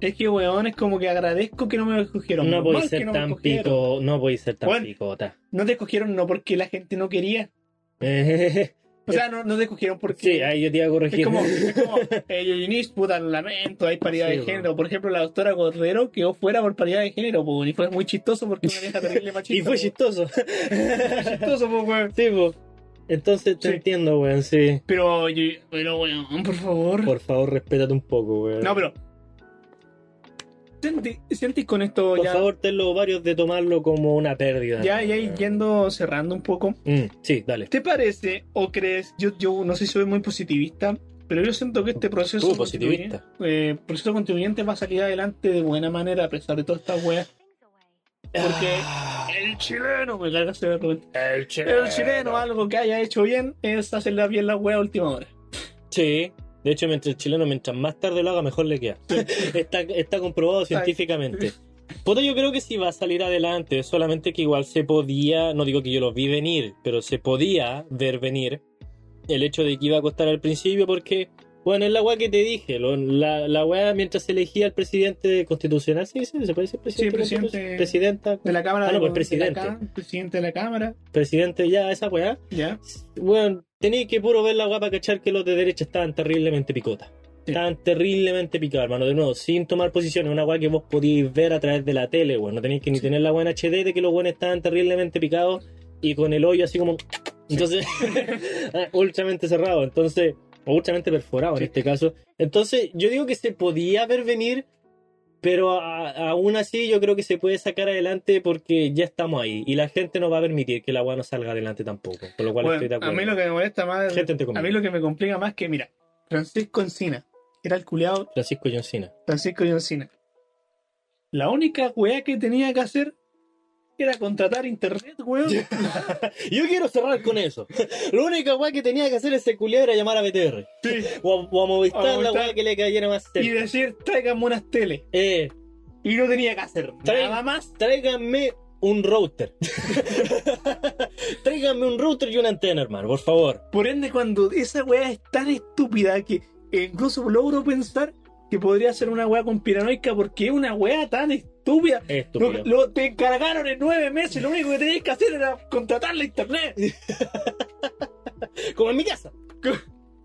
Speaker 2: Es que, weón, es como que agradezco que no me escogieron.
Speaker 1: No
Speaker 2: Normal
Speaker 1: podéis
Speaker 2: que
Speaker 1: ser
Speaker 2: no me
Speaker 1: tan
Speaker 2: escogieron.
Speaker 1: pico. No podéis ser tan
Speaker 2: Bueno.
Speaker 1: picota.
Speaker 2: No te escogieron no porque la gente no quería. O sea, no, no te escogieron porque...
Speaker 1: Eh, Sí, ahí yo te iba a corregir.
Speaker 2: es como, es como eh, Yoyinis, puta, lo lamento, hay paridad
Speaker 1: Sí,
Speaker 2: de
Speaker 1: weón.
Speaker 2: género. Por ejemplo, la doctora Cordero quedó fuera por paridad de género, po, y fue muy chistoso porque una vieja terrible machista.
Speaker 1: y fue
Speaker 2: po.
Speaker 1: chistoso.
Speaker 2: chistoso, po, weón.
Speaker 1: Sí, po. Entonces te
Speaker 2: Sí.
Speaker 1: entiendo, weón, sí.
Speaker 2: Pero, yo- pero, weón, por favor.
Speaker 1: Por favor, respétate un poco, weón.
Speaker 2: No, pero... Siente- Sientes con esto
Speaker 1: Por
Speaker 2: ya,
Speaker 1: favor, ten los ovarios de tomarlo como una pérdida.
Speaker 2: ya, ya yendo cerrando un poco.
Speaker 1: Mm, sí, dale.
Speaker 2: ¿Te parece o crees? Yo, yo no sé si soy muy positivista, pero yo siento que este proceso,
Speaker 1: Tú, positivista.
Speaker 2: constituyente- eh, proceso constituyente va a salir adelante de buena manera a pesar de todas estas weas. Porque el chileno, me carga ese verbo.
Speaker 1: Ah, El chileno.
Speaker 2: El chileno, ah. algo que haya hecho bien, es hacerla bien la wea a última hora.
Speaker 1: Sí. De hecho, mientras el chileno, mientras más tarde lo haga, mejor le queda. está, está comprobado científicamente. Puta, yo creo que sí va a salir adelante. Solamente que igual se podía, no digo que yo lo vi venir, pero se podía ver venir el hecho de que iba a costar al principio porque, bueno, es la weá que te dije. lo- la, la weá mientras se elegía el presidente constitucional, sí, sí, se puede decir presidente.
Speaker 2: Sí, presidente.
Speaker 1: constitucional? Presidenta,
Speaker 2: De la Cámara
Speaker 1: Ah, no, pues,
Speaker 2: de la
Speaker 1: presidente.
Speaker 2: Cámara, presidente de la Cámara,
Speaker 1: presidente, ya, esa weá.
Speaker 2: ya.
Speaker 1: Bueno, tenéis que puro ver la guapa cachar que los de derecha estaban terriblemente picotas.
Speaker 2: Sí.
Speaker 1: Estaban terriblemente picados, hermano. De nuevo, sin tomar posiciones. Una guapa que vos podíais ver a través de la tele, weón. No tenéis que ni tener la buena HD de que los buenos estaban terriblemente picados y con el hoyo así como. Entonces, ah, ultramente cerrado. Entonces, o ultramente perforado
Speaker 2: Sí.
Speaker 1: en este caso. Entonces, yo digo que se podía ver venir, Pero a- aún así yo creo que se puede sacar adelante porque ya estamos ahí. Y la gente no va a permitir que la agua no salga adelante tampoco. Por lo cual
Speaker 2: Bueno,
Speaker 1: estoy de
Speaker 2: a
Speaker 1: acuerdo.
Speaker 2: mí lo que me molesta más.
Speaker 1: Gente, entre
Speaker 2: A
Speaker 1: comillas.
Speaker 2: mí lo que me complica más que, mira, Francisco Encina. Era el culeado
Speaker 1: Francisco Yoncina.
Speaker 2: Francisco Encina. La única weá que tenía que hacer era contratar internet, weón.
Speaker 1: Yo quiero cerrar con eso. Lo única weá que tenía que hacer ese culiado era llamar a BTR.
Speaker 2: Sí.
Speaker 1: O a, o a Movistar,
Speaker 2: A
Speaker 1: la
Speaker 2: Movistar.
Speaker 1: weá que le cayera más
Speaker 2: Y
Speaker 1: cerca.
Speaker 2: decir, tráigame unas tele.
Speaker 1: Eh,
Speaker 2: Y no tenía que hacer
Speaker 1: Trae-
Speaker 2: nada más.
Speaker 1: tráiganme un router. tráiganme un router y una antena, hermano, por favor.
Speaker 2: Por ende, cuando esa weá es tan estúpida que incluso logro pensar que podría ser una weá con piranoica porque es una weá tan estúpida.
Speaker 1: Estúpido.
Speaker 2: Lo, lo- te encargaron en nueve meses, lo único que tenías que hacer era contratar la internet.
Speaker 1: Como en mi casa.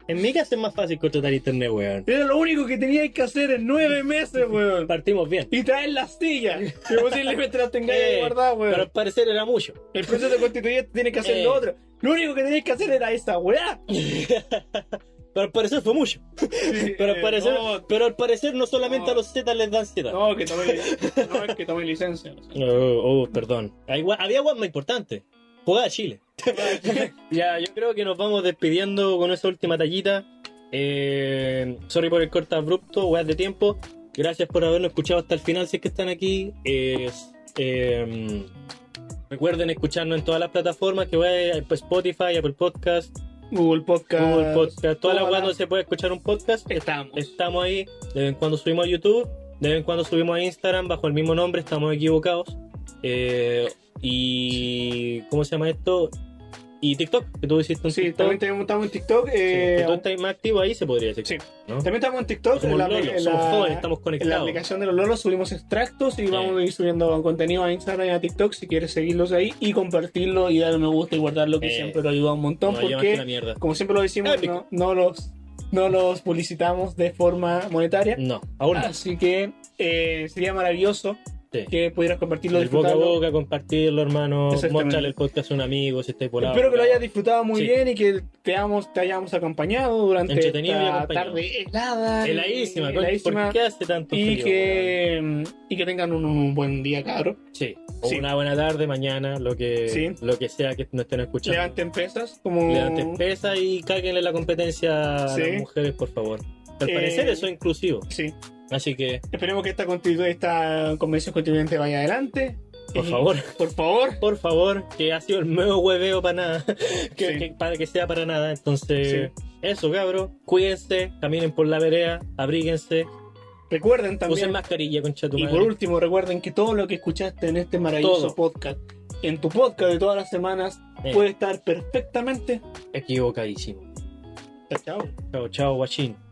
Speaker 1: En mi casa es más fácil contratar internet, weón.
Speaker 2: Era lo único que tenías que hacer en nueve meses, weón.
Speaker 1: Partimos bien.
Speaker 2: Y traer las sillas. Y posiblemente las tengáis
Speaker 1: Eh,
Speaker 2: ahí guardadas, weón.
Speaker 1: Pero al parecer era mucho.
Speaker 2: El proceso constituyente tiene que hacer
Speaker 1: Eh.
Speaker 2: lo otro. Lo único que tenías que hacer era esa weá.
Speaker 1: Pero al parecer fue mucho. Pero al
Speaker 2: Eh,
Speaker 1: parecer,
Speaker 2: no,
Speaker 1: pero al parecer no solamente
Speaker 2: no.
Speaker 1: a los Z les dan Z.
Speaker 2: No, que tome, no, es que tome licencia. no sé.
Speaker 1: Oh, oh, perdón. Hay gua- había guas más importante. Jugada Chile. ya, yo creo que nos vamos despidiendo con esa última tallita. Eh, sorry por el corte abrupto, weas de tiempo. Gracias por habernos escuchado hasta el final, si es que están aquí. Eh, eh, recuerden escucharnos en todas las plataformas, que voy pues, Spotify, Apple Podcast,
Speaker 2: Google Podcast.
Speaker 1: Google Podcast, todas las
Speaker 2: todas
Speaker 1: weas
Speaker 2: las-
Speaker 1: donde se puede escuchar un podcast.
Speaker 2: Estamos.
Speaker 1: Estamos ahí, de vez en cuando subimos a YouTube, de vez en cuando subimos a Instagram bajo el mismo nombre, estamos equivocados. Eh, y. ¿Cómo se llama esto? Y TikTok, que tú hiciste un
Speaker 2: Sí,
Speaker 1: TikTok.
Speaker 2: también tenemos- estamos en TikTok.
Speaker 1: Sí,
Speaker 2: eh,
Speaker 1: que tú estás más activo ahí, se podría decir.
Speaker 2: Sí.
Speaker 1: ¿no?
Speaker 2: También estamos en TikTok.
Speaker 1: Somos
Speaker 2: en la-
Speaker 1: lolos,
Speaker 2: en
Speaker 1: somos
Speaker 2: la-
Speaker 1: jóvenes, estamos
Speaker 2: En la
Speaker 1: conectados.
Speaker 2: aplicación de los Lolos subimos extractos y vamos a ir subiendo contenido a Instagram y a TikTok si quieres seguirlos ahí y compartirlo y darle me gusta y guardarlo que
Speaker 1: Eh,
Speaker 2: siempre lo ayuda un montón
Speaker 1: No, yo más que la
Speaker 2: porque
Speaker 1: mierda.
Speaker 2: como siempre lo decimos
Speaker 1: Épico.
Speaker 2: no, no los no los publicitamos de forma monetaria
Speaker 1: No, aún no.
Speaker 2: así que eh, sería maravilloso
Speaker 1: Sí.
Speaker 2: que pudieras compartirlo
Speaker 1: El boca a
Speaker 2: disfrutarlo.
Speaker 1: boca, compartirlo, hermano.
Speaker 2: Exactamente.
Speaker 1: Mostrarle el podcast a un amigo si estáis volado.
Speaker 2: Espero que lo hayas disfrutado muy
Speaker 1: Sí.
Speaker 2: bien y que te hayamos, te hayamos acompañado durante
Speaker 1: Entretenido y
Speaker 2: esta
Speaker 1: acompañado.
Speaker 2: tarde helada.
Speaker 1: Heladísima, coño,
Speaker 2: heladísima.
Speaker 1: ¿Por qué hace tanto
Speaker 2: y
Speaker 1: frío,
Speaker 2: que y que tengan un, un buen día cabros
Speaker 1: weón? Sí. O
Speaker 2: Sí.
Speaker 1: Una buena tarde, mañana, lo que,
Speaker 2: Sí.
Speaker 1: lo que sea que nos estén escuchando.
Speaker 2: levanten pesas como
Speaker 1: Levanten pesa y cáguenle la competencia a
Speaker 2: Sí.
Speaker 1: las mujeres, por favor. Al
Speaker 2: Eh,
Speaker 1: parecer eso es inclusivo.
Speaker 2: sí
Speaker 1: Así que,
Speaker 2: esperemos que esta constitu- esta convención constituyente vaya adelante
Speaker 1: por
Speaker 2: Y,
Speaker 1: favor,
Speaker 2: por favor
Speaker 1: por favor, que ha sido el nuevo hueveo para nada. Que,
Speaker 2: Sí.
Speaker 1: que- para que sea para nada. Entonces, eso, cabro. Cuídense, caminen por la vereda, abríguense,
Speaker 2: recuerden
Speaker 1: usen
Speaker 2: también
Speaker 1: mascarilla, concha de tu
Speaker 2: y
Speaker 1: madre.
Speaker 2: por último recuerden que todo lo que escuchaste en este maravilloso
Speaker 1: Todo.
Speaker 2: podcast en tu podcast de todas las semanas
Speaker 1: Eh,
Speaker 2: puede estar perfectamente
Speaker 1: Equivocadísimo.
Speaker 2: chao, chao
Speaker 1: Chao, chao, guachín.